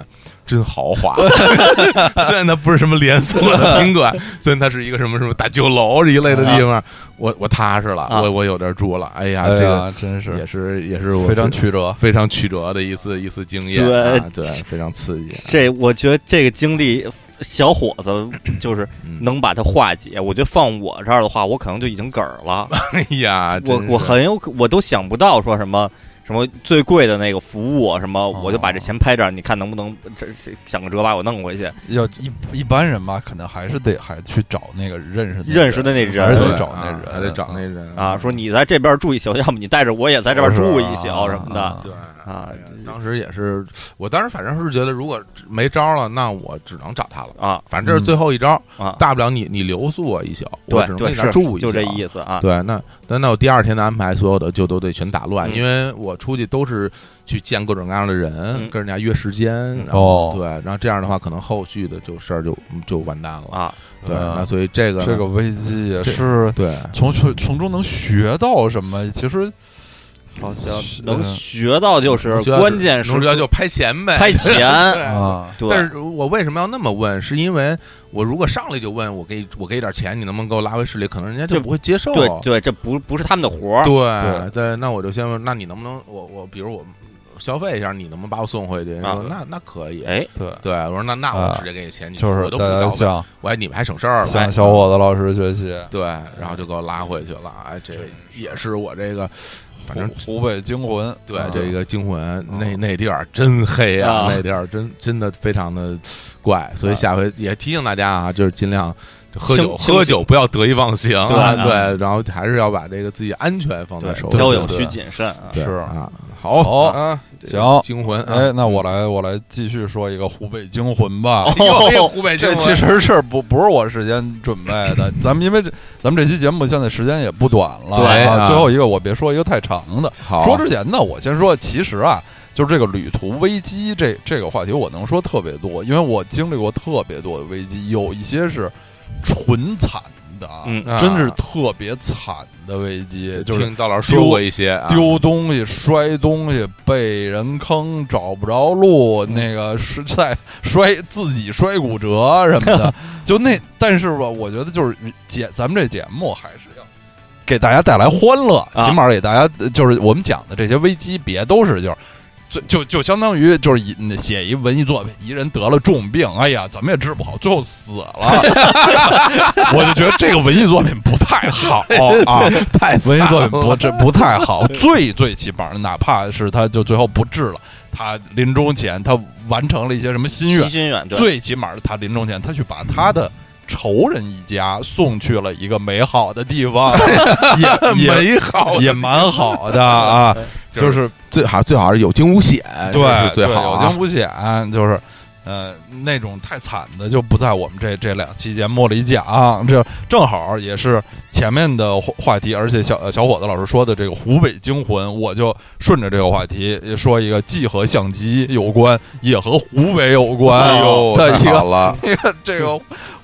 真豪华， [laughs] 虽然它不是什么连锁的宾馆，虽然它是一个什么什么大酒楼一类的地方，我我踏实了，啊我我有地儿住了。哎呀，哎这个呀，真是也是也是我非常曲折。非常曲折的一次一次经验对啊，对，非常刺 [laughs] 激。这我觉得这个经历，小伙子就是嗯能把它化解。我觉得放我这儿的话，我可能就已经嗝儿了。哎呀，我真是我很有可，我都想不到说什么什么最贵的那个服务啊什哦么，我就把这钱拍这儿，你看能不能这这想个辙把我弄回去？要一一般人吧，可能还是得还去找那个认识认识的那人还是对得找那啊人，还得找那人啊，说你在这边住一宿，要么你带着我也在这边住一宿啊什么的。对啊这当时也哦是，我当时反正是觉得，如果没招了，那我只能找他了。啊反正这是最后一招，啊！大不了你你留宿我一宿，我对只能对在那儿是住一宿，就这意思啊。对，那那那我第二天的安排，所有的就都得全打乱，嗯因为我出去都是去见各种各样的人，嗯跟人家约时间，然后、哦对，然后这样的话，可能后续的就事儿就就完蛋了。啊，对，嗯那所以这个这个危机也这是对从从从中能学到什么？其实好是嗯像能学到 [laughs] 就是嗯能学到关键是能学就拍钱呗，[laughs] 拍钱，啊，对，但是我为什么要那么问？是因为我如果上来就问我给我给点钱，你能不能给我拉回市里？可能人家就就不会接受。对对，这不不是他们的活儿，对对，那我就先问，那你能不能我我比如我消费一下，你能不能把我送回去？人家说啊那那可以。哎，对，对，我说那那我啊直接给你钱，你就是我都不大家找向我还你们还省事儿了。向小伙子老师学习。对，然后就给我拉回去了。哎，这也是我这个，反正湖湖北惊魂，对啊这个惊魂，那那地儿真黑啊，啊那地儿真真的非常的怪，所以啊下回也提醒大家啊，就是尽量喝酒清喝酒不要得意忘形啊，对对，然后还是要把这个自己安全放在对首，位，交友对需谨慎啊。对是啊，好好啊，这个行惊魂，啊哎，，那我来，我来继续说一个湖北惊魂吧。 [laughs] 哟，哎呦湖北哦这惊其魂，实是不不是我事先准备 [laughs] 的，咱们因为这咱们这期节目现在时间也不短了，对啊啊最后一个我别说一个太长的。好说之前呢，我先说，其实啊，就是这个旅途危机这这个话题，我能说特别多，因为我经历过特别多的危机，有一些是纯惨的啊，嗯啊真是特别惨的危机，就是听道老师说过一些啊，丢东西、摔东西、被人坑、找不着路，那个摔在摔自己摔骨折什么的，就那。但是吧，我觉得就是节咱们这节目还是要给大家带来欢乐，啊起码给大家呃就是我们讲的这些危机，别都是就是。就就就相当于就是一你写一文艺作品，一人得了重病，哎呀，咱们也治不好，最后死了。 [laughs] 我就觉得这个文艺作品不太好啊，太惨文艺作了品不这不太好，最最起码的，哪怕是他就最后不治了，他临终前他完成了一些什么心愿，心远，对，最起码的他临终前他去把他的仇人一家送去了一个美好的地方， [laughs] 也也美好的也蛮好的啊，就 [laughs] 就是最好最好是有惊无险，这对是最好对有啊惊无险，就是呃那种太惨的就不在我们这这两期节目里讲，这正好也是前面的话话题，而且小呃小伙子老师说的这个湖北惊魂，我就顺着这个话题也说一个，既和相机有关，也和湖北有关哎呦，的一太个好了， [laughs] 一个这个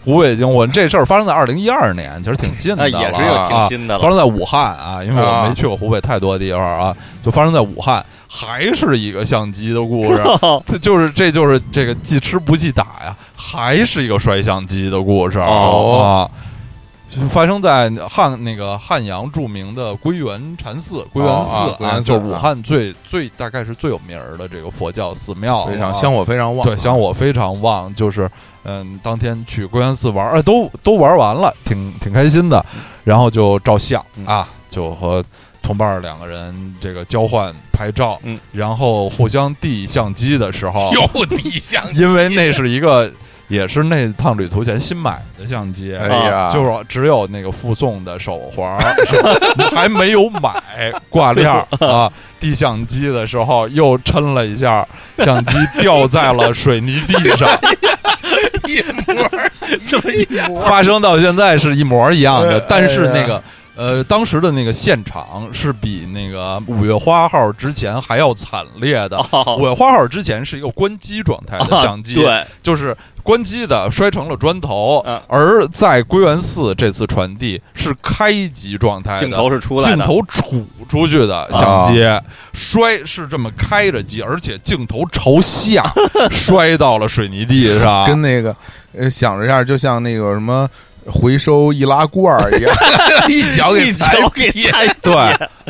湖北惊魂这事儿发生在二零一二年，其实挺近哎那的了也是有挺啊新的发了。生在武汉啊，因为我啊没去过湖北太多地方啊，就发生在武汉，还是一个相机的故事。 [laughs] [laughs] 这就是这就是这个记吃不记打呀，还是一个摔相机的故事哦啊。发生在汉那个汉阳著名的归元禅寺，归元寺哦啊归元寺就是武啊汉最最大概是最有名儿的这个佛教寺庙啊，非常香火非常旺，对，香火非常旺，就是嗯，当天去归元寺玩儿，哎，都都玩完了，挺挺开心的，然后就照相嗯啊，就和同伴儿两个人这个交换拍照，嗯，然后互相递相机的时候，有地相机，因为那是一个也是那趟旅途前新买的相机，哎呀，啊就是只有那个附送的手环儿， [laughs] 是还没有买挂链儿啊。递相机的时候又抻了一下，相机掉在了水泥地上， [laughs] 一模这么一发生到现在是一模一样的哎，但是哎那呀个。呃，当时的那个现场是比那个五月花号之前还要惨烈的。哦五月花号之前是一个关机状态的 [laughs] 相机，啊对，就是关机的摔成了砖头，嗯而在归元寺这次传递是开机状态的，镜头是出来的，镜 [laughs] 头杵出去的相机，摔是这么开着机，而且镜头朝下摔到了水泥地上，跟那个呃想着一下，就像那个什么回收易拉罐儿 [laughs] 一样，一脚给一踩脚给踩对，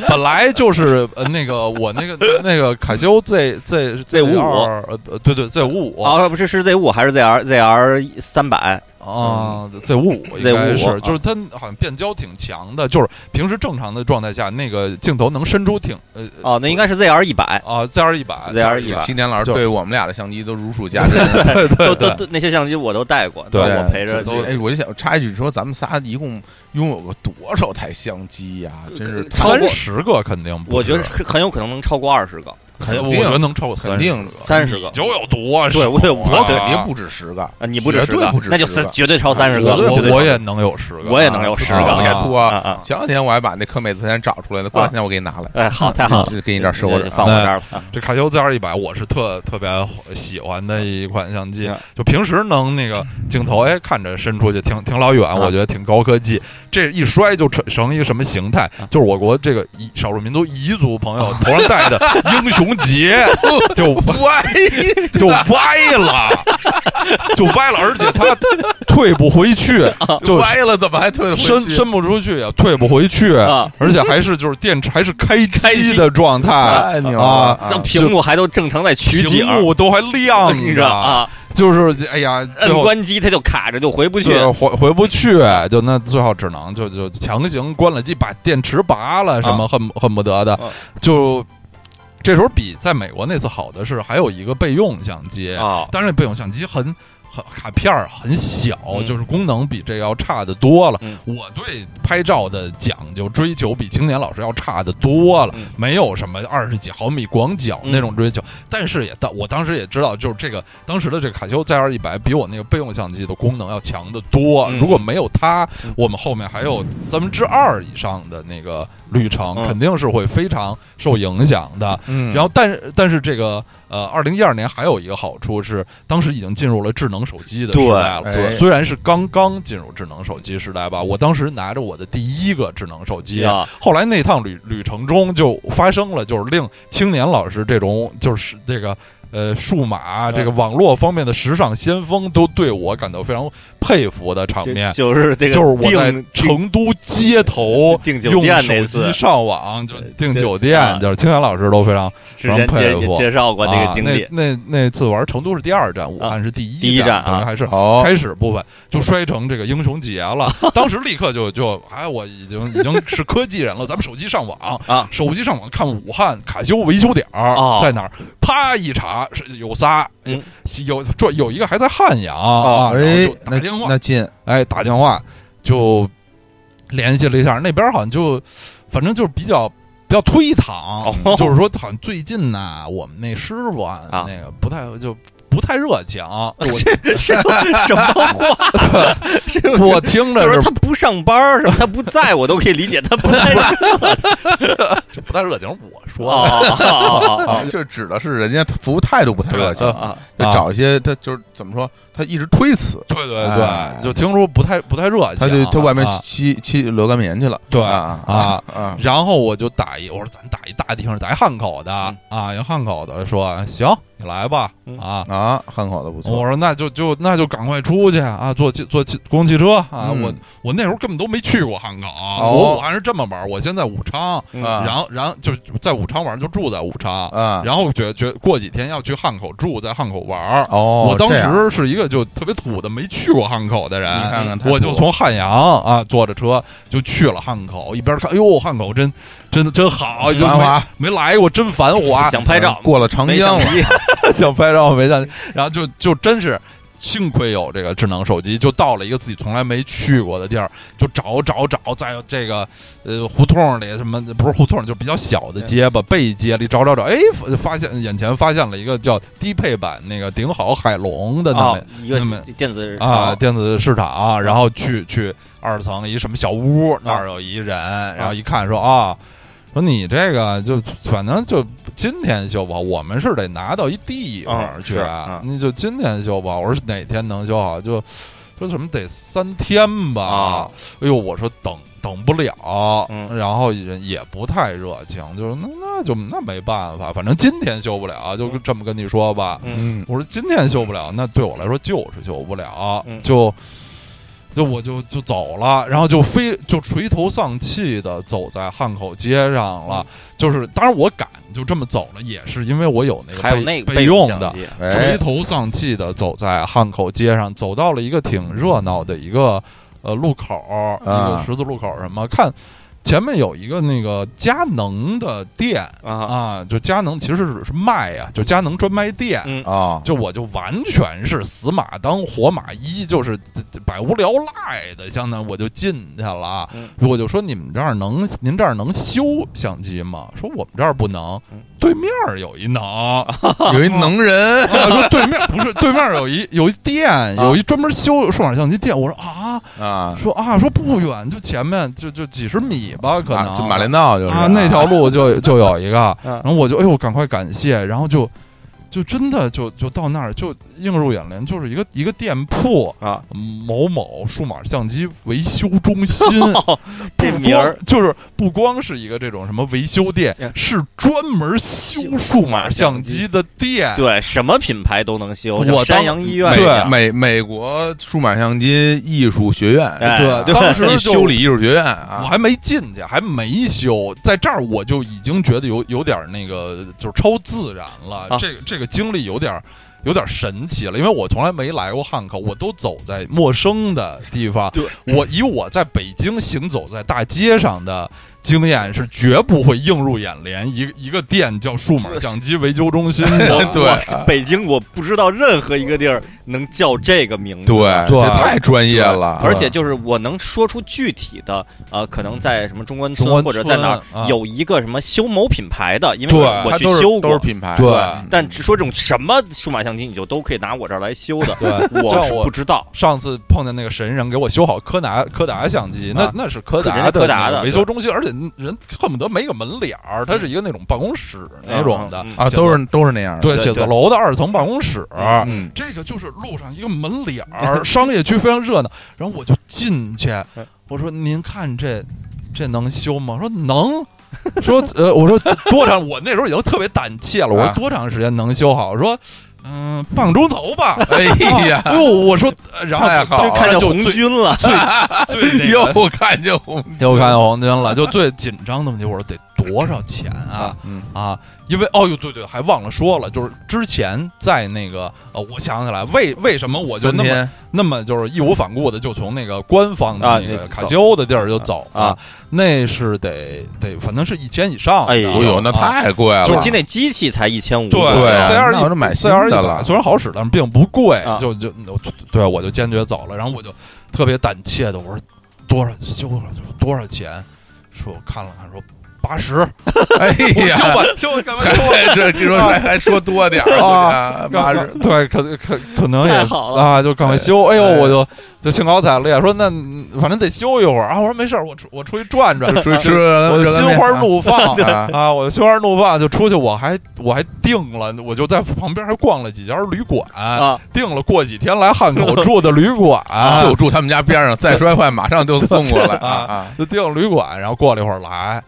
本来就是呃那个我那个那个凯西欧 Z Z Z55 二呃呃对对 Z 五五哦，不是是 Z 五还是 ZR ZR 三百？啊，Z 五五应该 Z55 是嗯啊，就是它好像变焦挺强的，就是平时正常的状态下，那个镜头能伸出挺呃哦，那应该是 ZR 一百，啊 Z 二一百 ZR 一百青年老师就对我们俩的相机都如数家珍，都都都那些相机我都带过，对都我陪这着都去。哎，我就想插一句，说咱们仨一共拥有过多少台相机呀？真是超过三十个肯定不我觉得是很很有可能能超过二十个，肯我定觉得能超过肯三十。定，三十个酒有毒啊！对手我也啊我肯定不止十个，啊！你不止绝十对个不止，那就十是个绝对超三十个，绝对不绝止对啊我我也能有十个，我也能有十个啊啊别吐啊啊！啊！前两天我还把那科美磁悬找出来了，过两天我给你拿来。哎，好，太好嗯了，这给你这儿收就着就。放我这儿了。啊这卡西欧 Z 二一百，我是特特别喜欢的一款相机嗯，就平时能那个镜头哎看着伸出去挺挺老远，我觉得挺高科技。这一摔就成成一个什么形态啊？就是我国这个彝少数民族彝族朋友头上戴的英雄结，就歪，就歪了，就歪了，而且它退不回去，就嗯歪了，怎么还退了回去？伸伸不出去也退不回去啊，而且还是就是电池还是开开机机的状态。太牛啊了！啊那屏幕还都正常在取景 [laughs] 屏，幕都还亮你知道啊？就是哎呀，最摁后关机它就卡着，就回不去。对回回不去，就那最后只能就就强行关了机，把电池拔了，什么恨不恨不得的啊，就这时候比在美国那次好的是还有一个备用相机，哦，当然备用相机很。很卡片儿很小，嗯就是功能比这个要差的多了。嗯我对拍照的讲究追求比青年老师要差的多了，嗯没有什么二十几毫米广角那种追求，但是也当我当时也知道，就是这个当时的这个卡西欧 ZR 一百比我那个备用相机的功能要强得多。嗯如果没有它嗯，我们后面还有三分之二以上的那个旅程，嗯肯定是会非常受影响的。嗯然后但，是但是这个呃，二零一二年还有一个好处是，当时已经进入了智能手机的时代了。对哎虽然是刚刚进入智能手机时代吧，我当时拿着我的第一个智能手机，呀后来那趟旅旅程中就发生了，就是令青年老师这种就是这个。呃，数码嗯这个网络方面的时尚先锋都对我感到非常佩服的场面，就就是这个就是我在订成都街头订订酒用店那手次机上网就订这酒啊店，就是青年老师都非常之前王佩介服介绍过这个经历，啊、那那那次玩成都是第二站，武汉是第一第一站啊等于还是好，开始部分就摔成这个英雄节了。当时立刻就就哎，我已经已经是科技人了，咱们手机上网啊手机上网看武汉卡西欧维修点儿、哦在哪儿，啪一查是有仨，嗯哦有这有一个还在汉阳、啊，然后哎就，打那电话那近，哎，打电话就联系了一下，那边好像就反正就是比较比较推搪，哦就是说好像最近呐、我们那师傅啊，啊那个不太就。不太热 [laughs] 情， [laughs] 我是 [laughs] 什么话？是我听着就是是他不上班儿，是吧？他不在我都可以理解，他不在不太热情， [laughs] 我说的哦啊这指的是人家服务态度不太热情哦，哦，就找一些他就是怎么说，他一直推辞，对对哎对，就听说不太不太热情，他就他外面啊吸吸鹅肝棉去了，对啊啊啊，然后我就打一，我说咱打一大地方，打一汉口的啊，一汉口的说行，你来吧嗯啊，啊，汉口的不错我，说那就就那就赶快出去啊，坐汽坐汽公共汽车啊！嗯我我那时候根本都没去过汉口，啊哦我武汉是这么玩儿，我先在武昌，嗯啊然后然后就在武昌玩，就住在武昌，啊，然后觉觉过几天要去汉口住，在汉口玩儿。哦，我当这样时是一个就特别土的，没去过汉口的人，你看看太土我就从汉阳啊坐着车就去了汉口，一边看，哎呦，汉口真真真好，就繁华没没来过，真繁 [laughs] 华，想拍照，过了啊长没嗯江相了，机， [laughs] 想拍照没相机，然后就就真是幸亏有这个智能手机，就到了一个自己从来没去过的地儿，就找找找，在这个呃胡同里什么不是胡同，就比较小的街吧，背街里找找找，哎，发发现眼前发现了一个叫低配版那个顶好海龙的那么 [laughs] 哦，一个那么电子啊，电子市场啊、然后去嗯去二层一什么小屋，那儿有一人，嗯然后一看说啊，说你这个就反正就今天修不好，我们是得拿到一地方嗯去，啊是嗯你就今天修不好，我说哪天能修好就说什么得三天吧，啊哎呦，我说等。等不了，嗯然后人也不太热情，就是那那就那没办法，反正今天修不了，就这么跟你说吧。嗯嗯，我说今天修不了，那对我来说就是修不了，嗯就就我就就走了，然后就非就垂头丧气的走在汉口街上嗯了。就是当然我敢就这么走了，也是因为我有那个还有那备个备用的。机，哎垂，头丧气的走在汉口街上，走到了一个挺热闹的一个呃路口，一嗯个十字路口什么，看前面有一个那个佳能的店啊啊，就佳能其实是是卖啊，就佳能专卖店，嗯 [laughs] 啊，就我就完全是死马当活马医，就是这这百无聊赖的，相当于我就进去了。嗯我就说你们这儿能，您这儿能修相机吗？说我们这儿不能嗯，对面儿有一能。啊、有一能人，说对面不是对面有一有一店，有一专门修数码相机店。我说啊，啊，说啊，说不远，就前面就就几十米吧， [laughs] 可能啊就马连道就是啊那条路就就有一个。啊然后我就哎呦，赶快感谢，然后就就真的就就到那儿就映入眼帘，就是一个一个店铺。啊，某某数码相机维修中心，这不名光儿就是不光是一个这种什么维修店这，是专门修数码相机的店。对什么品牌都能修，像我当山阳医院啊美一对样美美国数码相机艺术学院，哎对，对当时 [laughs] 就修理艺术学院我啊，还没进去，还没修，在这儿我就已经觉得有有点儿那个，就是超自然了。啊这个这个经历有点儿有点儿神奇了，因为我从来没来过汉口，我都走在陌生的地方。对，我以我在北京行走在大街上的。经验是绝不会映入眼帘。一个一个店叫数码相机维修中心，我 [laughs] [laughs] 对我北京我不知道任何一个地儿能叫这个名字。对，对这太专业了，而且就是我能说出具体的，呃，可能在什么中关中关村或者在哪儿村啊有一个什么修某品牌的，因为对我我它去都是修都是过。品牌，对但只说这种什么数码相机，你就都可以拿我这儿来修的，对，我像是我不知道。上次碰见那个神人给我修好柯 [laughs] 达柯达相机，那啊那是柯人达家的柯达那个的嗯维修中心，而且人恨不得没个门脸儿，它是一个那种办公室那种的嗯嗯嗯啊，都是都是那样的，对对写字对楼的二层办公室。 [laughs] 嗯，这个就是路上一个门脸儿， [laughs] 商业区非常热闹。然后我就进去，嗯我说：“您看这这能修吗？”说能。 [laughs] 说呃，我说多长？我那时候已经特别胆怯了。我说啊多长时间能修好？说嗯、半个钟头吧。哎呀， [laughs] 哎呦，我说，呃然后太好就了看见就红最军了，最那个又看见红又看见红军了， [laughs] 就最紧张的问题，我说得多少钱啊？嗯啊，因为哦哟，对对，还忘了说了，就是之前在那个呃，我想起来，为为什么我就三那么天那么就是义无反顾的就从那个官方啊的那个那卡西欧的地儿就走了，啊那是得得，反正是一千以上的。哎呦哎呦，那啊太贵了，手机那机器才一千五，对对啊 C R 那我就买 E 新 C 的 R 一了百虽然好使，但是并不贵，啊就就我就对我就坚决走了，然后我就特别胆怯的我说多少修了多少钱，说我看了看说八十，哎我说呀修，吧修吧，干嘛还修吧？ [laughs] 这你说还还说多点儿啊八十对，可可可能也太好了啊，就赶快修。哎呦，哎我就就兴高采烈说，那反正得修一会儿啊。我说没事儿，我出我出去 [laughs] 转转，出去吃热我干就面，心花怒放啊，啊！我就心花怒放，就出去，我还我还定了，我就在旁边还逛了几家旅馆，啊，定了过几天来汉口住的旅 [laughs] 馆就住他们家边上，再摔坏马上就送过来 [laughs] 啊啊！就订旅馆，然后过了一会儿来，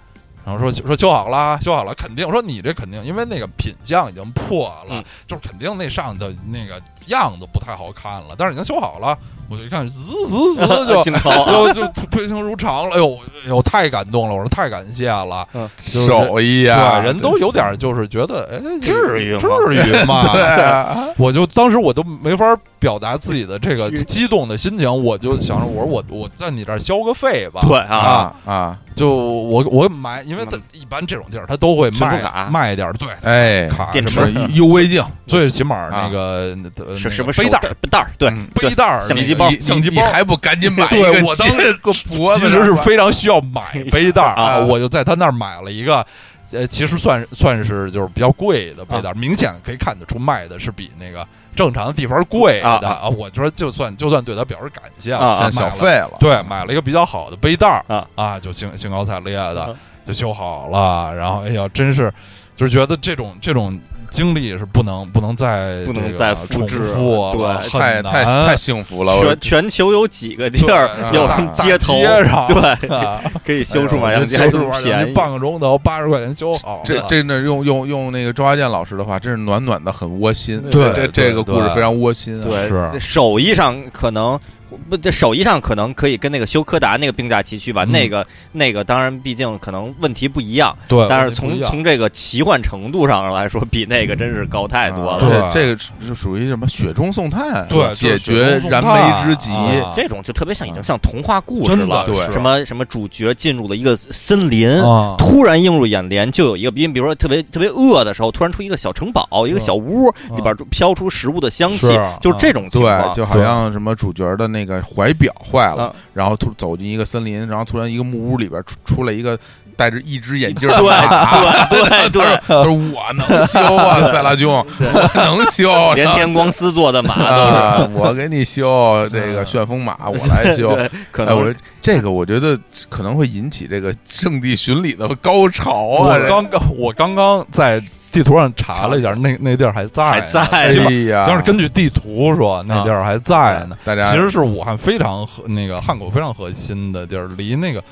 然后说说修好了，修好了，肯定我说你这肯定，因为那个品相已经破了，嗯就是肯定那上的那个样子不太好看了，但是已经修好了，我就一看，滋滋 [laughs] 滋就。镜头啊就就推心如常了，哎呦，哎呦，太感动了！我说太感谢了，就是手艺啊，对，人都有点就是觉得，哎，至于吗至于 [laughs] 吗？对啊，我就当时我都没法表达自己的这个其实激动的心情，我就想着我说我我在你这儿消个费吧，对啊，啊啊，就我我买，因为他一般这种地儿他都会全部卖卡卖点儿对哎，卡电什么池啊是优微镜，最起码那个呃是那什个么背带儿手袋儿？对，嗯背带儿相那机个包你相机你包还不赶紧买一对个？我当时个脖子其实是上挂非常需要买背带儿啊我就在他那儿买了一个。呃，其实算算是就是比较贵的啊背带儿，明显可以看得出卖的是比那个正常的地方贵的啊啊啊。我说就算就算对他表示感谢了，啊啊像买小了费了，对，买了一个比较好的背带儿啊就兴兴高采烈的嗯就修好了，然后哎呀，真是就是觉得这种这种经历是不能不能再不能这个再复重制了复了，对很太太难太幸福了，我全全球有几个地儿啊对有大他们街头街上对， [laughs] 啊可以修数码哎呀相机，还修这数么码相机便宜，半个钟头八十块钱修好了，这这那用用用那个周华健老师的话，真是暖暖的，很窝心。对这对这个故事对非常窝心啊。对，是这手艺上可能不，这手艺上可能可以跟那个修柯达那个并驾齐驱吧。嗯那个那个当然，毕竟可能问题不一样，对，但是呃不从一样从这个奇幻程度上来说，比那个真是高太多啊了。对，嗯对这个是是属于什么雪中送炭，啊对解就是雪决中送燃眉炭之急。啊这种就特别像已经像童话故事真的了，对是什么什么主角进入了一个森林。啊突然映入眼帘，就有一个，因为比如说特别特别饿的时候，突然出一个小城堡，一个小屋嗯里边飘出食物的香气是啊，就是这种情对，况。就好对嗯像什么主角的那个怀表坏了啊，然后突走进一个森林，然后突然一个木屋里边出出来一个戴着一只眼镜对儿的 [laughs] 马， [laughs] 对对对，他说我能修啊，塞拉兄，我能修，连天光司做的马都是。啊，我给你修这嗯个旋风马，我来修。对，可哎，能我这个我觉得可能会引起这个圣地巡礼的高潮啊！我刚刚我刚刚在地图上查了一下，那那地儿还在呢还在哎起码呀，就是根据地图说，那地儿还在呢。大家其实是武汉非常核那个汉口非常核心的地儿，离那个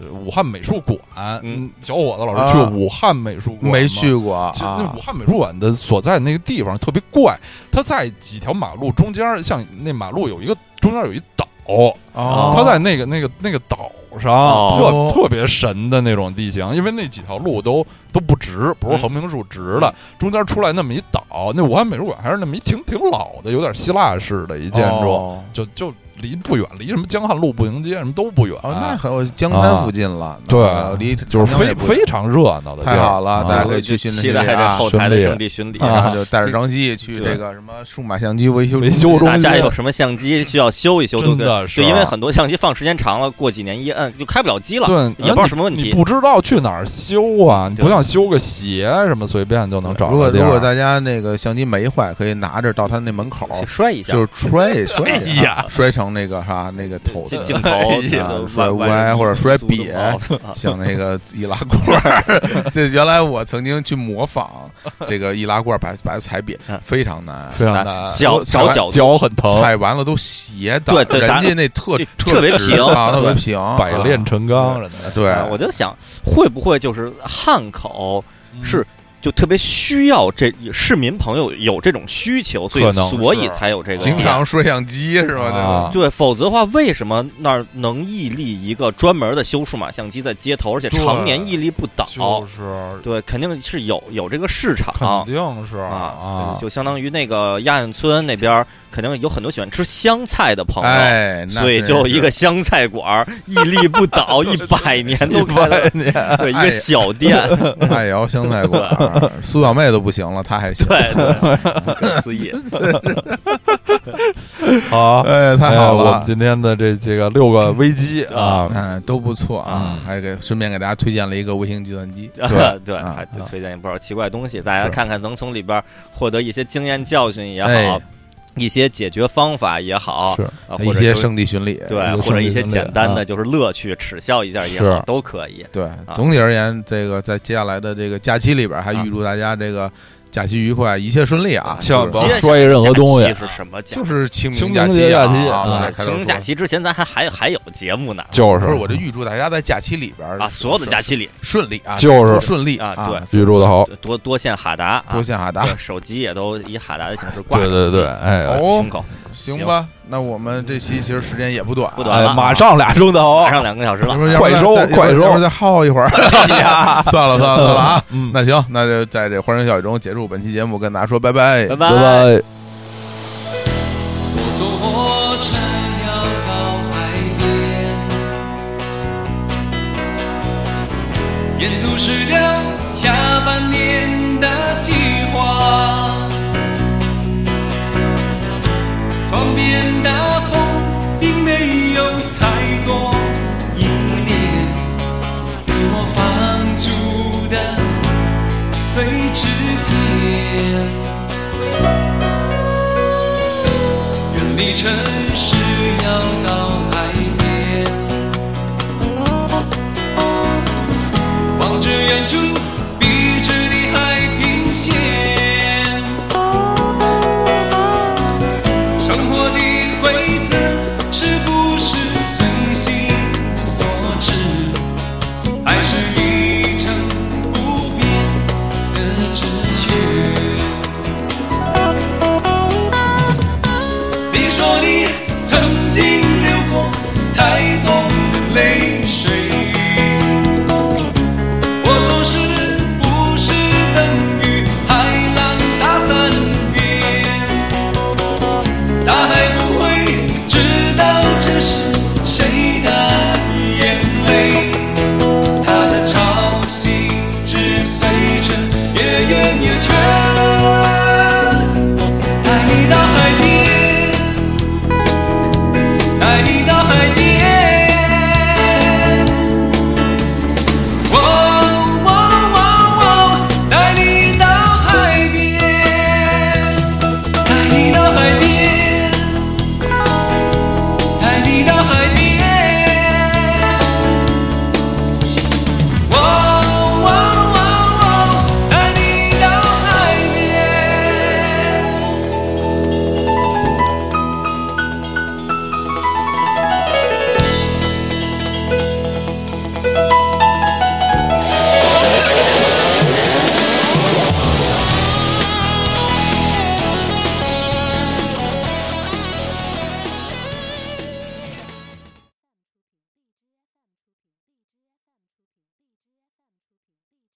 呃武汉美术馆，嗯，小伙子老师去啊过武汉美术馆吗没去。过啊其实那武汉美术馆的所在那个地方特别怪，它在几条马路中间儿，像那马路有一个中间有一岛，哦，它在那个那个那个岛上，哦特特别神的那种地形，因为那几条路都都不直，不是横平竖直嗯的，中间出来那么一岛，那武汉美术馆还是那么一挺挺老的，有点希腊式的一建筑，哦就就离不远，离什么江汉路、步行街什么都不远。哦，那还有江滩附近了，啊对，离就是非非非常热闹的地儿，太好了啊大家可以我去就新的期这待个这啊后巡台的礼圣地巡礼啊，啊就带着张希去对这个什么数码相机维修维修中大心家有什么相机需要修一修，都真的是啊对，因为很多相机放时间长了，过几年一摁就开不了机了，对，也不知道什么问你题。不知道去哪儿修啊？你不对像修个鞋什么，随便就能嗯找如果个地如儿。果大家那个相机没坏，可以拿着到他那门口，去摔一下，就是摔摔一下哎呀，摔成那个啥那个头镜的 [laughs] 镜头哎呀这个摔歪歪或者摔足的瘪哦毛子 [laughs] 啊像那个易拉罐儿， [laughs] 这原来我曾经去模仿这个易拉罐儿把把它踩扁嗯，非常难，呃非常难拿，脚踩找完角度，脚很疼，踩完了都斜的，对对人咱家那特这特别直平啊，特别对平，百炼成钢啊似的。对啊，我就想会不会就是汉口嗯是就特别需要这市民朋友有这种需求，所可以能是所以才有这个经店常摄像机是吧？这啊种对，否则的话，为什么那儿能屹立一个专门的修数码相机在街头，而且对常年屹立不倒？就是对，肯定是有有这个市场肯定是啊啊，就相当于那个亚运村那边儿，肯定有很多喜欢吃香菜的朋友。哎，那所以真就有一是个香菜馆儿屹立不倒，一百年都开了，对一哎个呀小店，爱瑶香菜 [laughs] 馆儿，啊苏小妹都不行了，她 [laughs] 还行。对对，不可思议。好。哎，太好哎我们了，今天的这这个六个 [laughs] 危机啊，嗯，都不错啊，嗯还给顺便给大家推荐了一个微型计算 [laughs] 机。对对，啊还啊推荐不少奇怪东西，大家是看看能从里边儿获得一些经验教训也哎好，一些解决方法也好，是啊，一或者些就是圣地巡礼，对，有或者生一些存的简单的啊就是乐趣，耻笑一下也是好，都可以。对，总体而言，这个在接下来的这个假期里边，啊还预祝大家这个假期愉快，一切顺利啊！千万不就是要接下摔任何东西假期是什么假？就是清清明明假节啊假期啊！啊我对在，开头清明说假期之前咱还还还有节目呢，就是不是，我就预祝大家在假期里边啊，所有的假期里顺利啊，就是都顺利啊对预祝的好，多多线哈达啊，多谢哈达对，手机也都以哈达的形式挂对着对对，哎，哦胸，口，行吧，那我们这期其实时间也不短，不短哎了啊，马上俩钟头马，上两个小时了要不，然快再收再快要不然收要不然再耗 [laughs] 一会儿。算了算了算了啊！嗯，那行，那就在这欢声笑语中结束本期节目，跟大家说拜拜，拜拜拜。我坐火车要到海边，沿途是掉下半年的计划。窗边的风并没有太多依恋，被我放逐的随之变。远离城市，要到海边，望着远处笔直的